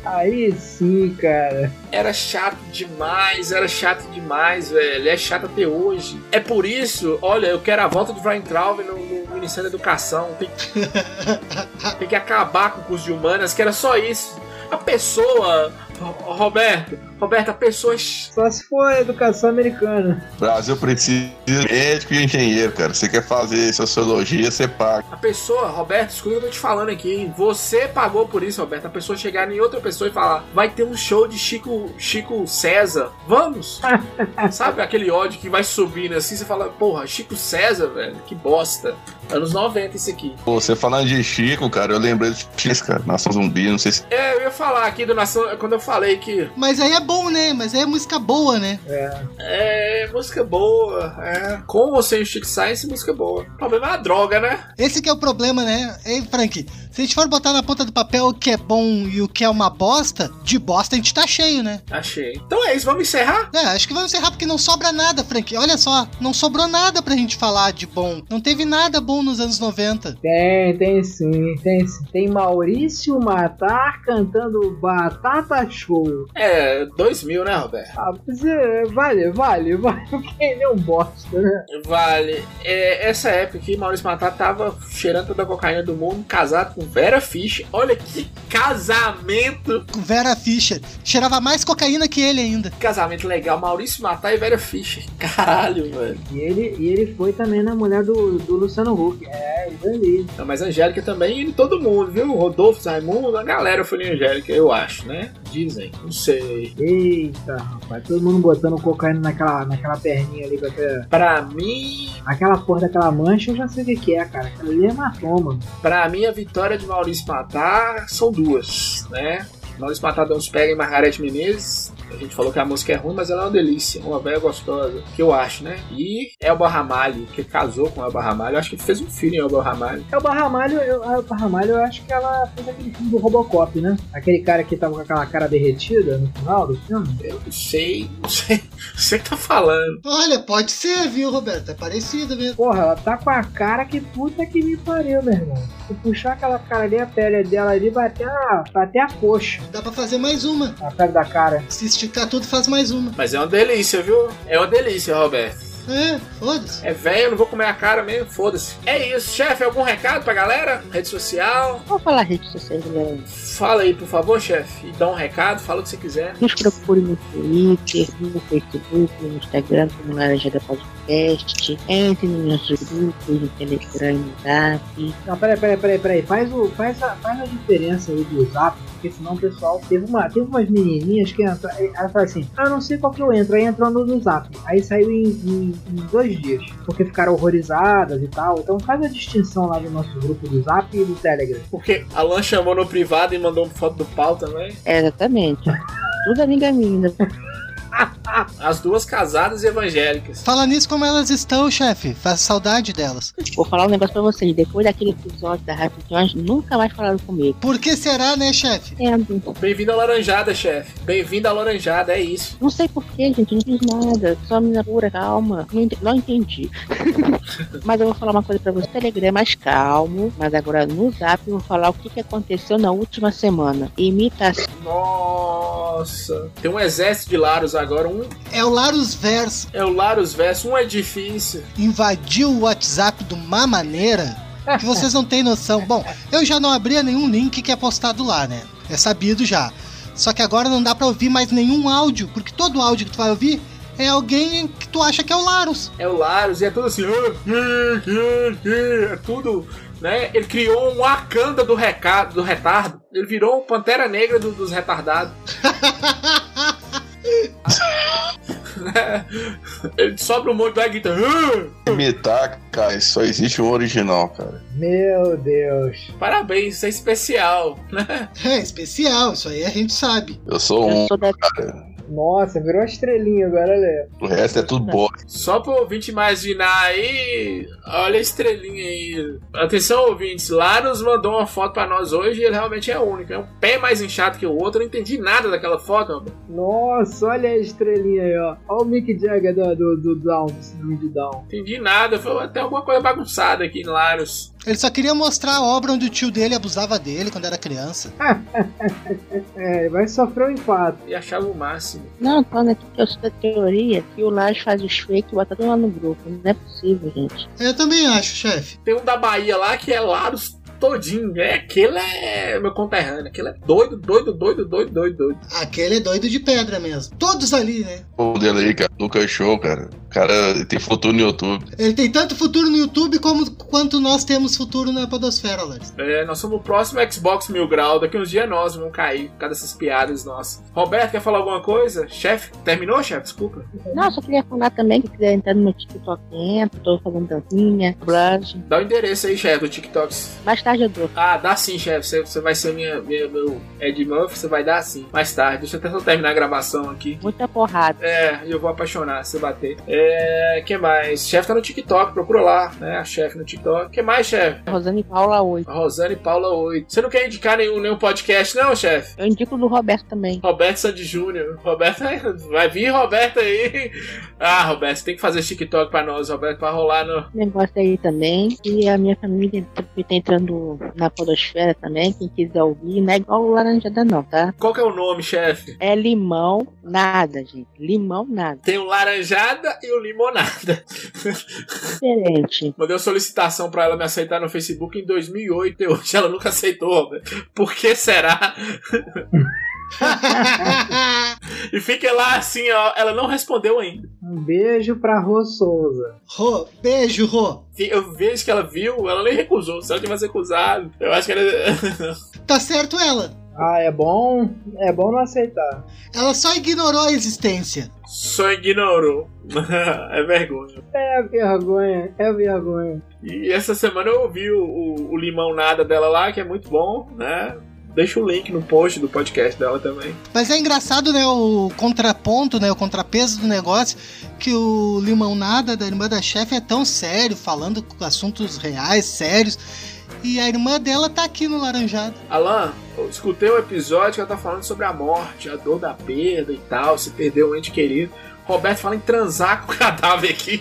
C: Aí sim, cara.
B: Era chato demais, era chato demais, velho. É chato até hoje. É por isso, olha, eu quero a volta de Weintraub no, no Ministério da Educação. Tem, tem que acabar com o curso de humanas, que era só isso. A pessoa Ro- Roberto, Roberto, a pessoa é ch-
C: Só se for educação americana.
E: Brasil precisa de médico e engenheiro, cara. Você quer fazer sociologia, você paga.
B: A pessoa, Roberto, escuta o que eu tô te falando aqui, hein? Você pagou por isso, Roberto. A pessoa chegar em outra pessoa e falar: vai ter um show de Chico, Chico César, vamos? Sabe aquele ódio que vai subindo assim? Você fala: porra, Chico César, velho, que bosta. Anos 90 isso aqui.
E: Pô, você falando de Chico, cara, eu lembrei de X, cara. Nação zumbi, não sei se.
B: É, eu ia falar aqui do Nação, quando eu falei que
A: Mas aí é bom, né? Mas aí é música boa, né?
B: é música boa, é. Com ou sem o Chico Science, música boa. O problema é a droga, né?
A: Esse que é o problema, né? Ei, Frank, se a gente for botar na ponta do papel o que é bom e o que é uma bosta, de bosta a gente tá cheio, né?
B: Achei. Então é isso, vamos encerrar?
A: É, acho que vamos encerrar porque não sobra nada, Frank. Olha só, não sobrou nada pra gente falar de bom. Não teve nada bom nos anos 90.
C: Tem, tem sim, tem sim. Tem Maurício Matar cantando Batata Show.
B: É, 2000, né, Roberto?
C: Ah, mas é, vale, vale, vale, *laughs* porque ele é um bosta, né?
B: Vale. É, essa época que Maurício Matar tava cheirando toda a cocaína do mundo, casado com Vera Fischer. Olha que casamento!
A: Com Vera Fischer. Cheirava mais cocaína que ele ainda.
B: Que Casamento legal, Maurício Matar e Vera Fischer. *laughs* Caralho, velho.
C: E ele, e ele foi também na mulher do, do Luciano Huck. É, isso ali.
B: Não, mas Angélica também e todo mundo, viu? Rodolfo, Raimundo, a galera foi em Angélica, eu acho, né? Dizem. Não sei.
C: Eita, rapaz, todo mundo botando cocaína naquela, naquela perninha ali com aquela,
B: Pra mim,
C: aquela porra daquela mancha, eu já sei o que, que é, cara. Aquilo ali é hematoma.
B: Pra mim, a vitória de Maurício Matar são duas, né? Maurício Matar deu uns pega em Margareth Menezes. A gente falou que a música é ruim, mas ela é uma delícia. Uma velha gostosa, que eu acho, né? E Elba Ramalho, que casou com Elba Ramalho. Eu acho que ele fez um filho em Elba Ramalho.
C: É o Barramalho, eu, a Elba Ramalho, eu acho que ela fez aquele filme do Robocop, né? Aquele cara que tava com aquela cara derretida no final do filme.
B: Eu não sei, não sei, *laughs* não sei o que tá falando.
A: Olha, pode ser, viu, Roberto? É parecido mesmo.
C: Porra, ela tá com a cara que puta que me pariu, meu irmão. Se puxar aquela cara ali, a pele dela ali vai até a, vai até a coxa,
A: Dá pra fazer mais uma.
C: a pele da cara.
A: Se esticar tudo, faz mais uma.
B: Mas é uma delícia, viu? É uma delícia, Roberto.
A: É, foda-se.
B: É velho, eu não vou comer a cara mesmo, foda-se. É isso, chefe. Algum recado pra galera? Rede social?
D: Vou falar redes sociais, galera.
B: Fala aí, por favor, chefe. E dá um recado, fala o que você quiser.
D: Nos procure no Twitter, no Facebook, no Instagram, como Laranja da Podcast. Entre nos nossos grupos, no Telegram, no Zap.
C: Não, peraí, peraí, peraí, peraí. Faz, o, faz, a, faz a diferença aí do zap, porque senão o pessoal. Teve, uma, teve umas menininhas que entram. Ela fala assim: ah, não sei qual que eu entro. Aí entrou no do zap. Aí saiu em, em- em dois dias, porque ficaram horrorizadas e tal. Então faz a distinção lá do nosso grupo do zap e do Telegram.
B: Porque Alan chamou no privado e mandou uma foto do pau também.
D: É, exatamente. Tudo é amiga minha. né?
B: As duas casadas e evangélicas.
A: Fala nisso como elas estão, chefe. Faz saudade delas.
D: Vou falar um negócio pra vocês. Depois daquele episódio da Rádio Jones, nunca mais falaram comigo.
A: Por que será, né, chefe?
D: Entendo.
B: Bem-vindo à Laranjada, chefe. Bem-vindo à Laranjada, é isso.
D: Não sei porquê, gente, não fiz nada. Só uma menina pura, calma. Não, ent- não entendi. *laughs* mas eu vou falar uma coisa pra você. O Telegram é mais calmo, mas agora no zap eu vou falar o que, que aconteceu na última semana. Imitação.
B: Nossa. Tem um exército de Laros agora. Um
A: É o Larus Verso
B: é o Laros verso, um é difícil.
A: invadiu o WhatsApp de uma maneira que vocês não têm noção. Bom, eu já não abria nenhum link que é postado lá, né? É sabido já. Só que agora não dá pra ouvir mais nenhum áudio, porque todo áudio que tu vai ouvir é alguém que tu acha que é o Larus. *laughs*
B: É o Laros e é tudo assim. É tudo. Né? Ele criou um Wakanda do, recado, do retardo. Ele virou um Pantera Negra do- dos retardados. né? *laughs* Ele sobra um monte lá e grita. "Ah!"
E: Imitar, cara, só existe o original, cara.
C: Meu Deus.
B: Parabéns, isso é especial.
A: É especial, isso aí a gente sabe.
E: Eu sou um,
D: Eu sou da
E: cara.
C: Nossa, virou uma estrelinha agora, Lê.
E: O resto é tudo bom.
B: Só pro ouvinte imaginar aí, olha a estrelinha aí. Atenção, ouvintes, Laros mandou uma foto pra nós hoje e ele realmente é único. É um pé mais inchado que o outro, eu não entendi nada daquela foto. Roberto.
C: Nossa, olha a estrelinha aí, ó. Olha o Mick Jagger do, do, do Down, do síndrome de Down.
B: Entendi nada, foi até alguma coisa bagunçada aqui em Laros.
A: Ele só queria mostrar a obra onde o tio dele abusava dele quando era criança.
C: É, vai sofrer um empate.
B: E achava o máximo.
D: Não, falando aqui que eu sou da teoria que o Lars faz os fake e bota tudo lá no grupo. Não é possível, gente.
A: Eu também acho, chefe.
B: Tem um da Bahia lá que é Laros todinho. É, aquele é meu conterrâneo. Aquele é doido, doido, doido, doido, doido, doido.
A: Aquele é doido de pedra mesmo. Todos ali, né?
E: O dele aí, cara. Lucas Show, cara. O cara tem futuro no YouTube.
A: Ele tem tanto futuro no YouTube como quanto nós temos futuro na Podosfera, Lars.
B: É, nós somos o próximo Xbox Mil Grau. Daqui uns dias nós vamos cair por causa dessas piadas nossas. Roberto, quer falar alguma coisa? Chefe? Terminou, chefe? Desculpa.
D: Não, só queria falar também que quiser entrar no meu TikTok, entra, tô fazendo dancinha, dublagem.
B: Dá o endereço aí, chefe, do TikToks.
D: Mais tarde eu dou.
B: Ah, dá sim, chefe. Você, você vai ser minha, minha- meu Ed Murphy, você vai dar sim. Mais tarde. Deixa eu até só terminar a gravação aqui.
D: Muita porrada.
B: É, eu vou apaixonar se eu bater. É, que mais? Chefe tá no TikTok, procura lá, né? A chefe no TikTok. Que mais, chefe?
D: Rosane Paula 8.
B: Rosane Paula 8. Você não quer indicar nenhum, nenhum podcast, não, chefe?
D: Eu indico o do Roberto também.
B: Roberto Sandy Júnior. Roberto *laughs* vai vir Roberto aí. Ah, Roberto, você tem que fazer esse TikTok pra nós, Roberto, pra rolar no.
D: Negócio aí também. E a minha família que tá entrando na Podosfera também. Quem quiser ouvir, não é igual o Laranjada, não, tá?
B: Qual que é o nome, chefe?
D: É limão, nada, gente. Limão, nada.
B: Tem o laranjada e o limonada. *laughs*
D: Diferente.
B: Mandei uma solicitação pra ela me aceitar no Facebook em 2008 e hoje ela nunca aceitou, Roberto. Por que será? E fica lá assim, ó. Ela não respondeu ainda.
C: Um beijo pra Rô Souza.
A: Rô, beijo, Rô.
B: Eu vejo que ela viu, ela nem recusou. Se ela tivesse recusado, eu acho que ela. *laughs*
A: Tá certo ela.
C: Ah, é bom, é bom não aceitar.
A: Ela só ignorou a existência.
B: Só ignorou. *laughs* é vergonha.
C: É vergonha, é vergonha.
B: E essa semana eu ouvi o, o, o Limão Nada dela lá, que é muito bom, né? Deixa o link no post do podcast dela também.
A: Mas é engraçado, né? O contraponto, né? O contrapeso do negócio. Que o Limão Nada, da irmã da chefe, é tão sério, falando com assuntos reais, sérios. E a irmã dela tá aqui no Laranjado.
B: Alan, eu escutei um episódio que ela tá falando sobre a morte, a dor da perda e tal, se perdeu um ente querido. Roberto fala em transar *laughs* com o cadáver aqui.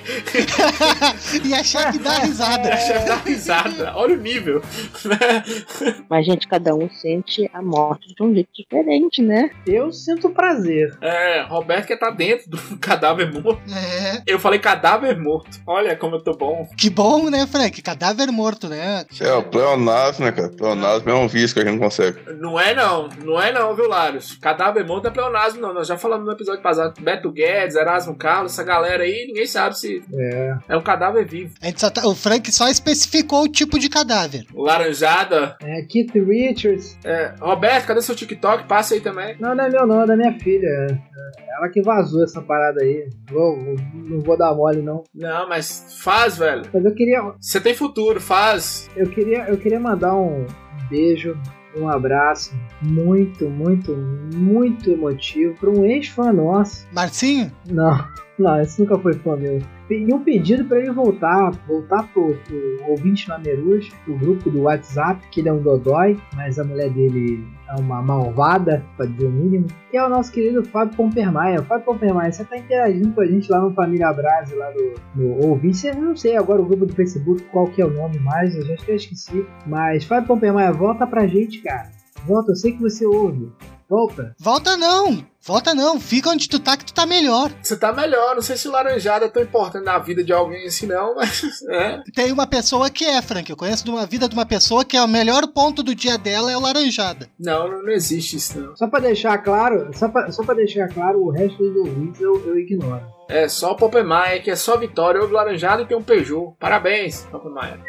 A: e achar que dá
B: *laughs*
A: risada.
B: A chefe dá risada. Olha o nível. né?
D: Mas, gente, cada um sente a morte de um jeito diferente, né?
C: Eu sinto prazer.
B: É, Roberto que tá dentro do *laughs* cadáver morto.
A: É.
B: Eu falei cadáver morto. Olha como eu tô bom.
A: Que bom, né, Frank? Cadáver morto, né?
E: Isso é o pleonasmo, né, cara? Pleonasmo é um vício que a gente não consegue.
B: Não é não, não é não, viu, Larios? Cadáver morto é pleonasmo, não. Nós já falamos no episódio passado. Beto Guedes, Erasmo Carlos, essa galera aí, ninguém sabe se
C: É.
B: é um cadáver vivo.
A: A gente só tá- o Frank só especificou o tipo de cadáver.
B: Laranjada.
C: É Keith Richards.
B: É, Roberto, cadê seu TikTok? Passa aí também.
C: Não, não é meu não, é da minha filha. É Ela que vazou essa parada aí. Vou, vou- não vou dar mole não.
B: Não, mas faz, velho.
C: Mas eu queria,
B: Você tem futuro, faz.
C: eu queria, eu queria mandar um beijo, um abraço muito, muito, muito emotivo para um ex-fã nosso
A: Marcinho?
C: Não, não, esse nunca foi fã meu. E um pedido pra ele voltar, voltar pro, pro ouvinte Namerus, pro grupo do WhatsApp, que ele é um dodói, mas a mulher dele é uma malvada, pra dizer o mínimo, que é o nosso querido Fábio Pompermaia. Fábio Pompermaia, você tá interagindo com a gente lá no Família Brase, lá do, no ouvinte, eu não sei agora o grupo do Facebook, qual que é o nome mais, eu já até esqueci, mas Fábio Pompermaia, volta pra gente, cara. Volta, eu sei que você ouve. Volta.
A: Volta não! Volta não! Fica onde tu tá que tu tá melhor.
B: Você tá melhor. Não sei se laranjada é tão importante na vida de alguém assim, não, *laughs* mas. É.
A: Tem uma pessoa que é, Frank. Eu conheço de uma vida de uma pessoa que é o melhor ponto do dia dela é o laranjada.
B: Não, não, não existe isso, não.
C: Só pra deixar claro, só pra, só pra deixar claro, o resto dos ouvintes eu, eu ignoro.
B: É só o Popemaia, que é só vitória. Houve laranjada e tem um Peugeot. Parabéns, Popemaia.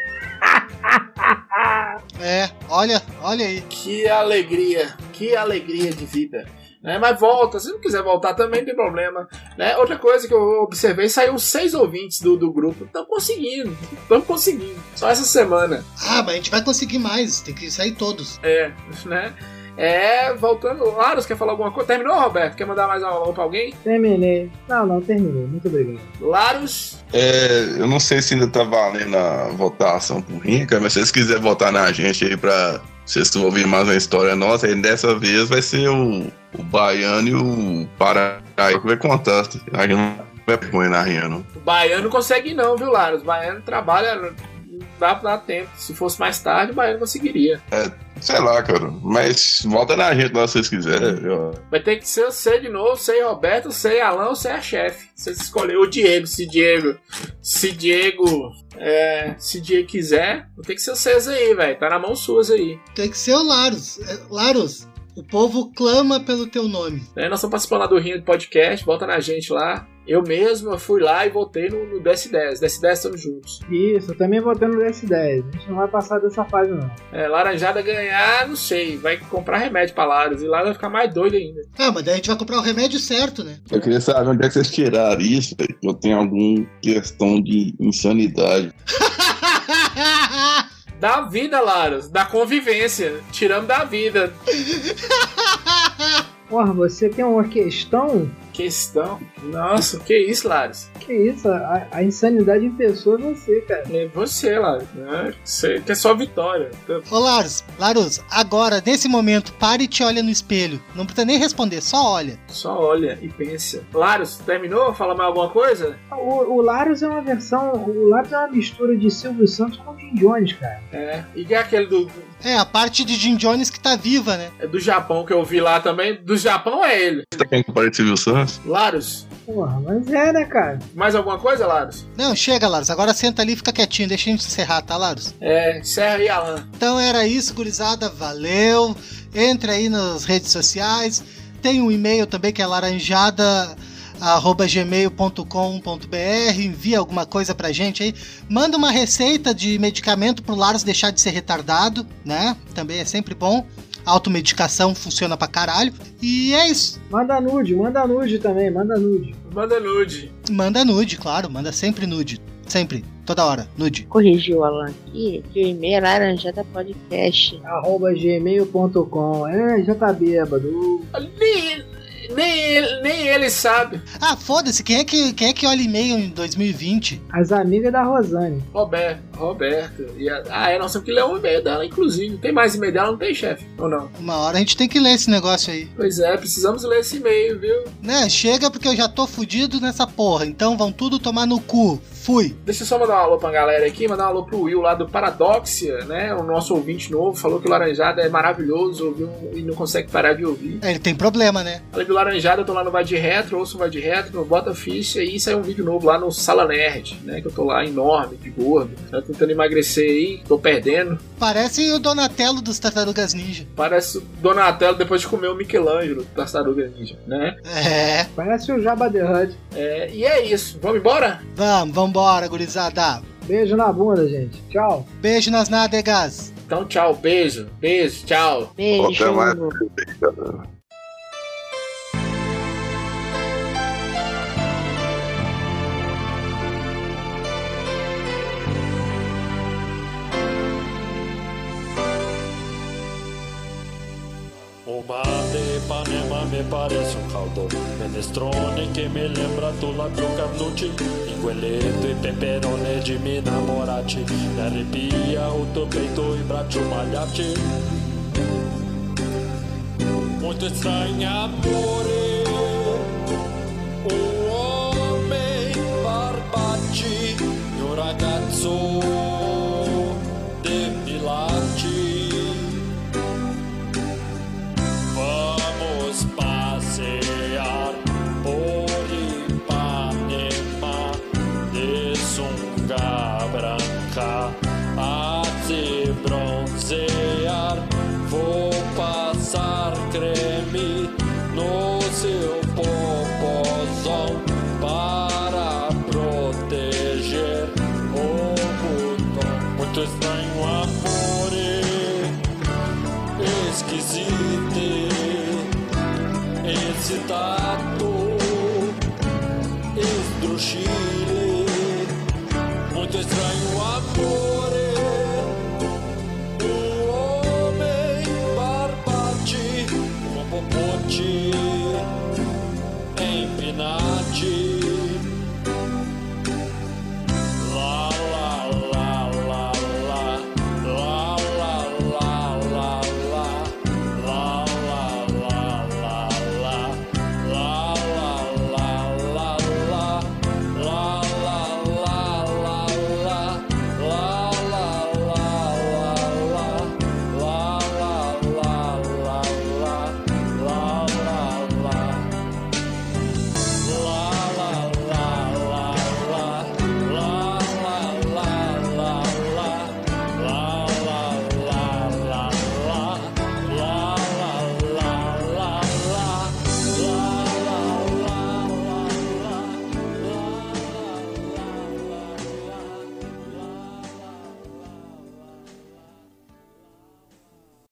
A: É, olha, olha aí.
B: Que alegria, que alegria de vida. Né? Mas volta, se não quiser voltar também não tem problema. Né? Outra coisa que eu observei, saiu seis ouvintes do, do grupo. Estão conseguindo, estão conseguindo. Só essa semana.
A: Ah, mas a gente vai conseguir mais. Tem que sair todos.
B: É, né? É, voltando. Laros, quer falar alguma coisa? Terminou, Roberto? Quer mandar mais algo pra alguém?
C: Terminei. Não, não, terminei. Muito obrigado.
B: Laros,
E: É, eu não sei se ainda tá valendo a votação pro Rinca, mas se vocês quiserem votar na gente aí pra vocês ouvir mais uma história nossa, aí dessa vez vai ser o, o Baiano e o Paraíba que vai contar. A gente não vai vergonha na Rinha, não.
B: o baiano não consegue não, viu, Laros? O baiano trabalha, não dá, dá tempo. Se fosse mais tarde, o baiano conseguiria.
E: Sei lá, cara. Mas volta na gente lá se vocês quiserem. É, Eu-
B: Vai ter que ser você de novo, sem Roberto, sem Alan ou sem a chefe. Você escolheu o Diego, se Diego. Se Diego. É, se Diego quiser, vai ter que ser vocês aí, velho. Tá na mão suas aí.
A: Tem que ser o Laros. É, Laros, o povo clama pelo teu nome.
B: Né? Nós estamos participando lá do Rinha de Podcast, volta na gente lá. Eu mesmo eu fui lá e votei no, no DS10. DS10 estamos juntos.
C: Isso, eu também vou no S10. A gente não vai passar dessa fase, não.
B: É, laranjada ganhar, não sei. Vai comprar remédio pra Laros. E Laros vai ficar mais doido ainda.
A: Ah, mas daí a gente vai comprar o remédio certo, né? *laughs*
E: Eu queria saber onde é que vocês tiraram isso, velho. que Eu tenho alguma questão de insanidade.
B: Da vida, Laros. Da convivência. Tiramos da vida.
C: Porra, você tem uma questão?
B: Questão. Nossa, que isso, Laros.
C: Que isso? A, a insanidade em pessoa é você, cara.
B: É você lá, né? Você quer só vitória. Então,
A: Ô Laros, Laros, agora, nesse momento, para e te olha no espelho. Não precisa nem responder, só olha.
B: Só olha e pensa. Laros, terminou? Fala mais alguma coisa?
C: O, o Larus é uma versão. O Larus é uma mistura de Silvio Santos com Jim Jones, cara.
B: É. E que é aquele do,
A: É, a parte de Jim Jones que tá viva, né?
B: é do Japão que eu vi lá também? Do Japão é ele.
E: Você tá querendo comparar de Silvio Santos?
B: Laros,
C: Porra, mas é, né, cara?
B: mais alguma coisa, Laros?
A: Não, chega, Laros. Agora senta ali e fica quietinho. Deixa a gente encerrar, tá, Laros?
B: É, Serra e Alan.
A: Então era isso, gurizada. Valeu. Entra aí nas redes sociais. Tem um e-mail também que é laranjada@gmail.com.br. Envia alguma coisa pra gente aí. Manda uma receita de medicamento pro Laros deixar de ser retardado, né? Também é sempre bom. Automedicação funciona pra caralho. E é isso.
C: Manda nude, manda nude também, manda nude.
B: Manda nude.
A: Manda nude, claro. Manda sempre nude. Sempre. Toda hora. Nude.
D: Corrigiu o Alan aqui, que o e-mail é laranjada podcast.
C: Arroba gmail.com. É, já tá bêbado.
B: Nem, nem, ele- nem ele sabe.
A: Ah, foda-se. Quem é que, quem é que olha e-mail em 2020?
C: As amigas da Rosane.
B: Roberto, Roberta. E a- ah, é, nós temos que ler um e-mail dela, inclusive. Tem mais e-mail dela? Não tem, chefe? Ou não?
A: Uma hora a gente tem que ler esse negócio aí.
B: Pois é, precisamos ler esse e-mail, viu?
A: Né, chega porque eu já tô fudido nessa porra, então vão tudo tomar no cu. Fui.
B: Deixa eu só mandar um alô pra galera aqui, mandar um alô pro Will lá do Paradoxia, né? O nosso ouvinte novo falou que o Laranjada é maravilhoso, ouviu e não consegue parar de ouvir.
A: Ele tem problema, né?
B: Além do Laranjada, eu tô lá no Vai de Retro, ouço o Vai de Retro, no Bota Ficha e saiu um vídeo novo lá no Sala Nerd, né? Que eu tô lá enorme, de gordo, né? tentando emagrecer aí, tô perdendo.
A: Parece o Donatello dos Tartarugas Ninja.
B: Parece o Donatello depois de comer o Michelangelo, Tartaruga Ninja, né?
A: É.
C: Parece o Jabba the Hutt.
B: É, e é isso, vamos embora?
A: Vamos, vambora, gurizada.
C: Beijo na bunda, gente. Tchau.
A: Beijo nas nádegas.
B: Então tchau, beijo, beijo, tchau.
D: Beijo.
E: Até mais. Cara.
G: O mar de Ipanema me parece um caldo Menestrone que me lembra do lábio Carnucci Ingueleto e peperone de me namorati Me arrepia o teu peito e braccio malhati Muito estranho amore O homem barbati E o ragazzo de Pilati Vamos passear por Ipanema de sunga branca a se bronzear. Vou passar creme no seu popozão para proteger o botão. Muito estranho amor esquisite excitado esdrúxile muito estranho amor um